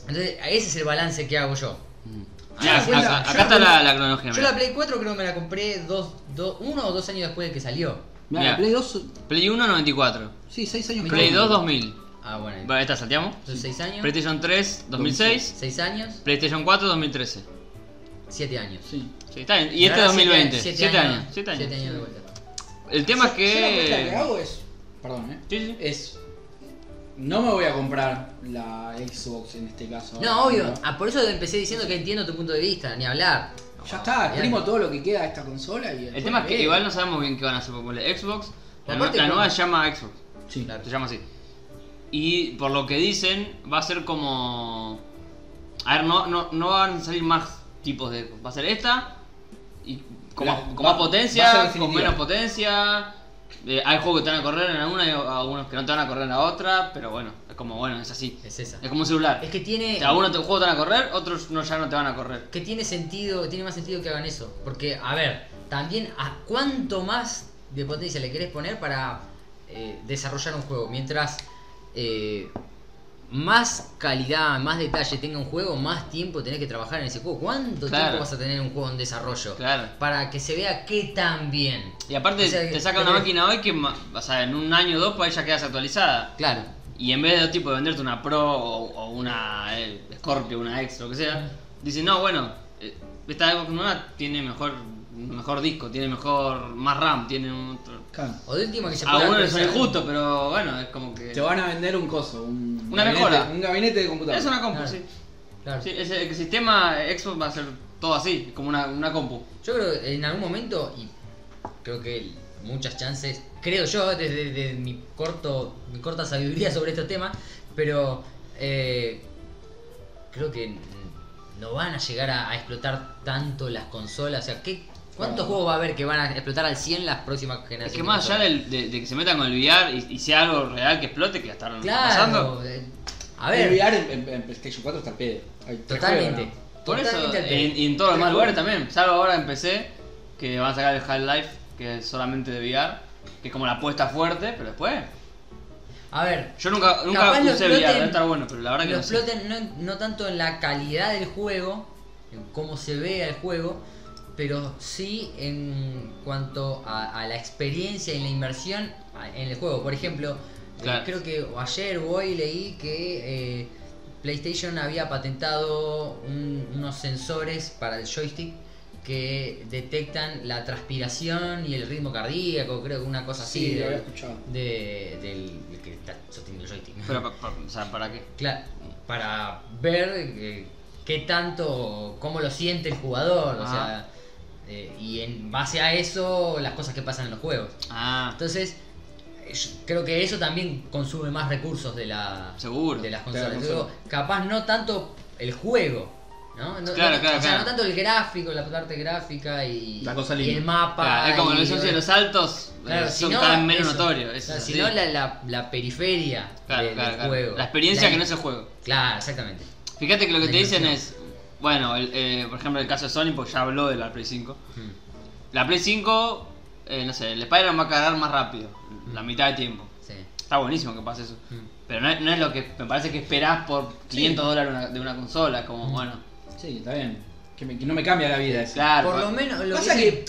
[SPEAKER 3] Entonces, ese es el balance que hago yo.
[SPEAKER 2] Ya,
[SPEAKER 3] Ah,
[SPEAKER 2] acá-
[SPEAKER 3] cuenta,
[SPEAKER 2] acá
[SPEAKER 3] yo la
[SPEAKER 2] está
[SPEAKER 3] cuenta.
[SPEAKER 2] la, la cronología.
[SPEAKER 3] Yo
[SPEAKER 2] ah, mirá.
[SPEAKER 3] la Play 4 creo que me la compré dos, dos, uno o dos años después de que salió.
[SPEAKER 2] Mirá.
[SPEAKER 5] Mirá, la Play 2,
[SPEAKER 2] Play 1, 94.
[SPEAKER 5] sí, 6 años.
[SPEAKER 2] Play
[SPEAKER 5] más.
[SPEAKER 2] 2, 2000.
[SPEAKER 3] Ah, bueno.
[SPEAKER 2] Va, esta salteamos.
[SPEAKER 3] Entonces 6 años.
[SPEAKER 2] PlayStation 3, 2006.
[SPEAKER 3] 6 años,
[SPEAKER 2] PlayStation 4, 2013.
[SPEAKER 3] 7 años.
[SPEAKER 5] Sí.
[SPEAKER 2] Sí, está bien. Y este
[SPEAKER 3] ahora
[SPEAKER 2] 2020. 7
[SPEAKER 3] siete- siete
[SPEAKER 2] años. 7 años.
[SPEAKER 3] Siete años de vuelta.
[SPEAKER 2] El tema es
[SPEAKER 1] Yo la apuesta que
[SPEAKER 2] que.
[SPEAKER 1] hago es. Perdón, ¿eh?
[SPEAKER 2] Sí, sí.
[SPEAKER 1] Es. No me voy a comprar la Xbox en este caso.
[SPEAKER 3] No, obvio. Ah, por eso empecé diciendo que entiendo tu punto de vista, ni hablar.
[SPEAKER 1] Ya está,
[SPEAKER 3] Ah, Bien.
[SPEAKER 1] exprimo todo lo que queda de esta consola y.
[SPEAKER 2] El tema es que
[SPEAKER 1] Eh,
[SPEAKER 2] igual no sabemos bien qué van a hacer. Porque la Xbox. La, nu-
[SPEAKER 3] Aparte
[SPEAKER 2] la
[SPEAKER 3] que-
[SPEAKER 2] nueva se llama Xbox.
[SPEAKER 1] Sí.
[SPEAKER 3] Claro.
[SPEAKER 2] Se llama así. Y por lo que dicen, va a ser como. A ver, no, no, no van a salir más tipos de. Va a ser esta. Y con,
[SPEAKER 1] La-
[SPEAKER 2] más, con
[SPEAKER 1] va- va
[SPEAKER 2] más
[SPEAKER 1] a ser
[SPEAKER 2] potencia,
[SPEAKER 1] definitiva.
[SPEAKER 2] con menos potencia. Eh, hay juegos que te van a correr en alguna y algunos que no te van a correr en la otra. Pero bueno, es como bueno, es así.
[SPEAKER 3] Es esa.
[SPEAKER 2] Es como un celular.
[SPEAKER 3] Es que tiene.
[SPEAKER 2] O sea, algunos te- juegos te van a correr, otros no, ya no te van a correr.
[SPEAKER 3] que tiene sentido, tiene más sentido que hagan eso. Porque, a ver, también a cuánto más de potencia le querés poner para eh, desarrollar un juego. Mientras eh, más calidad, más detalle tenga un juego, más tiempo tenés que trabajar en ese juego. ¿Cuánto
[SPEAKER 2] Claro.
[SPEAKER 3] tiempo vas a tener un juego en desarrollo?
[SPEAKER 2] Claro.
[SPEAKER 3] Para que se vea qué tan bien.
[SPEAKER 2] Y aparte,
[SPEAKER 3] O sea,
[SPEAKER 2] te saca una
[SPEAKER 3] tenés-
[SPEAKER 2] máquina hoy que, ma- o sea, en un año o dos, pues ahí ya quedas actualizada.
[SPEAKER 4] Claro.
[SPEAKER 2] Y en vez de tipo de venderte una Pro o, o una eh, Scorpio, una Extra, lo que sea, dicen, no, bueno, eh, esta Xbox nueva tiene mejor mejor disco, tiene mejor más RAM, tiene un... otro-
[SPEAKER 1] Claro.
[SPEAKER 3] O de última que se
[SPEAKER 2] A
[SPEAKER 3] pueda
[SPEAKER 2] uno le suena
[SPEAKER 3] actualizar.
[SPEAKER 2] injusto, pero bueno, es como que...
[SPEAKER 1] Te van a vender un coso, un
[SPEAKER 2] Eh, Una
[SPEAKER 1] gabinete-
[SPEAKER 2] mejora.
[SPEAKER 1] Un gabinete de computadora.
[SPEAKER 2] Es una compu,
[SPEAKER 3] Claro.
[SPEAKER 2] sí.
[SPEAKER 3] Claro.
[SPEAKER 2] Sí, es- el sistema Xbox va a ser todo así, como una, una compu.
[SPEAKER 3] Yo creo que en algún momento, y creo que el- muchas chances, creo yo, desde, desde mi corto mi corta sabiduría sobre estos temas, pero eh, creo que n- no van a llegar a, a explotar tanto las consolas. O sea, ¿qué, ¿cuántos
[SPEAKER 1] Claro.
[SPEAKER 3] juegos va a haber que van a explotar al 100 las próximas generaciones?
[SPEAKER 2] Es que más allá
[SPEAKER 3] de
[SPEAKER 2] del- de, de que se metan con el VR y, y sea algo real que explote, que hasta ahora no está pasando.
[SPEAKER 3] Claro, eh, a ver,
[SPEAKER 1] El VR en, en- en PlayStation 4 está al pedo. Hay tres
[SPEAKER 3] totalmente.
[SPEAKER 1] juegos,
[SPEAKER 2] Por eso,
[SPEAKER 3] totalmente al
[SPEAKER 2] en-
[SPEAKER 3] pedo.
[SPEAKER 2] y en todos los demás
[SPEAKER 1] Tres
[SPEAKER 2] lugares
[SPEAKER 1] juegos.
[SPEAKER 2] también. Salvo ahora en PC, que van a sacar el Half-Life, que es solamente de VR, que es como la apuesta fuerte, pero después.
[SPEAKER 3] A ver,
[SPEAKER 2] Yo nunca, nunca
[SPEAKER 3] Capaz lo
[SPEAKER 2] usé VR,
[SPEAKER 3] exploten-
[SPEAKER 2] debe estar bueno, pero la verdad que
[SPEAKER 3] lo
[SPEAKER 2] no sé.
[SPEAKER 3] exploten no, no tanto en la calidad del juego, en cómo se vea el juego, pero sí en cuanto a, a la experiencia y la inversión a- en el juego. Por ejemplo, eh,
[SPEAKER 2] Claro.
[SPEAKER 3] creo que ayer hoy leí que eh, PlayStation había patentado un- unos sensores para el joystick que detectan la transpiración y el ritmo cardíaco, creo que una cosa
[SPEAKER 1] Sí,
[SPEAKER 3] así
[SPEAKER 1] lo había
[SPEAKER 3] de,
[SPEAKER 1] escuchado.
[SPEAKER 3] de- del del que está sosteniendo el joystick.
[SPEAKER 2] Pero, pa- pa- o sea, ¿para qué?
[SPEAKER 3] Claro, para ver eh, qué tanto, cómo lo siente el jugador, o
[SPEAKER 2] Ah.
[SPEAKER 3] sea, eh, y en base a eso las cosas que pasan en los juegos.
[SPEAKER 2] Ah,
[SPEAKER 3] Entonces, eh, yo creo que eso también consume más recursos de, la,
[SPEAKER 2] Seguro,
[SPEAKER 3] de las
[SPEAKER 1] de la
[SPEAKER 3] consolas.
[SPEAKER 1] consola.
[SPEAKER 3] Digo, capaz no tanto el juego, ¿no? No-
[SPEAKER 2] Claro,
[SPEAKER 3] no-
[SPEAKER 2] claro,
[SPEAKER 3] o sea,
[SPEAKER 2] claro.
[SPEAKER 3] no tanto el gráfico, la parte gráfica y,
[SPEAKER 1] La cosa
[SPEAKER 3] y
[SPEAKER 1] linda.
[SPEAKER 3] el mapa.
[SPEAKER 2] Claro, es como
[SPEAKER 3] y-
[SPEAKER 2] los socios de los altos, eh,
[SPEAKER 3] Claro,
[SPEAKER 2] son
[SPEAKER 3] si no,
[SPEAKER 2] cada vez menos
[SPEAKER 3] eso.
[SPEAKER 2] notorios. eso
[SPEAKER 3] Claro,
[SPEAKER 2] es
[SPEAKER 3] si
[SPEAKER 2] así.
[SPEAKER 3] no, la, la- la periferia
[SPEAKER 2] Claro,
[SPEAKER 3] de-
[SPEAKER 2] claro,
[SPEAKER 3] del
[SPEAKER 2] claro.
[SPEAKER 3] juego.
[SPEAKER 2] La experiencia que no es
[SPEAKER 3] se
[SPEAKER 2] el juego.
[SPEAKER 3] Claro, exactamente.
[SPEAKER 2] Fíjate que lo que te
[SPEAKER 3] La
[SPEAKER 2] dicen es,
[SPEAKER 3] inversión.
[SPEAKER 2] bueno, el, eh, por ejemplo el caso de Sony, porque ya habló de la Play 5.
[SPEAKER 3] Mm,
[SPEAKER 2] La Play 5, eh, no sé, el Spider-Man va a cargar más rápido,
[SPEAKER 3] Mm.
[SPEAKER 2] la mitad de tiempo.
[SPEAKER 3] Sí.
[SPEAKER 2] Está buenísimo que pase eso.
[SPEAKER 3] Mm.
[SPEAKER 2] Pero no es, no es lo que me parece que esperás por 500 dólares una- de una consola, es
[SPEAKER 3] Mm.
[SPEAKER 2] como, bueno,
[SPEAKER 1] Sí, está bien. Que, me- que no me cambia la vida eso.
[SPEAKER 2] claro.
[SPEAKER 3] Por lo
[SPEAKER 2] pa-
[SPEAKER 3] menos lo
[SPEAKER 1] Pasa
[SPEAKER 3] que
[SPEAKER 1] que.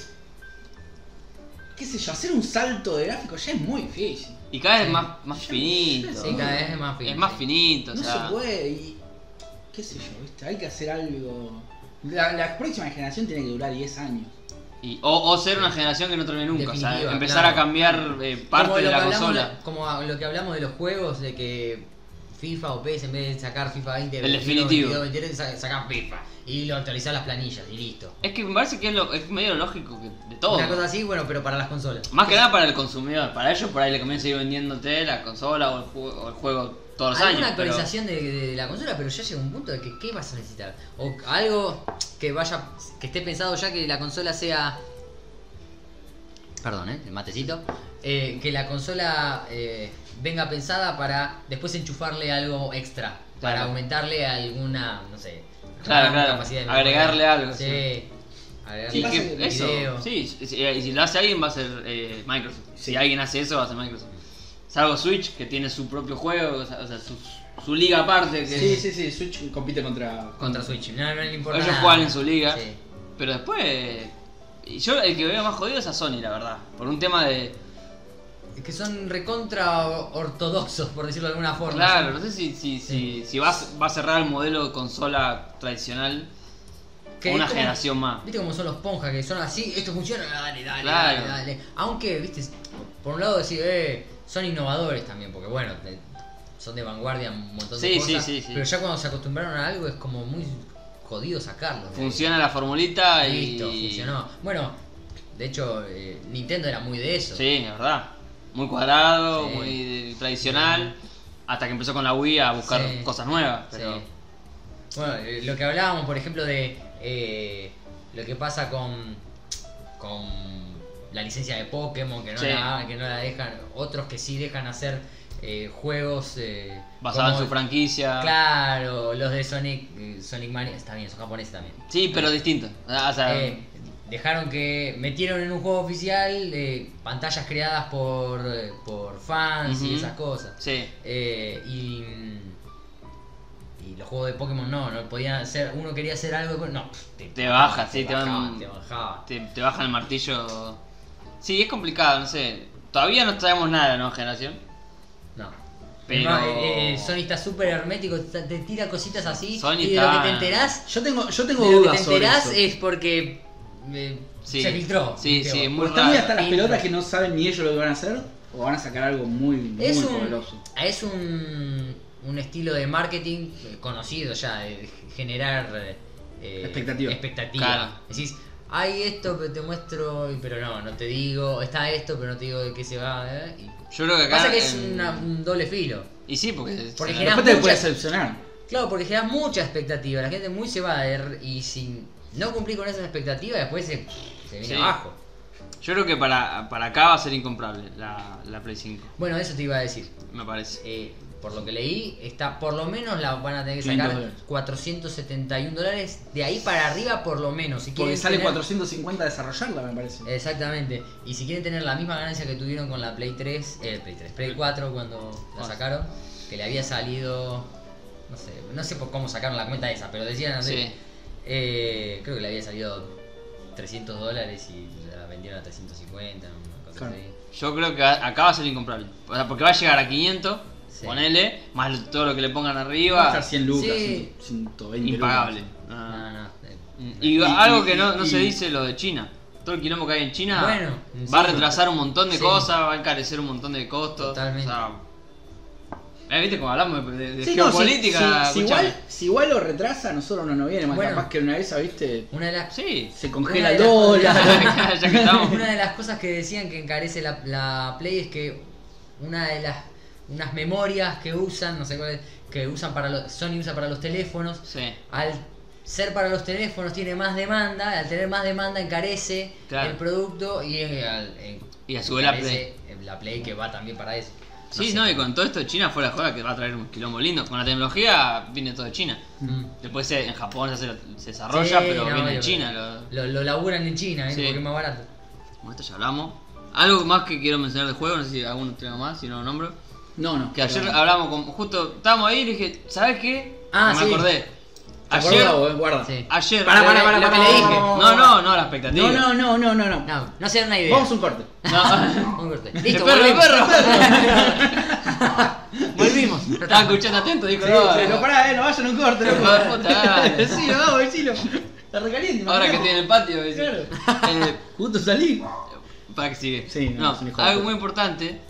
[SPEAKER 1] ¿Qué sé yo? Hacer un salto de gráfico ya es muy difícil.
[SPEAKER 2] Y cada vez es más, más
[SPEAKER 1] Sí,
[SPEAKER 2] finito.
[SPEAKER 3] Sí, cada vez es más fino.
[SPEAKER 2] Es más finito, o
[SPEAKER 1] no
[SPEAKER 2] sea.
[SPEAKER 1] se puede y. ¿Qué sé yo? ¿Viste? Hay que hacer algo. La, la próxima generación tiene que durar 10 años.
[SPEAKER 2] y- o, o ser una generación que no termine nunca, o sea,
[SPEAKER 3] Definitiva,
[SPEAKER 2] empezar
[SPEAKER 3] claro.
[SPEAKER 2] a cambiar eh, parte
[SPEAKER 3] Como
[SPEAKER 2] de
[SPEAKER 3] lo
[SPEAKER 2] la
[SPEAKER 3] que hablamos-
[SPEAKER 2] consola.
[SPEAKER 3] como a- lo que hablamos de los juegos, de que FIFA o PES en vez de sacar FIFA 20,
[SPEAKER 2] El definitivo.
[SPEAKER 3] 22, 23, sa- sacan FIFA y lo actualizás las planillas y listo.
[SPEAKER 2] Es que me parece que es, lo- es medio lógico que- de todo.
[SPEAKER 3] Una cosa así, bueno, pero para las consolas.
[SPEAKER 2] Más que nada para el consumidor, para ellos por ahí le comienza a ir vendiéndote la consola o el, ju- o el juego todos los años.
[SPEAKER 3] Alguna
[SPEAKER 2] pero-
[SPEAKER 3] actualización de, de- de la consola, pero ya llega un punto de que qué vas a necesitar. O algo que vaya, que esté pensado ya que la consola sea. Perdón, ¿eh? El matecito. Eh, que la consola eh, venga pensada para después enchufarle algo extra. Para
[SPEAKER 2] Claro.
[SPEAKER 3] aumentarle alguna, no sé.
[SPEAKER 2] Claro, claro,
[SPEAKER 3] memoria.
[SPEAKER 2] agregarle algo,
[SPEAKER 3] Sí.
[SPEAKER 2] sí.
[SPEAKER 3] Agregar
[SPEAKER 2] Y
[SPEAKER 1] Sí,
[SPEAKER 2] que-
[SPEAKER 1] pasa que
[SPEAKER 2] eso,
[SPEAKER 3] video.
[SPEAKER 2] sí, si, si- si lo hace alguien va a ser eh, Microsoft. Si
[SPEAKER 1] Sí.
[SPEAKER 2] alguien hace eso va a ser Microsoft. Salvo Switch, que tiene su propio juego, o sea, o sea, su, su liga aparte. Que
[SPEAKER 1] Sí, sí, sí, Switch compite contra.
[SPEAKER 3] contra Switch. No, no le importa.
[SPEAKER 2] Ellos
[SPEAKER 3] nada.
[SPEAKER 2] juegan en su liga.
[SPEAKER 3] Sí.
[SPEAKER 2] Pero después. y Yo el que veo más jodido es a Sony, la verdad. Por un tema de.
[SPEAKER 3] Es que son recontra ortodoxos, por decirlo de alguna forma.
[SPEAKER 2] Claro, no sé si, si, si, si va, a- va a cerrar el modelo consola tradicional
[SPEAKER 3] Que
[SPEAKER 2] o una
[SPEAKER 3] es como-
[SPEAKER 2] generación más.
[SPEAKER 3] ¿Viste cómo son los ponjas que son así? Esto funciona, dale, dale,
[SPEAKER 2] Claro.
[SPEAKER 3] dale, dale. Aunque, viste, por un lado decir, eh, son innovadores también, porque bueno, te- son de vanguardia en un montón de
[SPEAKER 2] Sí, sí,
[SPEAKER 3] cosas.
[SPEAKER 2] sí, sí.
[SPEAKER 3] Pero ya cuando se acostumbraron a algo es como muy jodido sacarlo. de ahí.
[SPEAKER 2] Funciona la formulita y.
[SPEAKER 3] Listo, funcionó. Bueno, de hecho, eh, Nintendo era muy de eso.
[SPEAKER 2] Sí, la verdad. Muy cuadrado,
[SPEAKER 3] Sí.
[SPEAKER 2] muy tradicional. Hasta que empezó con la Wii a buscar
[SPEAKER 3] Sí.
[SPEAKER 2] cosas nuevas.
[SPEAKER 3] Sí.
[SPEAKER 2] Pero
[SPEAKER 3] Bueno, eh, lo que hablábamos, por ejemplo, de eh, lo que pasa con, con la licencia de Pokémon, que no,
[SPEAKER 2] Sí.
[SPEAKER 3] la, que no la dejan, otros que sí dejan hacer eh, juegos eh,
[SPEAKER 2] basado en
[SPEAKER 3] como-
[SPEAKER 2] su franquicia.
[SPEAKER 3] Claro, los de Sonic, eh, Sonic Mania, está bien, son japoneses también.
[SPEAKER 2] Sí, pero distinto. Ah, O sea,
[SPEAKER 3] Eh, dejaron que metieron en un juego oficial eh, pantallas creadas por, eh, por fans y
[SPEAKER 2] Ujú.
[SPEAKER 3] esas cosas.
[SPEAKER 2] sí.
[SPEAKER 3] Eh, y, y los juegos de Pokémon no, no podían hacer, uno quería hacer algo, con- no, pf,
[SPEAKER 2] Te baja, sí, te
[SPEAKER 3] bajaba,
[SPEAKER 2] van-
[SPEAKER 3] te bajaba.
[SPEAKER 2] Te, te bajan el martillo. Sí, es complicado, no sé. Todavía no sabemos nada de la nueva generación.
[SPEAKER 3] No.
[SPEAKER 2] Pero-
[SPEAKER 3] Pero eh, Sony está súper hermético, está- te tira cositas así
[SPEAKER 2] Sony
[SPEAKER 3] y de lo
[SPEAKER 2] está-
[SPEAKER 3] que te enterás,
[SPEAKER 1] Yo tengo, yo
[SPEAKER 3] de
[SPEAKER 1] tengo
[SPEAKER 3] lo que te
[SPEAKER 1] dudas sobre
[SPEAKER 3] enterás
[SPEAKER 1] eso.
[SPEAKER 3] es porque eh,
[SPEAKER 2] Sí.
[SPEAKER 3] se filtró.
[SPEAKER 2] Sí,
[SPEAKER 3] viste,
[SPEAKER 2] sí,
[SPEAKER 3] vos.
[SPEAKER 1] O
[SPEAKER 2] muy
[SPEAKER 1] están muy
[SPEAKER 2] raro.
[SPEAKER 1] hasta las
[SPEAKER 3] Filtro.
[SPEAKER 1] pelotas que no saben ni ellos lo que van a hacer, o van a sacar algo muy, muy
[SPEAKER 3] es un,
[SPEAKER 1] poderoso.
[SPEAKER 3] es un, un estilo de marketing eh, conocido ya, de generar eh,
[SPEAKER 1] Expectativa.
[SPEAKER 3] expectativa.
[SPEAKER 2] Claro.
[SPEAKER 3] Decís, hay esto, pero te muestro, y- pero no, no te digo, está esto, pero no te digo de qué se va. eh, y-
[SPEAKER 2] Yo creo que acá.
[SPEAKER 3] Pasa que es
[SPEAKER 2] en-
[SPEAKER 3] una- un doble filo.
[SPEAKER 2] Y sí, porque.
[SPEAKER 3] Porque
[SPEAKER 2] se-
[SPEAKER 3] generan
[SPEAKER 1] Después te puede
[SPEAKER 3] muchas-
[SPEAKER 1] decepcionar.
[SPEAKER 3] Claro, porque generas mucha expectativa, la gente muy se va a er- y si no cumplir con esas expectativas, después se, se viene
[SPEAKER 2] Sí.
[SPEAKER 3] abajo.
[SPEAKER 2] Yo creo que para, para acá va a ser incomprable la, la Play 5,
[SPEAKER 3] Bueno, eso te iba a decir.
[SPEAKER 2] me parece.
[SPEAKER 3] Eh, por lo que leí, está por lo menos la van a tener que
[SPEAKER 1] 500
[SPEAKER 3] sacar
[SPEAKER 1] dólares.
[SPEAKER 3] 471 dólares. De ahí para arriba, por lo menos. Si
[SPEAKER 1] Porque
[SPEAKER 3] quieren
[SPEAKER 1] sale
[SPEAKER 3] tener-
[SPEAKER 1] 450 a desarrollarla, me parece.
[SPEAKER 3] Eh, Exactamente. Y si quieren tener la misma ganancia que tuvieron con la Play 3, eh, Play 3, Play 4 cuando la
[SPEAKER 2] Ah.
[SPEAKER 3] sacaron, que le había salido. No sé, no sé por cómo sacaron la cuenta esa, pero decían así.
[SPEAKER 2] Sí.
[SPEAKER 3] Eh, creo que le había salido 300 dólares y la vendieron a 350, una cosa
[SPEAKER 1] Claro.
[SPEAKER 3] así.
[SPEAKER 2] Yo creo que a- acá va a ser incomprable. O sea, porque va a llegar a 500,
[SPEAKER 3] Sí.
[SPEAKER 2] ponele, más todo lo que le pongan
[SPEAKER 1] Va a
[SPEAKER 2] arriba,
[SPEAKER 1] estar 100 lucas,
[SPEAKER 3] Sí.
[SPEAKER 1] 120
[SPEAKER 2] impagable.
[SPEAKER 1] lucas.
[SPEAKER 2] Ah.
[SPEAKER 3] No, no. eh,
[SPEAKER 2] Y,
[SPEAKER 1] Y-
[SPEAKER 2] algo
[SPEAKER 1] y-
[SPEAKER 2] que no, no
[SPEAKER 1] y-
[SPEAKER 2] se dice, lo de China. Todo el quilombo que hay en China
[SPEAKER 3] Bueno,
[SPEAKER 2] va a
[SPEAKER 3] sí.
[SPEAKER 2] retrasar un montón de
[SPEAKER 3] Sí.
[SPEAKER 2] cosas, va a encarecer un montón de costos.
[SPEAKER 3] Totalmente.
[SPEAKER 2] o sea, eh, ¿Viste cómo hablamos de, de
[SPEAKER 1] Sí, no, si-
[SPEAKER 2] geopolítica?
[SPEAKER 1] si- si,
[SPEAKER 2] escuchame?
[SPEAKER 1] igual, si igual lo retrasa, a nosotros no nos viene más.
[SPEAKER 3] Bueno.
[SPEAKER 1] Capaz que una vez, ¿viste?
[SPEAKER 3] Una de las
[SPEAKER 2] Sí, [LAUGHS]
[SPEAKER 1] Se congela el
[SPEAKER 3] Una de las-
[SPEAKER 1] dólar.
[SPEAKER 2] ya que
[SPEAKER 3] [LAUGHS]
[SPEAKER 2] estamos.
[SPEAKER 3] Una de las cosas que decían que encarece la, la Play es que una de las unas memorias que usan, no sé cuáles, que usan para los Sony usa para los teléfonos,
[SPEAKER 2] Sí.
[SPEAKER 3] al ser para los teléfonos tiene más demanda, al tener más demanda encarece
[SPEAKER 2] Claro.
[SPEAKER 3] el producto y, eh, al- eh,
[SPEAKER 2] Y a su vez la
[SPEAKER 3] encarece, eh, la Play que va también para eso.
[SPEAKER 2] Sí,
[SPEAKER 3] sé.
[SPEAKER 2] no, y con todo esto de China fuera de joda que va a traer un quilombo lindo. Con la tecnología viene todo de China.
[SPEAKER 3] Mm.
[SPEAKER 2] Después eh, en Japón ya se, lo- se desarrolla,
[SPEAKER 3] Sí,
[SPEAKER 2] pero
[SPEAKER 3] no,
[SPEAKER 2] viene de
[SPEAKER 3] obvio,
[SPEAKER 2] China.
[SPEAKER 3] pero-
[SPEAKER 2] lo-
[SPEAKER 3] Lo, lo laburan en China, ¿eh?
[SPEAKER 2] Sí.
[SPEAKER 3] porque es más barato.
[SPEAKER 2] Bueno, esto ya hablamos. Algo más que quiero mencionar de juego, no sé si alguno tenga más, si no lo nombro.
[SPEAKER 1] No, no.
[SPEAKER 2] Que ayer hablamos con. Justo estábamos ahí y dije, ¿sabes qué?
[SPEAKER 3] Ah,
[SPEAKER 2] no
[SPEAKER 3] sí.
[SPEAKER 2] me acordé.
[SPEAKER 1] ¿Te acordás
[SPEAKER 2] Ayer.
[SPEAKER 1] vos, eh? Guarda.
[SPEAKER 3] Sí.
[SPEAKER 2] Ayer. eh,
[SPEAKER 1] Pará, pará,
[SPEAKER 3] Lo
[SPEAKER 1] pará,
[SPEAKER 3] que
[SPEAKER 1] pará,
[SPEAKER 3] le
[SPEAKER 1] pará,
[SPEAKER 3] dije.
[SPEAKER 1] pará, pará,
[SPEAKER 2] No,
[SPEAKER 1] pará.
[SPEAKER 2] no, no, la expectativa.
[SPEAKER 1] No, no, no, no, no, Eh, no.
[SPEAKER 3] No, no se dan una idea.
[SPEAKER 1] Vamos a un [LAUGHS] corte.
[SPEAKER 2] No.
[SPEAKER 3] Un corte.
[SPEAKER 2] [LAUGHS] El
[SPEAKER 3] Listo,
[SPEAKER 2] perro, el
[SPEAKER 3] volvemos.
[SPEAKER 2] perro. [LAUGHS] Volvimos. Estaba escuchando atento, dijo,
[SPEAKER 1] Sí,
[SPEAKER 2] no.
[SPEAKER 1] pero pará, eh, no vayan a un corte, loco.
[SPEAKER 2] Hijo de puta,
[SPEAKER 1] [LAUGHS]
[SPEAKER 2] dale.
[SPEAKER 1] Sí, vamos, decilo. Está recaliente.
[SPEAKER 2] Ahora que
[SPEAKER 1] imagínate.
[SPEAKER 2] tiene el patio, dice. [LAUGHS] Eh,
[SPEAKER 1] Justo salí.
[SPEAKER 2] Para que sigue.
[SPEAKER 1] Sí, no,
[SPEAKER 2] no,
[SPEAKER 1] es un hijo de
[SPEAKER 2] algo
[SPEAKER 1] puta.
[SPEAKER 2] muy importante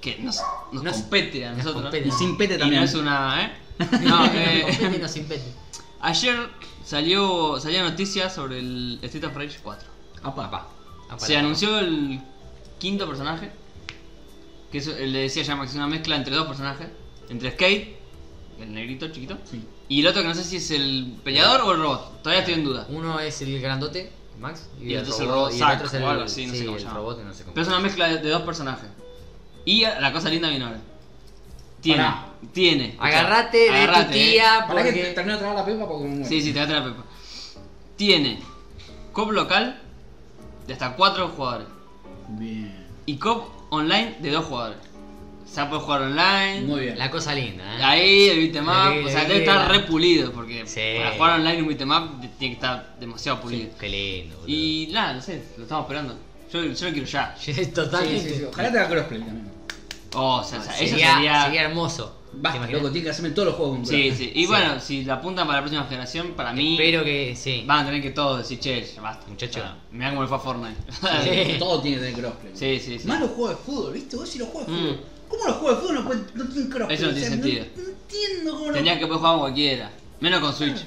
[SPEAKER 2] que nos, nos
[SPEAKER 3] Nos-
[SPEAKER 2] compete a
[SPEAKER 3] nos
[SPEAKER 2] nosotros.
[SPEAKER 3] compete.
[SPEAKER 1] Y sin pete
[SPEAKER 2] Y
[SPEAKER 1] también.
[SPEAKER 2] no es una,
[SPEAKER 3] [LAUGHS]
[SPEAKER 2] ¿eh?
[SPEAKER 3] [LAUGHS] No,
[SPEAKER 2] No,
[SPEAKER 3] eh,
[SPEAKER 2] eh,
[SPEAKER 3] nos inventen.
[SPEAKER 2] ayer salió salía noticia sobre el Street of Rage 4.
[SPEAKER 1] Apa, apa.
[SPEAKER 3] Ah,
[SPEAKER 2] Se anunció el quinto personaje, que eso, eh, le decía ya es una mezcla entre dos personajes, entre Skate, el negrito chiquito,
[SPEAKER 1] Sí.
[SPEAKER 2] y el otro que no sé si es el peleador o el robot. Todavía estoy en duda.
[SPEAKER 3] Uno es el grandote, Max,
[SPEAKER 2] Y el otro es el robot,
[SPEAKER 3] y
[SPEAKER 2] Zack,
[SPEAKER 3] otro es el,
[SPEAKER 2] o algo así, no sé
[SPEAKER 3] sí,
[SPEAKER 2] cómo
[SPEAKER 3] el
[SPEAKER 2] se llama.
[SPEAKER 3] robot, que no sé cómo.
[SPEAKER 2] Pero es una mezcla de, de dos personajes. Y eh, la cosa linda viene ahora. Tiene,
[SPEAKER 1] Pará.
[SPEAKER 2] tiene. escuchá,
[SPEAKER 3] agarrate de
[SPEAKER 2] agarrate,
[SPEAKER 3] tu
[SPEAKER 2] eh.
[SPEAKER 1] Ah,
[SPEAKER 3] tía
[SPEAKER 1] Pará que
[SPEAKER 3] porque
[SPEAKER 1] termino de tragar la pepa porque me muero.
[SPEAKER 2] Sí, sí, te voy a traer la pepa. Tiene cop local de hasta 4 jugadores
[SPEAKER 1] Bien.
[SPEAKER 2] y cop online de 2 jugadores. O sea, puedes jugar online.
[SPEAKER 1] Muy bien.
[SPEAKER 3] La cosa linda, ¿eh?
[SPEAKER 2] Ahí el bitmap,
[SPEAKER 3] Sí,
[SPEAKER 2] o sea,
[SPEAKER 3] sí,
[SPEAKER 2] debe estar
[SPEAKER 3] la-
[SPEAKER 2] re pulido porque
[SPEAKER 3] Sí.
[SPEAKER 2] para jugar online un bitmap tiene que estar demasiado pulido.
[SPEAKER 3] Qué lindo, boludo. [LAUGHS]
[SPEAKER 2] Y nada, no sé, lo estamos esperando. Yo, yo lo quiero ya.
[SPEAKER 1] Sí,
[SPEAKER 3] Totalmente.
[SPEAKER 1] sí, sí. Ojalá tenga crossplay también.
[SPEAKER 2] Oh, o sea,
[SPEAKER 3] No,
[SPEAKER 2] o sea, eso
[SPEAKER 3] sería,
[SPEAKER 2] sería.
[SPEAKER 3] sería hermoso. ¿Te
[SPEAKER 1] Basta,
[SPEAKER 3] imaginas?
[SPEAKER 1] loco, tiene que hacerme todos los juegos con
[SPEAKER 2] Sí,
[SPEAKER 1] crossplay.
[SPEAKER 2] sí. Y bueno, si la apuntan para la próxima generación, para mí.
[SPEAKER 3] Espero que sí.
[SPEAKER 2] Van a tener que todos decir, che, ya basta.
[SPEAKER 3] Muchacho.
[SPEAKER 2] O sea, mirá cómo le fue a Fortnite. [LAUGHS]
[SPEAKER 3] Sí.
[SPEAKER 1] Todo tiene que tener crossplay.
[SPEAKER 2] sí, sí, sí.
[SPEAKER 1] Más los juegos de fútbol, ¿viste? Vos si los juegos de
[SPEAKER 2] Mm.
[SPEAKER 1] fútbol. ¿Cómo los juegos de fútbol no, pueden, no tienen crossplay?
[SPEAKER 2] Eso no tiene sentido.
[SPEAKER 1] No, no entiendo cómo
[SPEAKER 2] Tendrían
[SPEAKER 1] no.
[SPEAKER 2] que poder jugar con cualquiera. Menos con Switch.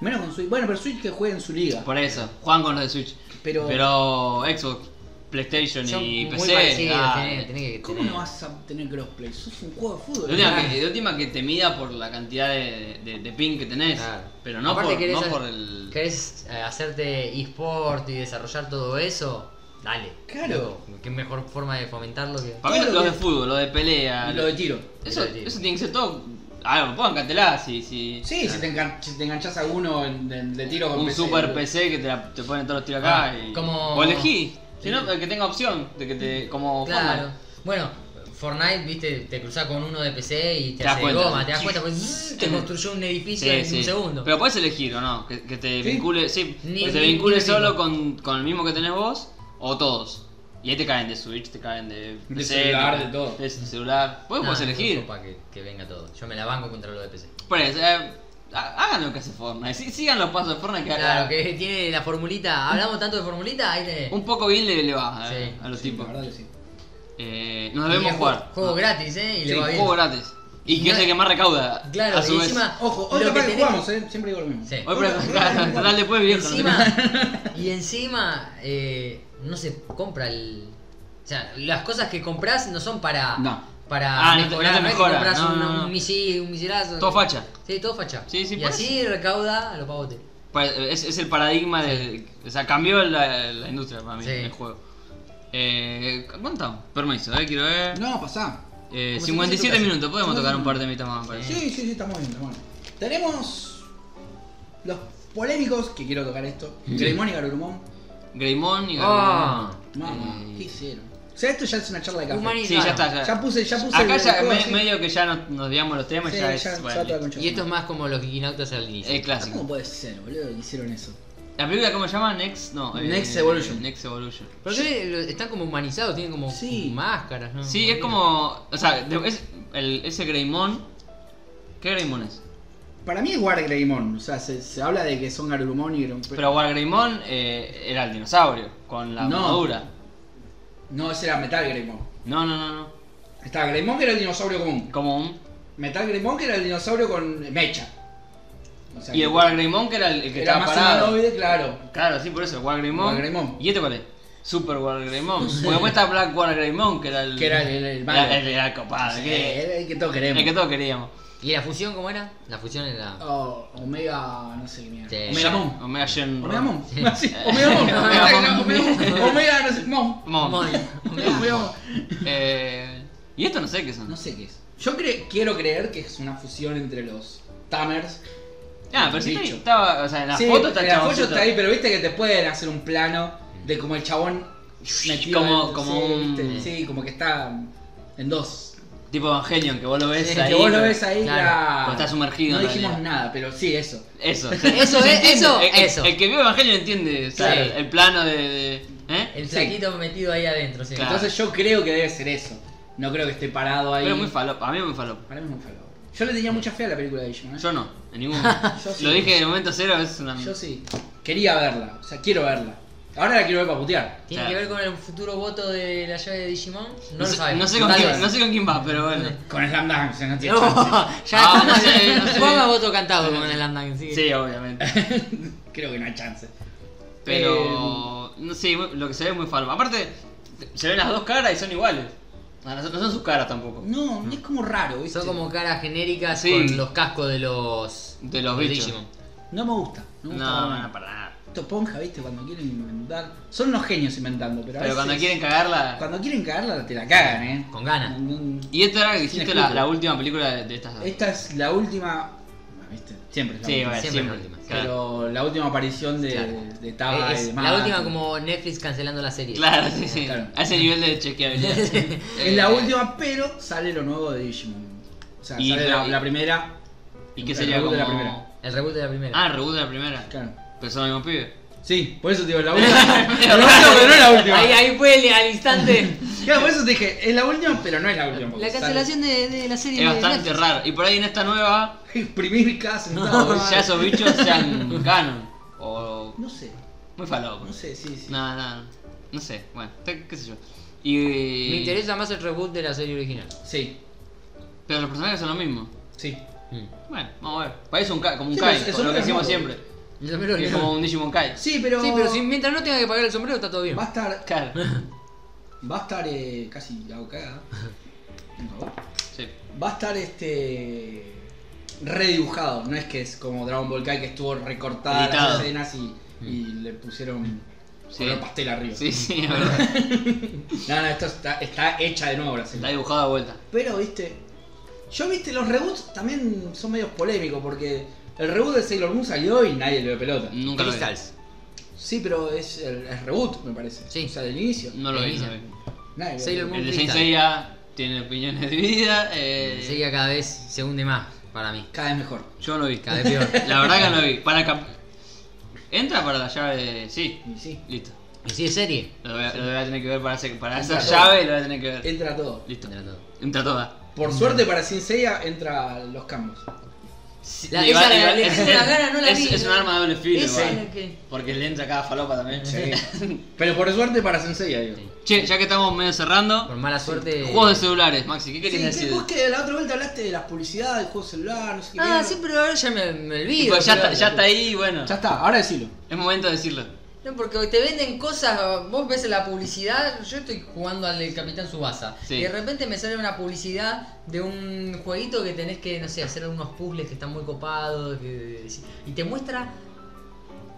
[SPEAKER 1] Menos con Switch. Bueno, pero Switch que juega en su liga.
[SPEAKER 2] Por eso. Juegan con los de Switch.
[SPEAKER 1] Pero-
[SPEAKER 2] Pero Xbox, PlayStation
[SPEAKER 3] Son
[SPEAKER 2] y
[SPEAKER 3] muy
[SPEAKER 2] PC.
[SPEAKER 3] parecidos,
[SPEAKER 2] ah,
[SPEAKER 3] tenés- tenés que
[SPEAKER 1] ¿Cómo
[SPEAKER 3] tener-
[SPEAKER 1] no vas a tener crossplay? Sos un juego de
[SPEAKER 2] La
[SPEAKER 1] fútbol.
[SPEAKER 2] última, que, la última que te mida por la cantidad de, de, de ping que tenés.
[SPEAKER 3] Claro.
[SPEAKER 2] Pero no,
[SPEAKER 3] Aparte
[SPEAKER 2] por,
[SPEAKER 3] querés
[SPEAKER 2] no
[SPEAKER 3] ha-
[SPEAKER 2] por el.
[SPEAKER 3] ¿Querés eh, hacerte eSport y desarrollar todo eso? Dale.
[SPEAKER 1] Claro.
[SPEAKER 3] Loco, Qué mejor forma de fomentarlo que.
[SPEAKER 2] Para mí,
[SPEAKER 1] todo
[SPEAKER 2] los
[SPEAKER 1] lo
[SPEAKER 2] de
[SPEAKER 1] que-
[SPEAKER 2] fútbol, los de pelea.
[SPEAKER 1] Y lo de tiro.
[SPEAKER 2] Eso,
[SPEAKER 3] Lo de tiro.
[SPEAKER 2] eso tiene que ser todo. A ver, pongan cantelar si. si
[SPEAKER 1] Sí, si, te engan- si te enganchás a uno en- de, de tiro con
[SPEAKER 2] un
[SPEAKER 1] PC,
[SPEAKER 2] super
[SPEAKER 1] boludo.
[SPEAKER 2] PC que te, la- te ponen todos los tiros acá.
[SPEAKER 3] Ah,
[SPEAKER 2] y,
[SPEAKER 3] como-
[SPEAKER 2] O elegí. Si no, el que tenga opción. De que te, como
[SPEAKER 3] Claro.
[SPEAKER 2] Fortnite.
[SPEAKER 3] Bueno, Fortnite, viste, te cruzás con uno de PC y te,
[SPEAKER 2] Te das
[SPEAKER 3] hace
[SPEAKER 2] cuenta.
[SPEAKER 3] goma, te das cuenta, pues, te construyó un edificio en un segundo.
[SPEAKER 2] Pero puedes elegir o no. Que, que te
[SPEAKER 1] Sí.
[SPEAKER 2] vincule. Sí,
[SPEAKER 3] Ni-
[SPEAKER 2] que te
[SPEAKER 3] ni-
[SPEAKER 2] vincule
[SPEAKER 3] ni
[SPEAKER 2] solo
[SPEAKER 3] elegimos.
[SPEAKER 2] con, con el mismo que tenés vos o todos. Y ahí te caen de Switch, te caen de.
[SPEAKER 1] De
[SPEAKER 2] PC,
[SPEAKER 1] celular,
[SPEAKER 2] te-
[SPEAKER 1] de todo.
[SPEAKER 2] De celular. Vos
[SPEAKER 3] Nah,
[SPEAKER 2] podés
[SPEAKER 3] no
[SPEAKER 2] elegir.
[SPEAKER 3] uso pa' que, que venga todo. Yo me la banco contra lo de PC.
[SPEAKER 2] Por eso, eh, ha- hagan lo que hace Fortnite. Sí, sigan los pasos de Fortnite que
[SPEAKER 3] Claro, que tiene la formulita. Hablamos tanto de formulita, ahí tenés.
[SPEAKER 2] Un poco bien le, le va a,
[SPEAKER 3] Sí,
[SPEAKER 2] a los
[SPEAKER 1] Sí,
[SPEAKER 2] tipos.
[SPEAKER 1] la verdad que sí.
[SPEAKER 2] Eh, nos
[SPEAKER 3] Y
[SPEAKER 2] debemos
[SPEAKER 3] es
[SPEAKER 2] jugar.
[SPEAKER 3] Juego gratis, ¿eh? Y
[SPEAKER 2] Sí,
[SPEAKER 3] le va bien.
[SPEAKER 2] juego gratis. Y que
[SPEAKER 3] No-
[SPEAKER 2] es el que más recauda.
[SPEAKER 3] Claro,
[SPEAKER 2] a su
[SPEAKER 3] y
[SPEAKER 2] vez.
[SPEAKER 3] encima.
[SPEAKER 1] Ojo,
[SPEAKER 3] lo
[SPEAKER 1] hoy capaz que
[SPEAKER 3] tenés-
[SPEAKER 1] jugamos, ¿eh? Siempre digo lo mismo.
[SPEAKER 3] Sí.
[SPEAKER 2] Hoy, por ejemplo, [LAUGHS] claro, total, después viejo. no
[SPEAKER 3] Encima,
[SPEAKER 2] te- [LAUGHS]
[SPEAKER 3] y encima, eh, no se compra el. O sea, las cosas que compras no son para.
[SPEAKER 1] No.
[SPEAKER 3] Para
[SPEAKER 2] Ah, no te-
[SPEAKER 3] mejorar,
[SPEAKER 2] no te
[SPEAKER 3] es que
[SPEAKER 2] mejora,
[SPEAKER 3] compras
[SPEAKER 2] no,
[SPEAKER 3] un,
[SPEAKER 2] no, no.
[SPEAKER 3] un misil, un misilazo.
[SPEAKER 2] Todo facha.
[SPEAKER 3] Sí, todo facha.
[SPEAKER 2] Sí, sí,
[SPEAKER 3] y
[SPEAKER 2] por
[SPEAKER 3] así recauda a los pavotes.
[SPEAKER 2] Pa- Pues, Es, es el paradigma de. O sea, cambió la, la industria para mí,
[SPEAKER 3] Sí.
[SPEAKER 2] el juego. Eh, ¿Cuánto? Permiso, eh, quiero ver.
[SPEAKER 1] No, pasá.
[SPEAKER 2] Eh,
[SPEAKER 3] Como si
[SPEAKER 2] 57
[SPEAKER 3] fuese tu casa.
[SPEAKER 2] minutos, podemos tocar un par de mitas más, me
[SPEAKER 1] Sí, sí,
[SPEAKER 2] parece.
[SPEAKER 1] sí, estamos bien, estamos bien. Tenemos los polémicos, que quiero tocar esto. Cremón y Garurumón.
[SPEAKER 2] Greymon y
[SPEAKER 3] Ah.
[SPEAKER 1] Mamá,
[SPEAKER 2] Eh,
[SPEAKER 1] ¿qué hicieron? O sea, esto ya es una charla de café.
[SPEAKER 3] Humani-
[SPEAKER 2] Sí, ya está. Ya,
[SPEAKER 1] Ya puse, ya puse
[SPEAKER 2] Acá
[SPEAKER 1] el-
[SPEAKER 2] ya
[SPEAKER 1] el juego
[SPEAKER 2] me-
[SPEAKER 1] así.
[SPEAKER 2] medio que ya nos, nos digamos los temas,
[SPEAKER 1] Sí,
[SPEAKER 2] ya
[SPEAKER 1] ya,
[SPEAKER 2] es.
[SPEAKER 1] ya
[SPEAKER 2] bueno,
[SPEAKER 1] toda la concha
[SPEAKER 3] Y esto es
[SPEAKER 1] de
[SPEAKER 3] más como los Giginautas al inicio.
[SPEAKER 2] es
[SPEAKER 1] su madre. ¿Cómo
[SPEAKER 2] clásico.
[SPEAKER 1] puede ser, boludo, que hicieron eso?
[SPEAKER 2] ¿La película cómo se llama? Next. No, eh,
[SPEAKER 1] Next Evolution.
[SPEAKER 2] Next Evolution.
[SPEAKER 3] Pero que lo- están como humanizados, tienen como
[SPEAKER 1] Sí.
[SPEAKER 3] máscaras,
[SPEAKER 1] Ah,
[SPEAKER 3] ¿no?
[SPEAKER 2] Sí, es como. O sea, de- es, el, ese Greymon. ¿Qué Greymon es?
[SPEAKER 1] Para mí es War Greymon, o sea, se, se habla de que son Garurumón y Grompe-
[SPEAKER 2] Pero Wargreymon eh, era el dinosaurio, con la
[SPEAKER 1] No.
[SPEAKER 2] armadura.
[SPEAKER 1] No, ese era Metal Greymon.
[SPEAKER 2] No, no, no, no.
[SPEAKER 1] Estaba Greymon que era el dinosaurio común.
[SPEAKER 2] Como un.
[SPEAKER 1] Metal Greymon que era el dinosaurio con mecha. O sea,
[SPEAKER 2] Y el
[SPEAKER 1] que-
[SPEAKER 2] Wargreymon que era el, el que
[SPEAKER 1] Era
[SPEAKER 2] estaba
[SPEAKER 1] más
[SPEAKER 2] parado.
[SPEAKER 1] humanoide, claro.
[SPEAKER 2] Claro, sí, por eso, el Wargreymon.
[SPEAKER 1] Wargreymon.
[SPEAKER 2] ¿Y este cuál es? Super
[SPEAKER 1] [LAUGHS]
[SPEAKER 2] Wargreymon. Porque después está Black Wargreymon, que era el.
[SPEAKER 1] Que era el- el malo.
[SPEAKER 2] Era, el- era el copado,
[SPEAKER 1] Sí,
[SPEAKER 2] que-
[SPEAKER 1] era Eh, el que todos queremos.
[SPEAKER 2] Ah, el que todos queríamos.
[SPEAKER 3] ¿Y la fusión cómo era? La fusión era.
[SPEAKER 1] Oh, Omega, no sé qué mierda.
[SPEAKER 3] Sí.
[SPEAKER 1] Omega Mom.
[SPEAKER 2] Omega Gen.
[SPEAKER 1] Omega Mom. [LAUGHS] Sí, Omega Mom.
[SPEAKER 2] Omega Mom.
[SPEAKER 1] Omega Mom. Omega, no sé, Mom.
[SPEAKER 2] Mom.
[SPEAKER 3] Mom.
[SPEAKER 1] Omega Mom.
[SPEAKER 2] [LAUGHS] Eh, y esto no sé qué son.
[SPEAKER 1] No sé qué es. Yo cre- quiero creer que es una fusión entre los Tamers.
[SPEAKER 2] Ah, pero sí está ahí,
[SPEAKER 1] Bicho.
[SPEAKER 2] estaba. O sea, en la
[SPEAKER 1] Sí,
[SPEAKER 2] foto está el
[SPEAKER 1] la foto
[SPEAKER 2] chaboncito.
[SPEAKER 1] está ahí, pero viste que te pueden hacer un plano de como el chabón metido
[SPEAKER 2] Como-
[SPEAKER 1] adentro,
[SPEAKER 2] como
[SPEAKER 1] sí,
[SPEAKER 2] un- eh.
[SPEAKER 1] viste, sí, como que está en dos.
[SPEAKER 2] Tipo Evangelion, que vos lo ves
[SPEAKER 1] Que
[SPEAKER 2] ahí.
[SPEAKER 1] vos lo ves ahí,
[SPEAKER 3] claro,
[SPEAKER 1] la-
[SPEAKER 2] pero está sumergido
[SPEAKER 1] No
[SPEAKER 2] en
[SPEAKER 1] dijimos
[SPEAKER 2] realidad.
[SPEAKER 1] nada, pero sí, eso. [LAUGHS]
[SPEAKER 2] Eso.
[SPEAKER 3] [LAUGHS] Eso
[SPEAKER 2] Se
[SPEAKER 3] es-
[SPEAKER 2] entiende.
[SPEAKER 3] eso,
[SPEAKER 2] El, el-
[SPEAKER 3] eso.
[SPEAKER 2] el que vio Evangelio entiende o sea,
[SPEAKER 3] Sí.
[SPEAKER 2] el plano de. de- ¿eh?
[SPEAKER 3] El
[SPEAKER 1] Sí.
[SPEAKER 3] flaquito metido ahí adentro, sí.
[SPEAKER 2] Claro.
[SPEAKER 1] Entonces yo creo que debe ser eso. No creo que esté parado ahí.
[SPEAKER 2] Pero muy falop, a mí muy falop.
[SPEAKER 1] Para mí es un fallo. Yo le tenía mucha fe a la película de Digimon. ¿eh?
[SPEAKER 2] Yo no, en ningún momento.
[SPEAKER 1] Yo sí.
[SPEAKER 2] Lo dije en el momento cero, es una.
[SPEAKER 1] Yo sí. Quería verla. O sea, quiero verla. Ahora la quiero ver para putear.
[SPEAKER 3] ¿Tiene
[SPEAKER 2] Claro.
[SPEAKER 3] que ver con el futuro voto de la llave de Digimon? No,
[SPEAKER 2] no
[SPEAKER 3] lo
[SPEAKER 2] sé,
[SPEAKER 3] sabemos.
[SPEAKER 2] no sé con
[SPEAKER 3] Tal
[SPEAKER 2] quién,
[SPEAKER 3] vez.
[SPEAKER 2] no sé con quién va, pero bueno.
[SPEAKER 1] Con Slam Dunk, se no tiene chance.
[SPEAKER 3] No, [LAUGHS] [LAUGHS] ya
[SPEAKER 2] Ah,
[SPEAKER 3] vamos
[SPEAKER 2] no sé, no sé.
[SPEAKER 3] a voto cantado con el Andang, sí.
[SPEAKER 2] Sí, obviamente.
[SPEAKER 1] Creo que no hay chance.
[SPEAKER 2] Pero. No sé, muy- lo que se ve es muy falop. Aparte, se ven las dos caras y son iguales. Ah, No no son- no son sus caras tampoco.
[SPEAKER 1] No, es como raro, ¿viste?
[SPEAKER 3] Son como caras genéricas
[SPEAKER 2] Sí.
[SPEAKER 3] con los cascos de los.
[SPEAKER 2] De los
[SPEAKER 3] de
[SPEAKER 2] bichos.
[SPEAKER 3] Digimon.
[SPEAKER 1] No me gusta. No, me gusta
[SPEAKER 2] No,
[SPEAKER 1] para
[SPEAKER 2] no,
[SPEAKER 1] nada.
[SPEAKER 2] para nada.
[SPEAKER 1] Esto ponja, ¿viste? Cuando quieren inventar. Son unos genios inventando, pero a
[SPEAKER 2] Pero
[SPEAKER 1] veces-
[SPEAKER 2] cuando quieren cagarla.
[SPEAKER 1] Cuando quieren cagarla, te la cagan, ¿eh?
[SPEAKER 3] Con ganas.
[SPEAKER 1] No, no.
[SPEAKER 2] Y esta era que hiciste la,
[SPEAKER 1] escrúpulo.
[SPEAKER 2] la última película de, de estas dos.
[SPEAKER 1] Esta es la última. Ah, ¿Viste? Siempre. es la
[SPEAKER 2] Sí,
[SPEAKER 1] última.
[SPEAKER 2] bueno,
[SPEAKER 3] siempre
[SPEAKER 2] siempre.
[SPEAKER 3] la última.
[SPEAKER 2] Claro.
[SPEAKER 1] Pero la última aparición de,
[SPEAKER 3] Claro.
[SPEAKER 1] de Taba
[SPEAKER 3] Es
[SPEAKER 1] y demás.
[SPEAKER 3] la última como Netflix cancelando la serie.
[SPEAKER 2] Ah, Claro, sí, sí.
[SPEAKER 1] Claro.
[SPEAKER 2] A ese nivel
[SPEAKER 1] [LAUGHS]
[SPEAKER 2] de chequeabilidad.
[SPEAKER 1] Es la última, pero sale lo nuevo de Digimon. O sea,
[SPEAKER 2] Y
[SPEAKER 1] sale
[SPEAKER 2] la-
[SPEAKER 1] la, la primera.
[SPEAKER 2] ¿Y qué
[SPEAKER 1] El
[SPEAKER 2] sería
[SPEAKER 1] reboot
[SPEAKER 2] como.?
[SPEAKER 1] de la primera.
[SPEAKER 3] El reboot de la primera. [LAUGHS]
[SPEAKER 2] Ah, reboot de la primera.
[SPEAKER 1] Claro.
[SPEAKER 2] Pero son los mismos pibes.
[SPEAKER 1] Sí, por eso te digo, la última. pero no, pero no es la última.
[SPEAKER 3] Ahí, ahí fue el- al
[SPEAKER 2] [LAUGHS]
[SPEAKER 3] instante.
[SPEAKER 1] Claro, por eso te dije, es la última, pero no es la última. porque
[SPEAKER 3] la cancelación de, de la serie.
[SPEAKER 2] Es
[SPEAKER 3] de
[SPEAKER 2] bastante
[SPEAKER 3] Netflix.
[SPEAKER 2] raro. Y por ahí en esta nueva,
[SPEAKER 1] sale- [LAUGHS] Imprimir cada centavo.
[SPEAKER 2] ya esos bichos
[SPEAKER 1] [LAUGHS]
[SPEAKER 2] sean canon. O.
[SPEAKER 1] No sé,
[SPEAKER 2] Muy falopa.
[SPEAKER 1] no sé, sí, sí.
[SPEAKER 2] No, no, no sé, bueno, te- qué sé yo. Y.
[SPEAKER 3] Me interesa más el reboot de la serie original.
[SPEAKER 1] Sí,
[SPEAKER 2] Pero los personajes son los mismos.
[SPEAKER 1] sí.
[SPEAKER 2] Mm. Bueno, vamos a ver. Parece un Kai, como un
[SPEAKER 1] Sí,
[SPEAKER 2] Kai,
[SPEAKER 1] pero es- es
[SPEAKER 2] como lo
[SPEAKER 1] un
[SPEAKER 2] que decimos
[SPEAKER 1] Digimon.
[SPEAKER 2] siempre.
[SPEAKER 3] El sombrero
[SPEAKER 2] Es
[SPEAKER 3] no.
[SPEAKER 2] como un Digimon
[SPEAKER 1] [LAUGHS]
[SPEAKER 2] Kai.
[SPEAKER 1] Sí, pero.
[SPEAKER 3] Sí, pero si, mientras no tenga que pagar el sombrero está todo bien.
[SPEAKER 1] Va a estar.
[SPEAKER 2] Claro,
[SPEAKER 1] Va a estar eh, casi la boca. cagada. No.
[SPEAKER 2] sí.
[SPEAKER 1] Va a estar este. redibujado. No es que es como Dragon Ball Kai que estuvo recortada
[SPEAKER 2] Editado.
[SPEAKER 1] las escenas y, y le pusieron
[SPEAKER 2] Sí.
[SPEAKER 1] color pastel arriba.
[SPEAKER 2] Sí, sí, es verdad.
[SPEAKER 1] No, no, esto está, está hecha de nuevo la serie.
[SPEAKER 2] Está dibujado a vuelta.
[SPEAKER 1] Pero, viste. Yo, viste, los reboots también son medios polémicos porque el reboot de Sailor Moon salió y nadie le dio pelota.
[SPEAKER 2] Nunca lo vi.
[SPEAKER 3] Crystals.
[SPEAKER 1] Sí, pero es el es reboot, me parece.
[SPEAKER 3] Sí.
[SPEAKER 1] O sea, del inicio.
[SPEAKER 2] No lo vi, no lo vi.
[SPEAKER 1] Nadie le dio
[SPEAKER 3] Sailor
[SPEAKER 1] pelota.
[SPEAKER 2] El de Saint Seiya tiene opiniones [LAUGHS] divididas. Eh,
[SPEAKER 3] Sería cada vez se hunde más para mí.
[SPEAKER 1] Cada vez mejor.
[SPEAKER 2] Yo no lo vi.
[SPEAKER 3] Cada vez peor.
[SPEAKER 2] La verdad que no lo vi. Para cap- Entra para la llave de. Sí,
[SPEAKER 1] Y sí.
[SPEAKER 2] listo.
[SPEAKER 3] Y si es serie.
[SPEAKER 2] Lo voy a, lo voy a tener que ver para, hacer- para
[SPEAKER 1] Entra
[SPEAKER 2] esa
[SPEAKER 1] todo.
[SPEAKER 2] llave, lo voy a tener que ver.
[SPEAKER 1] Entra todo.
[SPEAKER 2] Listo.
[SPEAKER 3] Entra todo.
[SPEAKER 2] Entra toda.
[SPEAKER 1] Por suerte para Sin Seiya entra los cambios.
[SPEAKER 2] Sí,
[SPEAKER 3] La-
[SPEAKER 2] le va-
[SPEAKER 3] esa
[SPEAKER 2] le
[SPEAKER 3] la-
[SPEAKER 2] va-
[SPEAKER 3] le
[SPEAKER 2] es-
[SPEAKER 3] puse las ganas, no la
[SPEAKER 2] es,
[SPEAKER 3] vi,
[SPEAKER 2] Es
[SPEAKER 3] no.
[SPEAKER 2] un arma de doble filo,
[SPEAKER 3] Esa
[SPEAKER 2] igual.
[SPEAKER 3] es la que-
[SPEAKER 2] Porque le entra cada falopa también. [LAUGHS]
[SPEAKER 1] Pero por suerte para Sin Seiya, digo.
[SPEAKER 2] Che, ya que estamos medio
[SPEAKER 3] Por
[SPEAKER 2] cerrando,
[SPEAKER 3] mala suerte.
[SPEAKER 2] juegos de celulares, Maxi, ¿qué querés
[SPEAKER 1] Sí,
[SPEAKER 2] decir?
[SPEAKER 1] que vos que la otra vuelta hablaste de las publicidades, del juego celular, no sé qué.
[SPEAKER 3] Ah,
[SPEAKER 1] mierda.
[SPEAKER 3] sí, pero ahora ya me, me
[SPEAKER 2] Y
[SPEAKER 3] olvido.
[SPEAKER 2] pues ya,
[SPEAKER 3] pero-
[SPEAKER 2] está, ya está ahí, bueno,
[SPEAKER 1] Ya está, ahora decilo.
[SPEAKER 2] es momento de decirlo.
[SPEAKER 3] No, porque te venden cosas, vos ves la publicidad, yo estoy jugando al del Capitán Subasa.
[SPEAKER 2] Sí.
[SPEAKER 3] Y de repente me sale una publicidad de un jueguito que tenés que, no sé, hacer unos puzzles que están muy copados. que- y te muestra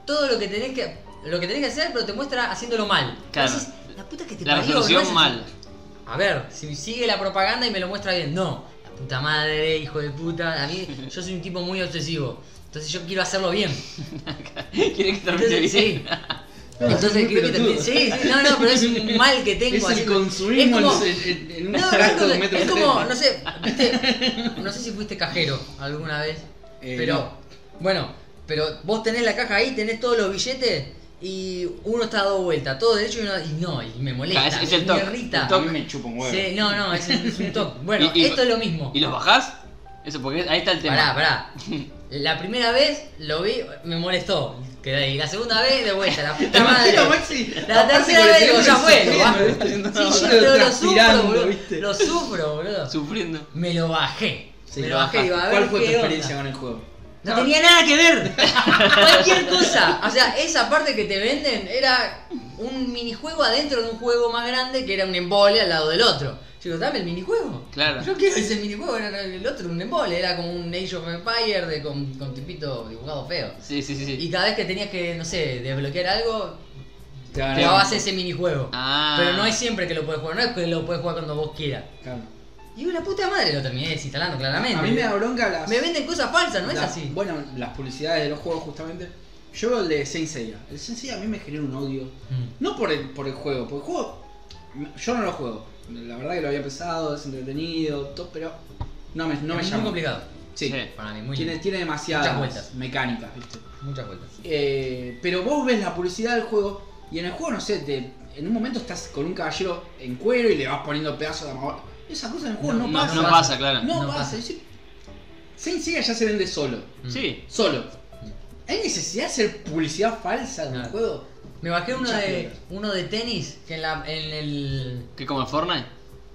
[SPEAKER 3] todo lo que tenés que. Lo que tenés que hacer, pero te muestra haciéndolo mal.
[SPEAKER 2] Claro.
[SPEAKER 3] Decís, la puta que te
[SPEAKER 2] La
[SPEAKER 3] Este parió,
[SPEAKER 2] resolución
[SPEAKER 3] no es así".
[SPEAKER 2] mal. [LAUGHS]
[SPEAKER 3] A ver, si sigue la propaganda y me lo muestra bien. No, la puta madre, hijo de puta. A mí, yo soy un tipo muy obsesivo. Entonces yo quiero hacerlo bien.
[SPEAKER 2] ¿Quieres que termine bien? [LAUGHS]
[SPEAKER 3] Entonces, sí. Entonces quiero que también. Sí, sí, no, no, pero es un mal que tengo.
[SPEAKER 1] Es el
[SPEAKER 3] así que-
[SPEAKER 1] consumismo
[SPEAKER 3] es como-
[SPEAKER 1] en- en, en un [LAUGHS]
[SPEAKER 3] [LAUGHS] No, es
[SPEAKER 1] trato
[SPEAKER 3] como,
[SPEAKER 1] de un metro
[SPEAKER 3] es como,
[SPEAKER 1] setenta.
[SPEAKER 3] no sé, viste, no sé si fuiste cajero alguna vez,
[SPEAKER 1] Eh,
[SPEAKER 3] pero
[SPEAKER 1] no.
[SPEAKER 3] bueno, pero vos tenés la caja ahí, tenés todos los billetes y uno está dado vuelta, todo derecho y uno y no, y me molesta,
[SPEAKER 2] Claro, es- es el
[SPEAKER 3] me
[SPEAKER 2] toc,
[SPEAKER 3] irrita.
[SPEAKER 2] el toc.
[SPEAKER 1] A mí me chupa un huevo.
[SPEAKER 3] Sí, no, no, es, es un toque. Bueno,
[SPEAKER 2] Y- y-
[SPEAKER 3] esto es lo mismo.
[SPEAKER 2] ¿Y los bajás? Eso, porque ahí está el tema.
[SPEAKER 3] Pará, pará. La primera vez lo vi, me molestó. Quedé ahí. La segunda vez, de vuelta,
[SPEAKER 1] [LAUGHS]
[SPEAKER 3] la puta madre.
[SPEAKER 1] Imagino, Maxi,
[SPEAKER 3] La
[SPEAKER 1] aparte
[SPEAKER 3] tercera
[SPEAKER 1] con el
[SPEAKER 3] vez, digo, ya
[SPEAKER 1] teléfono
[SPEAKER 3] fue. lo
[SPEAKER 1] sufriendo,
[SPEAKER 3] bajo.
[SPEAKER 1] ¿viste?
[SPEAKER 3] Sí, yo
[SPEAKER 1] Todo
[SPEAKER 3] pero lo sufro,
[SPEAKER 1] transpirando,
[SPEAKER 3] boludo.
[SPEAKER 1] ¿viste?
[SPEAKER 3] Lo sufro, boludo.
[SPEAKER 2] Sufriendo.
[SPEAKER 3] Me lo bajé.
[SPEAKER 1] Sí,
[SPEAKER 3] me
[SPEAKER 1] lo
[SPEAKER 3] lo bajé.
[SPEAKER 1] bajaste.
[SPEAKER 3] Digo, a ver
[SPEAKER 1] ¿Cuál fue tu
[SPEAKER 3] qué onda.
[SPEAKER 1] experiencia con el juego?
[SPEAKER 3] No tenía nada
[SPEAKER 1] [LAUGHS]
[SPEAKER 3] que ver. Cualquier cosa. O sea, esa parte que te venden era un minijuego adentro de un juego más grande que era un embole al lado del otro. Yo digo, dame el minijuego.
[SPEAKER 2] Claro.
[SPEAKER 3] Yo quiero ese minijuego, era el otro un embole, era como un Age of Empire de, con, con tipito dibujado feo.
[SPEAKER 2] Sí, sí, sí. sí.
[SPEAKER 3] Y cada vez que tenías que, no sé, desbloquear algo,
[SPEAKER 1] Claro,
[SPEAKER 3] jugabas ese minijuego.
[SPEAKER 2] Ah.
[SPEAKER 3] Pero no es siempre que lo puedes jugar, no es que lo puedes jugar cuando vos quieras.
[SPEAKER 1] claro.
[SPEAKER 3] Y digo, la puta madre, lo terminé desinstalando claramente.
[SPEAKER 1] A mí me da bronca las...
[SPEAKER 3] Me venden cosas falsas, no es
[SPEAKER 1] las-
[SPEAKER 3] así.
[SPEAKER 1] Bueno, las publicidades de los juegos justamente. Yo veo el de Saint Seiya. El Saint Seiya a mí me genera un odio.
[SPEAKER 3] Mm.
[SPEAKER 1] No por el, por el juego, porque el juego. Yo no lo juego. La verdad que lo había empezado, es entretenido, todo, pero. No me, no me
[SPEAKER 3] es muy
[SPEAKER 1] llama.
[SPEAKER 3] complicado.
[SPEAKER 1] Sí.
[SPEAKER 2] Sí.
[SPEAKER 3] Para mí, muy
[SPEAKER 1] Tiene, tiene
[SPEAKER 3] Muchas
[SPEAKER 1] demasiadas
[SPEAKER 3] vueltas.
[SPEAKER 1] mecánicas, ¿viste?
[SPEAKER 3] Muchas vueltas.
[SPEAKER 1] Eh, pero vos ves la publicidad del juego y en el juego, no sé, te- en un momento estás con un caballero en cuero y le vas poniendo pedazos de amor. Esa cosa en el juego no,
[SPEAKER 3] No,
[SPEAKER 2] No,
[SPEAKER 1] pasa.
[SPEAKER 2] no pasa, claro.
[SPEAKER 1] No
[SPEAKER 3] No
[SPEAKER 1] pasa.
[SPEAKER 3] pasa.
[SPEAKER 1] Es decir, Saint Seiya ya se vende solo.
[SPEAKER 3] Mm.
[SPEAKER 2] Sí.
[SPEAKER 1] Solo. ¿Hay necesidad de hacer publicidad falsa de un
[SPEAKER 3] Claro.
[SPEAKER 1] juego?
[SPEAKER 3] Me bajé uno
[SPEAKER 1] Muchas
[SPEAKER 3] de,
[SPEAKER 1] pelotas.
[SPEAKER 3] uno de tenis que en, la, en el.
[SPEAKER 2] ¿Que como el Fortnite?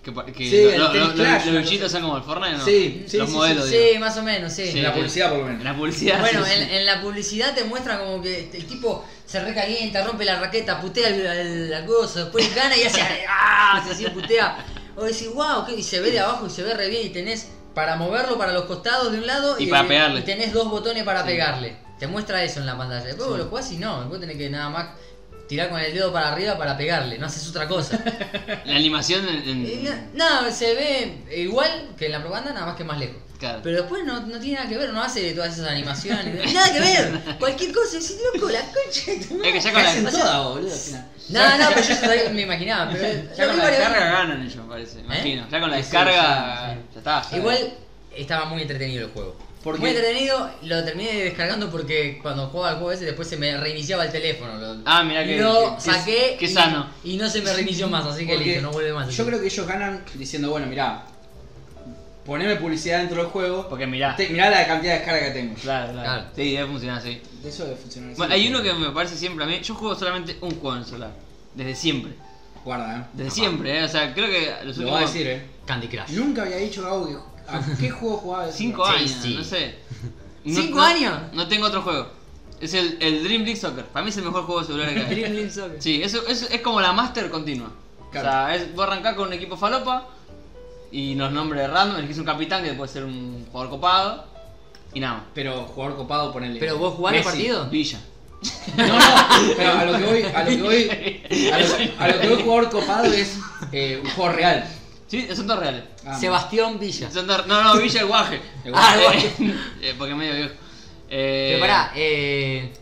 [SPEAKER 2] Que, pa- que
[SPEAKER 1] Sí, el
[SPEAKER 2] lo- lo-
[SPEAKER 1] Candy
[SPEAKER 2] lo-
[SPEAKER 1] Crush,
[SPEAKER 2] los
[SPEAKER 1] una
[SPEAKER 2] bichitos
[SPEAKER 1] cosa.
[SPEAKER 2] son como el Fortnite, ¿no?
[SPEAKER 1] Sí, sí,
[SPEAKER 2] Los
[SPEAKER 1] sí,
[SPEAKER 2] modelos,
[SPEAKER 3] sí,
[SPEAKER 2] digo.
[SPEAKER 3] más o menos, sí.
[SPEAKER 2] Sí.
[SPEAKER 1] la publicidad, por lo menos.
[SPEAKER 2] La publicidad.
[SPEAKER 3] Bueno,
[SPEAKER 2] sí,
[SPEAKER 3] en,
[SPEAKER 2] sí.
[SPEAKER 3] en la publicidad te muestran como que este, el tipo se recalienta, rompe la raqueta, putea el, el, la cosa, después gana y hace. [LAUGHS] ¡Ah! Se así putea. O decís, wow, y se ve de abajo y se ve re bien y tenés para moverlo para los costados de un lado
[SPEAKER 2] Y para
[SPEAKER 3] eh,
[SPEAKER 2] pegarle.
[SPEAKER 3] y tenés dos botones para
[SPEAKER 2] Sí.
[SPEAKER 3] pegarle. Te muestra eso en la pantalla. Después vos lo jugás y no, después tenés que nada más tirar con el dedo para arriba para pegarle, no haces
[SPEAKER 2] [LAUGHS]
[SPEAKER 3] otra cosa.
[SPEAKER 2] La animación en. en-
[SPEAKER 3] Y no, no, se ve igual que en la propaganda, nada más que más lejos.
[SPEAKER 2] Claro.
[SPEAKER 3] Pero después no, no tiene nada que ver, no hace todas esas animaciones. [LAUGHS] nada que ver, cualquier cosa, es loco, la concha de tu madre.
[SPEAKER 2] Es que ya con la.
[SPEAKER 1] Hacen toda, boludo, al final.
[SPEAKER 3] No, no, pero yo ya me imaginaba, pero
[SPEAKER 2] [LAUGHS] Ya
[SPEAKER 3] lo
[SPEAKER 2] con
[SPEAKER 3] vi
[SPEAKER 2] la
[SPEAKER 3] varias
[SPEAKER 2] descarga
[SPEAKER 3] veces.
[SPEAKER 2] ganan ellos, parece. Imagino. Ya con la
[SPEAKER 3] ¿Eh? Sí, sí,
[SPEAKER 2] descarga.
[SPEAKER 3] sí, sí.
[SPEAKER 2] Ya está. ya
[SPEAKER 3] Igual estaba muy entretenido el juego.
[SPEAKER 1] ¿Por
[SPEAKER 3] muy
[SPEAKER 1] qué?
[SPEAKER 3] entretenido, lo terminé descargando porque cuando jugaba al juego ese después se me reiniciaba el teléfono. Lo-
[SPEAKER 2] Ah, mirá que-
[SPEAKER 3] Lo
[SPEAKER 2] que-
[SPEAKER 3] saqué
[SPEAKER 2] que
[SPEAKER 3] y-
[SPEAKER 2] sano.
[SPEAKER 3] Y, no se me reinició más, así que
[SPEAKER 1] Porque
[SPEAKER 3] listo, no vuelve más.
[SPEAKER 1] Yo creo que ellos ganan diciendo, bueno, mirá, poneme publicidad dentro del juego.
[SPEAKER 2] Porque mirá.
[SPEAKER 1] Te- mirá la cantidad de descarga que tengo.
[SPEAKER 2] Claro, claro.
[SPEAKER 3] Claro.
[SPEAKER 2] Sí, debe funcionar así.
[SPEAKER 1] De eso debe funcionar. así.
[SPEAKER 2] Bueno, hay uno que me parece siempre a mí. Yo juego solamente un juego en celular. Desde siempre.
[SPEAKER 1] Guarda, eh.
[SPEAKER 2] Desde siempre, ¿eh? O sea, creo que los
[SPEAKER 1] Lo va a
[SPEAKER 2] últimos
[SPEAKER 1] decir, eh.
[SPEAKER 3] Candy Crush.
[SPEAKER 1] Nunca había dicho Gabo que a [LAUGHS] qué juego jugaba. de
[SPEAKER 2] cinco
[SPEAKER 3] Sí,
[SPEAKER 2] años,
[SPEAKER 3] sí.
[SPEAKER 2] no sé.
[SPEAKER 3] ¿Cinco
[SPEAKER 2] no-
[SPEAKER 3] años?
[SPEAKER 2] No tengo otro juego. Es el, el Dream League Soccer. Para mí es el mejor juego de celular
[SPEAKER 3] [LAUGHS]
[SPEAKER 2] que hay. Sí, eso, eso es como la master continua.
[SPEAKER 1] Claro.
[SPEAKER 2] O sea, es, vos arrancás con un equipo falopa y los nombres random, elegís un capitán que puede ser un jugador copado y nada más.
[SPEAKER 1] Pero jugador copado, ponele.
[SPEAKER 3] Pero vos jugás los
[SPEAKER 1] Messi.
[SPEAKER 3] partidos.
[SPEAKER 2] Villa.
[SPEAKER 1] [LAUGHS] No, no, pero a lo que voy, a lo que voy, a lo, a lo que voy jugador copado es eh, un juego real.
[SPEAKER 2] Sí, son todos reales.
[SPEAKER 1] Ah,
[SPEAKER 3] Sebastián Villa.
[SPEAKER 2] Son todos- no, no, Villa es guaje.
[SPEAKER 1] El
[SPEAKER 3] guaje.
[SPEAKER 2] Ah, guaje. [LAUGHS] Eh, porque es medio viejo. Eh,
[SPEAKER 3] Pero pará, eh,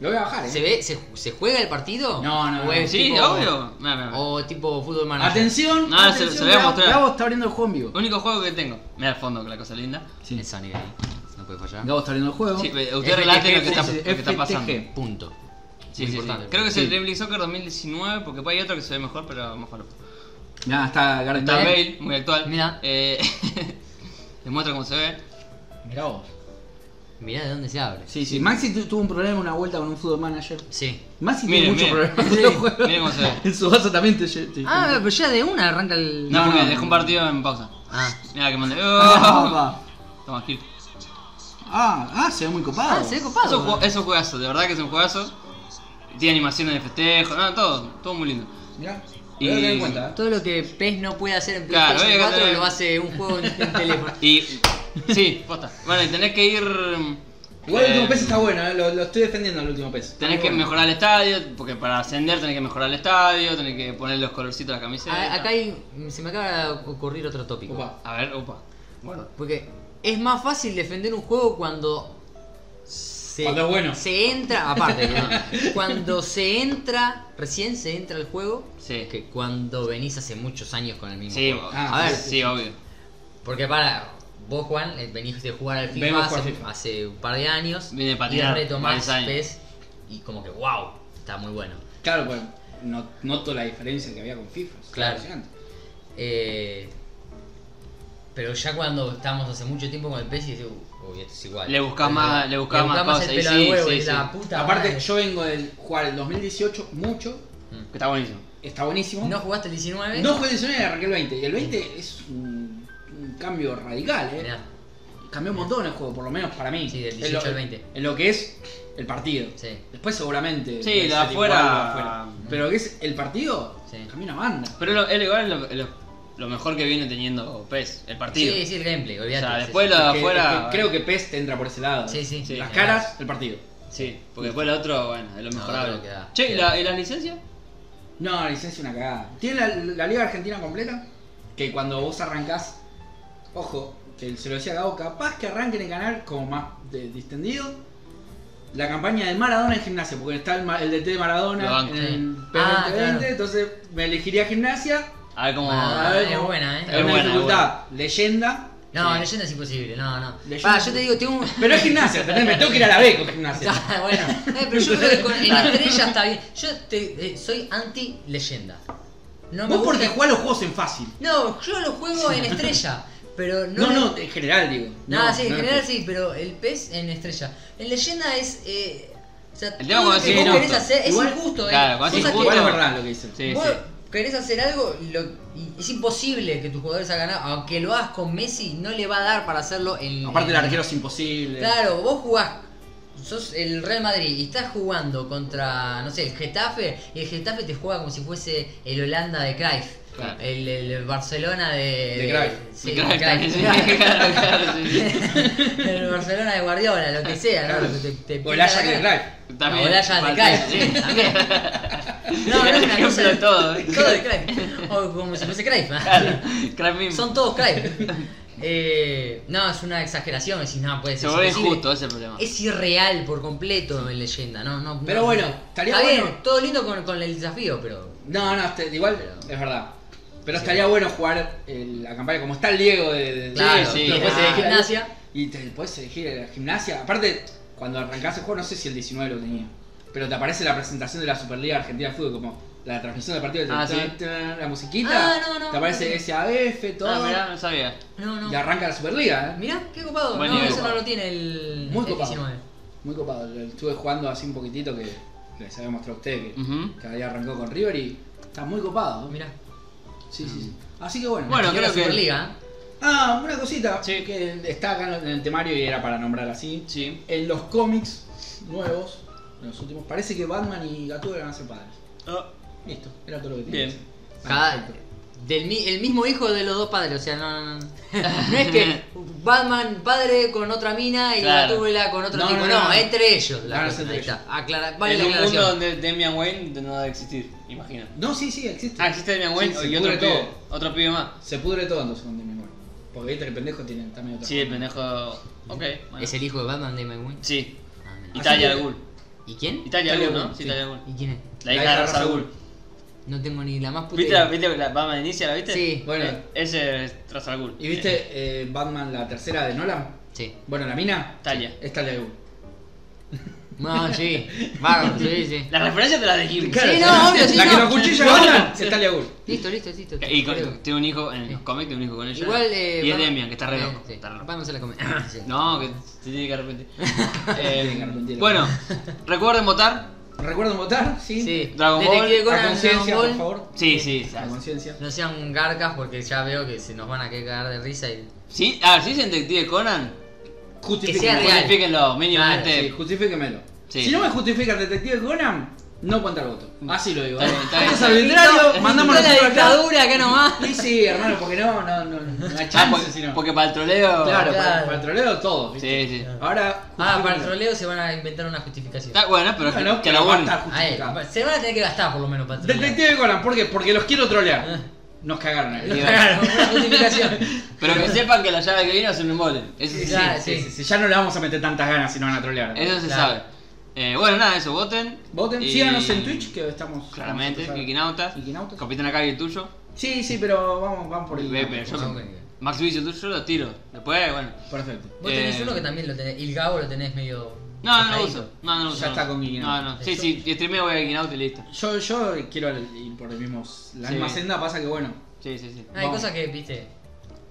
[SPEAKER 1] Lo voy a bajar, eh.
[SPEAKER 3] ¿se, ve, se, se juega el partido?
[SPEAKER 1] No, no,
[SPEAKER 3] ¿O es
[SPEAKER 2] Sí,
[SPEAKER 3] tipo-
[SPEAKER 2] obvio. Mirá, mirá, mirá.
[SPEAKER 3] O tipo fútbol manager.
[SPEAKER 1] Atención,
[SPEAKER 2] No, se-
[SPEAKER 1] atención,
[SPEAKER 2] se lo voy a
[SPEAKER 1] Gabo-
[SPEAKER 2] mostrar.
[SPEAKER 1] Gabo está abriendo el juego en vivo.
[SPEAKER 2] Único juego que tengo. Mira el fondo, que la cosa linda.
[SPEAKER 1] Sí.
[SPEAKER 3] Es Sonic ahí. No puede fallar.
[SPEAKER 1] Gabo está abriendo el juego.
[SPEAKER 2] Sí, pero usted
[SPEAKER 3] FTG,
[SPEAKER 2] relate lo que está,
[SPEAKER 1] sí,
[SPEAKER 2] lo que está
[SPEAKER 1] FTG.
[SPEAKER 2] pasando. Sí,
[SPEAKER 3] Punto.
[SPEAKER 2] sí,
[SPEAKER 3] Muy
[SPEAKER 2] sí.
[SPEAKER 3] importante.
[SPEAKER 2] Creo que es el
[SPEAKER 1] Sí.
[SPEAKER 2] Dream League Soccer 2019, porque después hay otro que se ve mejor, pero más falopa.
[SPEAKER 1] Mirá, está Gareth
[SPEAKER 2] Está
[SPEAKER 1] Bale.
[SPEAKER 2] Bale, muy actual.
[SPEAKER 3] Mira.
[SPEAKER 2] Eh, [LAUGHS] les muestro cómo se ve.
[SPEAKER 1] Mirá vos.
[SPEAKER 3] Mirá de dónde se abre.
[SPEAKER 1] Sí, sí. Maxi tu- tuvo un problema una vuelta con un fútbol manager.
[SPEAKER 3] Sí.
[SPEAKER 1] Maxi
[SPEAKER 2] Miren,
[SPEAKER 1] tiene muchos
[SPEAKER 2] miren.
[SPEAKER 1] problemas con
[SPEAKER 2] Sí,
[SPEAKER 1] los juegos.
[SPEAKER 2] miren cómo se ve.
[SPEAKER 1] [LAUGHS] En su vaso también te, te- te- [LAUGHS]
[SPEAKER 3] Ah, pero ya de una arranca el.
[SPEAKER 2] No,
[SPEAKER 1] No,
[SPEAKER 2] porque
[SPEAKER 1] no.
[SPEAKER 2] dejó un partido en pausa.
[SPEAKER 3] Ah.
[SPEAKER 2] Mira
[SPEAKER 1] [LAUGHS]
[SPEAKER 2] que mandé.
[SPEAKER 1] Ah,
[SPEAKER 2] Oh,
[SPEAKER 1] va.
[SPEAKER 2] Toma, Gil.
[SPEAKER 1] ah, ah, se ve muy copado.
[SPEAKER 3] Ah, se ve
[SPEAKER 2] Es un,
[SPEAKER 3] copado.
[SPEAKER 2] ju- es un juegazo, de verdad que es un juegazo. Tiene animaciones de festejo, no, todo, todo muy lindo.
[SPEAKER 1] Mirá.
[SPEAKER 2] Y-
[SPEAKER 1] Voy a tener en cuenta. ¿eh?
[SPEAKER 3] Todo lo que PES no puede hacer en
[SPEAKER 2] Claro, eh.
[SPEAKER 3] PlayStation
[SPEAKER 2] oye, acá
[SPEAKER 3] 4
[SPEAKER 2] tenés-
[SPEAKER 3] lo hace un juego en,
[SPEAKER 2] [LAUGHS]
[SPEAKER 3] en teléfono.
[SPEAKER 2] Y. Sí, posta. Bueno, y tenés que ir.
[SPEAKER 1] Igual el
[SPEAKER 2] eh,
[SPEAKER 1] último pez está bueno, eh, lo, lo estoy defendiendo el último pez.
[SPEAKER 2] Tenés que mejorar el estadio, porque para ascender tenés que mejorar el estadio, tenés que poner los colorcitos a la camiseta.
[SPEAKER 3] A- Ah, acá hay, se me acaba de ocurrir otro tópico.
[SPEAKER 1] Opa.
[SPEAKER 2] A ver, opa. Bueno.
[SPEAKER 3] Porque es más fácil defender un juego cuando se,
[SPEAKER 1] Cuando es bueno.
[SPEAKER 3] se entra, aparte, ¿no? cuando se entra, recién se entra al juego,
[SPEAKER 2] Sí.
[SPEAKER 3] que cuando venís hace muchos años con el mismo
[SPEAKER 2] Sí,
[SPEAKER 3] juego.
[SPEAKER 1] Ah,
[SPEAKER 3] a ver,
[SPEAKER 2] sí, obvio.
[SPEAKER 3] porque para vos Juan, eh, venís de jugar al
[SPEAKER 1] Vengo a
[SPEAKER 3] FIFA
[SPEAKER 1] jugar
[SPEAKER 3] hace,
[SPEAKER 1] FIFA.
[SPEAKER 3] hace un par de años
[SPEAKER 2] Vine de
[SPEAKER 3] y
[SPEAKER 2] patinar
[SPEAKER 3] retomás
[SPEAKER 2] varios años.
[SPEAKER 3] PES y como que wow, está muy bueno.
[SPEAKER 1] Claro, pues no, noto la diferencia que había con FIFA. es
[SPEAKER 3] Claro.
[SPEAKER 1] impresionante.
[SPEAKER 3] Eh, pero ya cuando estamos hace mucho tiempo con el PES y decís, uy, esto es igual.
[SPEAKER 2] Le buscás más- le buscás más
[SPEAKER 3] buscás
[SPEAKER 2] cosas,
[SPEAKER 3] el
[SPEAKER 2] y
[SPEAKER 3] pelo al
[SPEAKER 2] sí,
[SPEAKER 3] huevo,
[SPEAKER 2] sí,
[SPEAKER 3] y la
[SPEAKER 2] sí.
[SPEAKER 3] puta
[SPEAKER 1] Aparte,
[SPEAKER 3] madre.
[SPEAKER 1] yo vengo del jugar el 2018 mucho,
[SPEAKER 2] Que está buenísimo.
[SPEAKER 1] está buenísimo.
[SPEAKER 3] ¿No jugaste el 19?
[SPEAKER 1] No fue el 19 y arranqué el 20. Y el 20 es un, un cambio radical, ¿eh?
[SPEAKER 3] Mirá,
[SPEAKER 1] Cambió un montón el juego, por lo menos para mí.
[SPEAKER 3] Sí, del
[SPEAKER 1] En
[SPEAKER 3] 18
[SPEAKER 1] lo-
[SPEAKER 3] al 20.
[SPEAKER 1] En lo que es el partido.
[SPEAKER 3] sí.
[SPEAKER 1] Después seguramente.
[SPEAKER 2] Sí,
[SPEAKER 1] debe
[SPEAKER 2] la
[SPEAKER 1] ser
[SPEAKER 2] afuera-
[SPEAKER 1] igual, la afuera. Pero lo que es el partido,
[SPEAKER 3] Mm. Sí.
[SPEAKER 1] cambió una banda.
[SPEAKER 2] Pero lo- el igual es lo, lo- lo mejor que viene teniendo PES, el partido.
[SPEAKER 3] Sí, sí, el gameplay, olvídate.
[SPEAKER 2] O sea,
[SPEAKER 3] sí,
[SPEAKER 2] después
[SPEAKER 3] sí.
[SPEAKER 2] lo-
[SPEAKER 1] Es
[SPEAKER 2] Ah,
[SPEAKER 1] que-
[SPEAKER 2] afuera-
[SPEAKER 1] es que creo que PES te entra por ese lado.
[SPEAKER 3] Sí, sí.
[SPEAKER 2] Sí.
[SPEAKER 1] Las
[SPEAKER 2] claro.
[SPEAKER 1] caras, el partido.
[SPEAKER 2] Sí, porque después lo otro, bueno, es lo mejorable.
[SPEAKER 3] otro queda-
[SPEAKER 2] che, ¿y,
[SPEAKER 3] queda.
[SPEAKER 2] la- y las licencias?
[SPEAKER 1] No, la licencia es una cagada. Tiene la, la Liga Argentina completa, que cuando vos arrancás, ojo, que se lo decía Gabo, capaz que arranquen el canal como más de- distendido. La campaña de Maradona en gimnasia, porque está el, ma- el DT de
[SPEAKER 2] Lo
[SPEAKER 1] Maradona
[SPEAKER 2] banco.
[SPEAKER 1] en el
[SPEAKER 3] Sí.
[SPEAKER 1] P2020,
[SPEAKER 3] Ah, claro.
[SPEAKER 1] entonces me elegiría gimnasia.
[SPEAKER 2] A ver cómo.
[SPEAKER 3] Ah,
[SPEAKER 1] a ver
[SPEAKER 3] es
[SPEAKER 1] cómo-
[SPEAKER 3] buena,
[SPEAKER 1] Es
[SPEAKER 3] eh.
[SPEAKER 2] Es
[SPEAKER 1] una
[SPEAKER 2] buena, es
[SPEAKER 1] dificultad. Leyenda.
[SPEAKER 3] No,
[SPEAKER 2] Sí.
[SPEAKER 3] leyenda es imposible, no, no.
[SPEAKER 1] Leyenda
[SPEAKER 3] Va,
[SPEAKER 1] es
[SPEAKER 3] yo te digo, tengo un. [LAUGHS]
[SPEAKER 1] Pero es gimnasia, ¿entendés? Me tengo que ir a la B con gimnasia.
[SPEAKER 3] Ah,
[SPEAKER 1] [LAUGHS]
[SPEAKER 3] bueno, eh, pero yo creo que con, en estrella está bien. Yo te, eh, soy anti-leyenda. [LAUGHS] No me
[SPEAKER 1] Vos porque
[SPEAKER 3] gusta-
[SPEAKER 1] jugás los juegos en fácil.
[SPEAKER 3] No, yo lo juego en estrella. Pero no.
[SPEAKER 1] No,
[SPEAKER 3] me-
[SPEAKER 1] no, en general digo.
[SPEAKER 3] Nada, sí, en
[SPEAKER 1] no
[SPEAKER 3] general
[SPEAKER 1] es-
[SPEAKER 3] sí, pero el pez en estrella. En leyenda es. Eh, o sea,
[SPEAKER 2] El tema
[SPEAKER 3] todo lo
[SPEAKER 2] cuando
[SPEAKER 3] que
[SPEAKER 2] es
[SPEAKER 3] vos
[SPEAKER 2] injusto.
[SPEAKER 3] querés hacer es
[SPEAKER 1] Igual-
[SPEAKER 3] injusto, ¿eh?
[SPEAKER 2] Claro, cuando
[SPEAKER 1] Sí,
[SPEAKER 2] es
[SPEAKER 3] Cosas que-
[SPEAKER 1] igual es
[SPEAKER 2] no.
[SPEAKER 1] verdad lo que dicen.
[SPEAKER 2] Sí,
[SPEAKER 3] vos
[SPEAKER 2] sí.
[SPEAKER 3] querés hacer algo, lo- y es imposible que tus jugadores hagan algo. Aunque lo hagas con Messi, no le va a dar para hacerlo en.
[SPEAKER 1] Aparte el
[SPEAKER 3] en-
[SPEAKER 1] arquero es imposible.
[SPEAKER 3] Mm. Claro, vos jugás. Sos el Real Madrid y estás jugando contra, no sé, el Getafe. Y el Getafe te juega como si fuese el Holanda de Cruyff.
[SPEAKER 2] Claro.
[SPEAKER 3] El, el Barcelona de.
[SPEAKER 1] De Cruyff.
[SPEAKER 3] sí,
[SPEAKER 2] Me cae-
[SPEAKER 3] de Cruyff,
[SPEAKER 2] sí,
[SPEAKER 3] claro.
[SPEAKER 2] claro, claro, sí.
[SPEAKER 3] [LAUGHS] el Barcelona de Guardiola, lo que sea, ¿no? Lo que te, te
[SPEAKER 1] O
[SPEAKER 3] pinta
[SPEAKER 1] el
[SPEAKER 3] la
[SPEAKER 1] Ajax de
[SPEAKER 3] cara.
[SPEAKER 1] Drive.
[SPEAKER 3] O el Ajax de
[SPEAKER 2] falta- [LAUGHS]
[SPEAKER 3] Cruyff, sí, también. [LAUGHS] No, no es una
[SPEAKER 2] Ejemplo
[SPEAKER 3] cosa.
[SPEAKER 2] de todo, ¿eh?
[SPEAKER 3] Todo de Cruyff. O como si fuese Cruyff. ¿ah?
[SPEAKER 2] Crack mismo.
[SPEAKER 3] Son todos Cruyff. Eh, no, es una exageración. Decís, no, puede
[SPEAKER 2] Se
[SPEAKER 3] ser.
[SPEAKER 2] vuelve
[SPEAKER 3] imposible.
[SPEAKER 2] injusto ese problema. Ah,
[SPEAKER 3] Es irreal por completo en leyenda. No, no.
[SPEAKER 1] Pero
[SPEAKER 3] no.
[SPEAKER 1] bueno, estaría
[SPEAKER 3] Está
[SPEAKER 1] bueno.
[SPEAKER 3] bien, todo lindo con, con el desafío, pero.
[SPEAKER 1] No, no, este- igual es verdad. Pero estaría bueno jugar el- la campaña como está el Diego de, de-
[SPEAKER 3] Claro,
[SPEAKER 2] sí,
[SPEAKER 3] después
[SPEAKER 2] claro.
[SPEAKER 3] de gimnasia.
[SPEAKER 1] Y te puedes elegir la gimnasia. Aparte, cuando arrancás el juego, no sé si el 19 lo tenía. Pero te aparece la presentación de la Superliga Argentina de Fútbol, como la transmisión del partido,
[SPEAKER 2] Ah,
[SPEAKER 1] tan,
[SPEAKER 2] sí.
[SPEAKER 1] tan, la musiquita.
[SPEAKER 3] Ah, no, no,
[SPEAKER 1] te aparece
[SPEAKER 3] no.
[SPEAKER 1] SAF, todo.
[SPEAKER 2] Ah, mirá, no sabía.
[SPEAKER 3] No, no.
[SPEAKER 1] Y arranca la Superliga, ¿eh?
[SPEAKER 3] Mirá, qué copado.
[SPEAKER 2] Buen
[SPEAKER 3] no,
[SPEAKER 2] nivel.
[SPEAKER 3] eso no lo tiene el,
[SPEAKER 1] Muy
[SPEAKER 3] el
[SPEAKER 1] copado.
[SPEAKER 3] 19.
[SPEAKER 1] Muy copado. Lo Estuve jugando así un poquitito que les había mostrado a ustedes que,
[SPEAKER 2] Ujú.
[SPEAKER 1] que había arrancado con River y está muy copado. ¿eh?
[SPEAKER 3] Mirá.
[SPEAKER 1] Sí, sí, sí. Así que bueno.
[SPEAKER 2] Mm. Bueno,
[SPEAKER 3] Llegó la
[SPEAKER 2] creo que-
[SPEAKER 3] Superliga. ¿eh?
[SPEAKER 1] Ah, una cosita
[SPEAKER 2] Sí.
[SPEAKER 1] que está acá en el temario y era para nombrar así.
[SPEAKER 2] Sí.
[SPEAKER 1] En los cómics nuevos, en los últimos, parece que Batman y Gatúbela van a ser padres.
[SPEAKER 2] Ah,
[SPEAKER 1] Listo, era todo lo que tenía.
[SPEAKER 2] Bien. Ah.
[SPEAKER 1] que Ah, decir.
[SPEAKER 3] Cada- del, mi- el mismo hijo de los dos padres, o sea, no, no, [LAUGHS] no. No es que Batman padre con otra mina y
[SPEAKER 2] Claro.
[SPEAKER 3] Gatúbela con otro
[SPEAKER 1] No,
[SPEAKER 3] tipo, no,
[SPEAKER 1] no, no.
[SPEAKER 3] entre ellos. la
[SPEAKER 1] Van a
[SPEAKER 3] cosa,
[SPEAKER 1] ser
[SPEAKER 3] ahí
[SPEAKER 1] entre
[SPEAKER 3] está. Aclara- vale
[SPEAKER 2] En
[SPEAKER 3] la
[SPEAKER 2] un mundo
[SPEAKER 3] aclaración.
[SPEAKER 2] donde Demian Wayne no debe existir, imagino.
[SPEAKER 1] No, sí, sí, existe.
[SPEAKER 2] Ah, existe Demian Wayne
[SPEAKER 1] Sí, se
[SPEAKER 2] y otro
[SPEAKER 1] pudre
[SPEAKER 2] pibe,
[SPEAKER 1] todo.
[SPEAKER 2] otro pibe más.
[SPEAKER 1] Se pudre todo entonces con Demi Moore. Porque viste que el pendejo tiene también otra.
[SPEAKER 2] Sí, el pendejo. Ok, bueno.
[SPEAKER 3] Es el hijo de Batman de Wayne.
[SPEAKER 2] Sí,
[SPEAKER 3] Ah, mira.
[SPEAKER 2] Italia
[SPEAKER 1] que-
[SPEAKER 2] al Ghul.
[SPEAKER 3] ¿Y quién?
[SPEAKER 2] Italia al
[SPEAKER 1] Italia
[SPEAKER 2] Ghul,
[SPEAKER 1] al
[SPEAKER 2] ¿no?
[SPEAKER 1] Ghul,
[SPEAKER 2] Sí,
[SPEAKER 1] sí.
[SPEAKER 2] Italia al Ghul.
[SPEAKER 3] ¿Y quién es?
[SPEAKER 2] La hija de Ra's al Ghul.
[SPEAKER 3] No tengo ni la más puta
[SPEAKER 2] ¿Viste,
[SPEAKER 3] idea.
[SPEAKER 2] la- ¿Viste la Batman inicia? ¿La viste?
[SPEAKER 3] Sí.
[SPEAKER 1] Bueno.
[SPEAKER 2] Eh, Ese es Ra's al Ghul.
[SPEAKER 1] ¿Y viste eh, Batman la tercera de Nolan?
[SPEAKER 3] Sí.
[SPEAKER 1] Bueno, la mina
[SPEAKER 2] Talia.
[SPEAKER 1] es Talia de Ghul.
[SPEAKER 3] No, sí. Vago, sí, sí.
[SPEAKER 2] Las referencias te las dijimos.
[SPEAKER 3] Claro. Sí, no, obvio, sí,
[SPEAKER 1] La que
[SPEAKER 3] no.
[SPEAKER 1] lo cuchilla a Batman es Talia Ghul.
[SPEAKER 3] Listo, listo, listo.
[SPEAKER 2] Y con-
[SPEAKER 3] Creo.
[SPEAKER 2] tiene un hijo en los cómics, tiene un hijo con ella.
[SPEAKER 3] Igual. Eh,
[SPEAKER 2] y es
[SPEAKER 3] Batman-
[SPEAKER 2] Demian, que está re
[SPEAKER 3] Eh,
[SPEAKER 2] loco.
[SPEAKER 3] sí.
[SPEAKER 2] está re loco.
[SPEAKER 3] Batman se la come. Sí.
[SPEAKER 2] No, que se tiene que arrepentir.
[SPEAKER 1] tiene que
[SPEAKER 2] eh,
[SPEAKER 1] arrepentir. [LAUGHS]
[SPEAKER 2] bueno, recuerden votar.
[SPEAKER 1] ¿Recuerdan votar? Sí.
[SPEAKER 3] Sí.
[SPEAKER 2] Dragon
[SPEAKER 3] Desde
[SPEAKER 2] Ball,
[SPEAKER 3] que
[SPEAKER 1] A
[SPEAKER 3] Conan
[SPEAKER 1] conciencia, por
[SPEAKER 3] Dragon Ball,
[SPEAKER 1] favor.
[SPEAKER 2] Sí, sí.
[SPEAKER 1] A conciencia.
[SPEAKER 3] No sean garcas porque ya veo que se nos van a cagar de risa y.
[SPEAKER 2] Sí, a ver, si dicen Detective Conan,
[SPEAKER 1] Justifíquenmelo.
[SPEAKER 3] real.
[SPEAKER 2] justifíquenlo
[SPEAKER 1] Sí,
[SPEAKER 2] mínimamente.
[SPEAKER 1] justifíquemelo.
[SPEAKER 2] Sí.
[SPEAKER 1] Si no me justifica el detective Conan, no cuenta el voto. Así lo digo. ¿eh?
[SPEAKER 2] Está bien, está bien.
[SPEAKER 1] Esto es arbitrario,
[SPEAKER 3] No,
[SPEAKER 1] mandamos
[SPEAKER 3] no la
[SPEAKER 1] nosotros acá.
[SPEAKER 3] dictadura acá nomás.
[SPEAKER 1] Y sí, hermano, porque no, no, no, no hay
[SPEAKER 2] Ah,
[SPEAKER 1] chance
[SPEAKER 2] porque,
[SPEAKER 1] sino.
[SPEAKER 2] porque para el troleo.
[SPEAKER 1] claro,
[SPEAKER 3] Claro.
[SPEAKER 1] Para, para el troleo todo. ¿viste?
[SPEAKER 2] Sí, sí.
[SPEAKER 1] Ahora.
[SPEAKER 3] Ah, para el
[SPEAKER 1] justifíquenlo.
[SPEAKER 3] troleo se van a inventar una justificación.
[SPEAKER 2] Está bueno, pero
[SPEAKER 1] Bueno,
[SPEAKER 2] que, que
[SPEAKER 1] pero
[SPEAKER 2] lo
[SPEAKER 1] va a
[SPEAKER 2] bueno.
[SPEAKER 1] estar
[SPEAKER 3] A él,
[SPEAKER 1] justificado.
[SPEAKER 3] se van a tener que gastar por lo menos para trolear.
[SPEAKER 1] Detective Conan, ¿por qué? Porque los quiero
[SPEAKER 3] Ah.
[SPEAKER 1] trolear. Nos cagaron [LAUGHS] ahí.
[SPEAKER 3] Lo cagaron, una justificación.
[SPEAKER 2] Pero que sepan que la llave que vino es un embole. Eso sí.
[SPEAKER 3] Claro.
[SPEAKER 1] Sí, sí, sí, ya no le vamos a meter tantas ganas si no van a trolear.
[SPEAKER 2] Eso se
[SPEAKER 3] Claro.
[SPEAKER 2] sabe. Eh, bueno, nada, eso, voten.
[SPEAKER 1] Voten,
[SPEAKER 2] Y-
[SPEAKER 1] síganos en Twitch que estamos.
[SPEAKER 2] Claramente,
[SPEAKER 1] vamos a empezar.
[SPEAKER 2] Kikinautas.
[SPEAKER 1] Kikinautas.
[SPEAKER 2] Capitán Akagi el tuyo.
[SPEAKER 1] Sí, sí, pero vamos, vamos por el.
[SPEAKER 2] Ve, pero yo-
[SPEAKER 3] Ok.
[SPEAKER 2] Max Vicio el tuyo lo tiro. Después, bueno.
[SPEAKER 1] Perfecto.
[SPEAKER 3] Vos tenés
[SPEAKER 2] Eh,
[SPEAKER 3] uno que también lo tenés. Y el Gabo lo tenés medio.
[SPEAKER 2] No, no, no lo
[SPEAKER 3] dejadito.
[SPEAKER 2] uso. No, no lo uso.
[SPEAKER 1] Ya
[SPEAKER 2] no.
[SPEAKER 1] está con Kikinautas.
[SPEAKER 2] No, no. Sí, sí, streameo voy a Kikinautas y listo.
[SPEAKER 1] Yo, yo quiero el- ir por el mismo, la
[SPEAKER 2] Sí.
[SPEAKER 1] misma senda, pasa que bueno.
[SPEAKER 2] Sí, sí, sí.
[SPEAKER 3] Ah, Hay
[SPEAKER 1] Vamos.
[SPEAKER 3] cosas que, viste.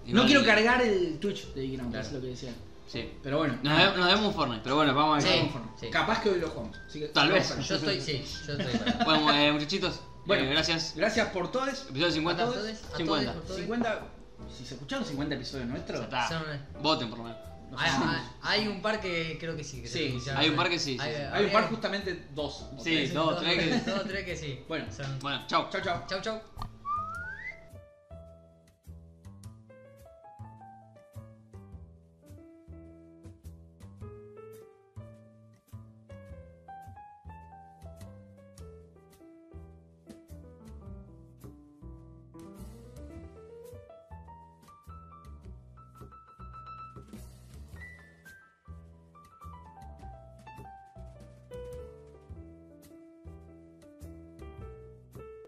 [SPEAKER 1] no
[SPEAKER 2] Igual-
[SPEAKER 1] quiero cargar el Twitch de Ignorant,
[SPEAKER 3] Claro.
[SPEAKER 1] es lo que decía.
[SPEAKER 2] Sí.
[SPEAKER 1] Pero bueno.
[SPEAKER 2] Nos, ve- nos vemos un Fortnite, pero bueno, vamos a ver.
[SPEAKER 3] Sí.
[SPEAKER 1] conforme. Capaz que hoy lo jugamos. así que-
[SPEAKER 2] Tal vez.
[SPEAKER 3] Yo estoy, sí, yo estoy. para-
[SPEAKER 2] Bueno, eh, muchachitos,
[SPEAKER 1] Bueno.
[SPEAKER 2] eh, gracias.
[SPEAKER 1] Gracias por todos.
[SPEAKER 2] Episodio 50.
[SPEAKER 1] A
[SPEAKER 3] todos, a todos,
[SPEAKER 2] 50.
[SPEAKER 3] por todos.
[SPEAKER 1] 50. Si se escucharon 50 episodios nuestros.
[SPEAKER 2] Ya está. Ah, eh.
[SPEAKER 3] Son-
[SPEAKER 2] Voten por lo menos.
[SPEAKER 1] nos
[SPEAKER 3] Hay,
[SPEAKER 1] hacemos.
[SPEAKER 3] hay- hay un par que creo que sí. que se
[SPEAKER 1] Sí,
[SPEAKER 3] escucharon.
[SPEAKER 2] hay un par que sí, sí, sí.
[SPEAKER 1] Hay un par
[SPEAKER 3] habría-
[SPEAKER 1] justamente dos. o
[SPEAKER 2] Sí.
[SPEAKER 1] tres.
[SPEAKER 2] dos, tres que-
[SPEAKER 3] Dos, tres que sí.
[SPEAKER 1] Bueno.
[SPEAKER 3] Son-
[SPEAKER 2] Bueno, chao.
[SPEAKER 1] Chau, chau.
[SPEAKER 3] Chau, chau.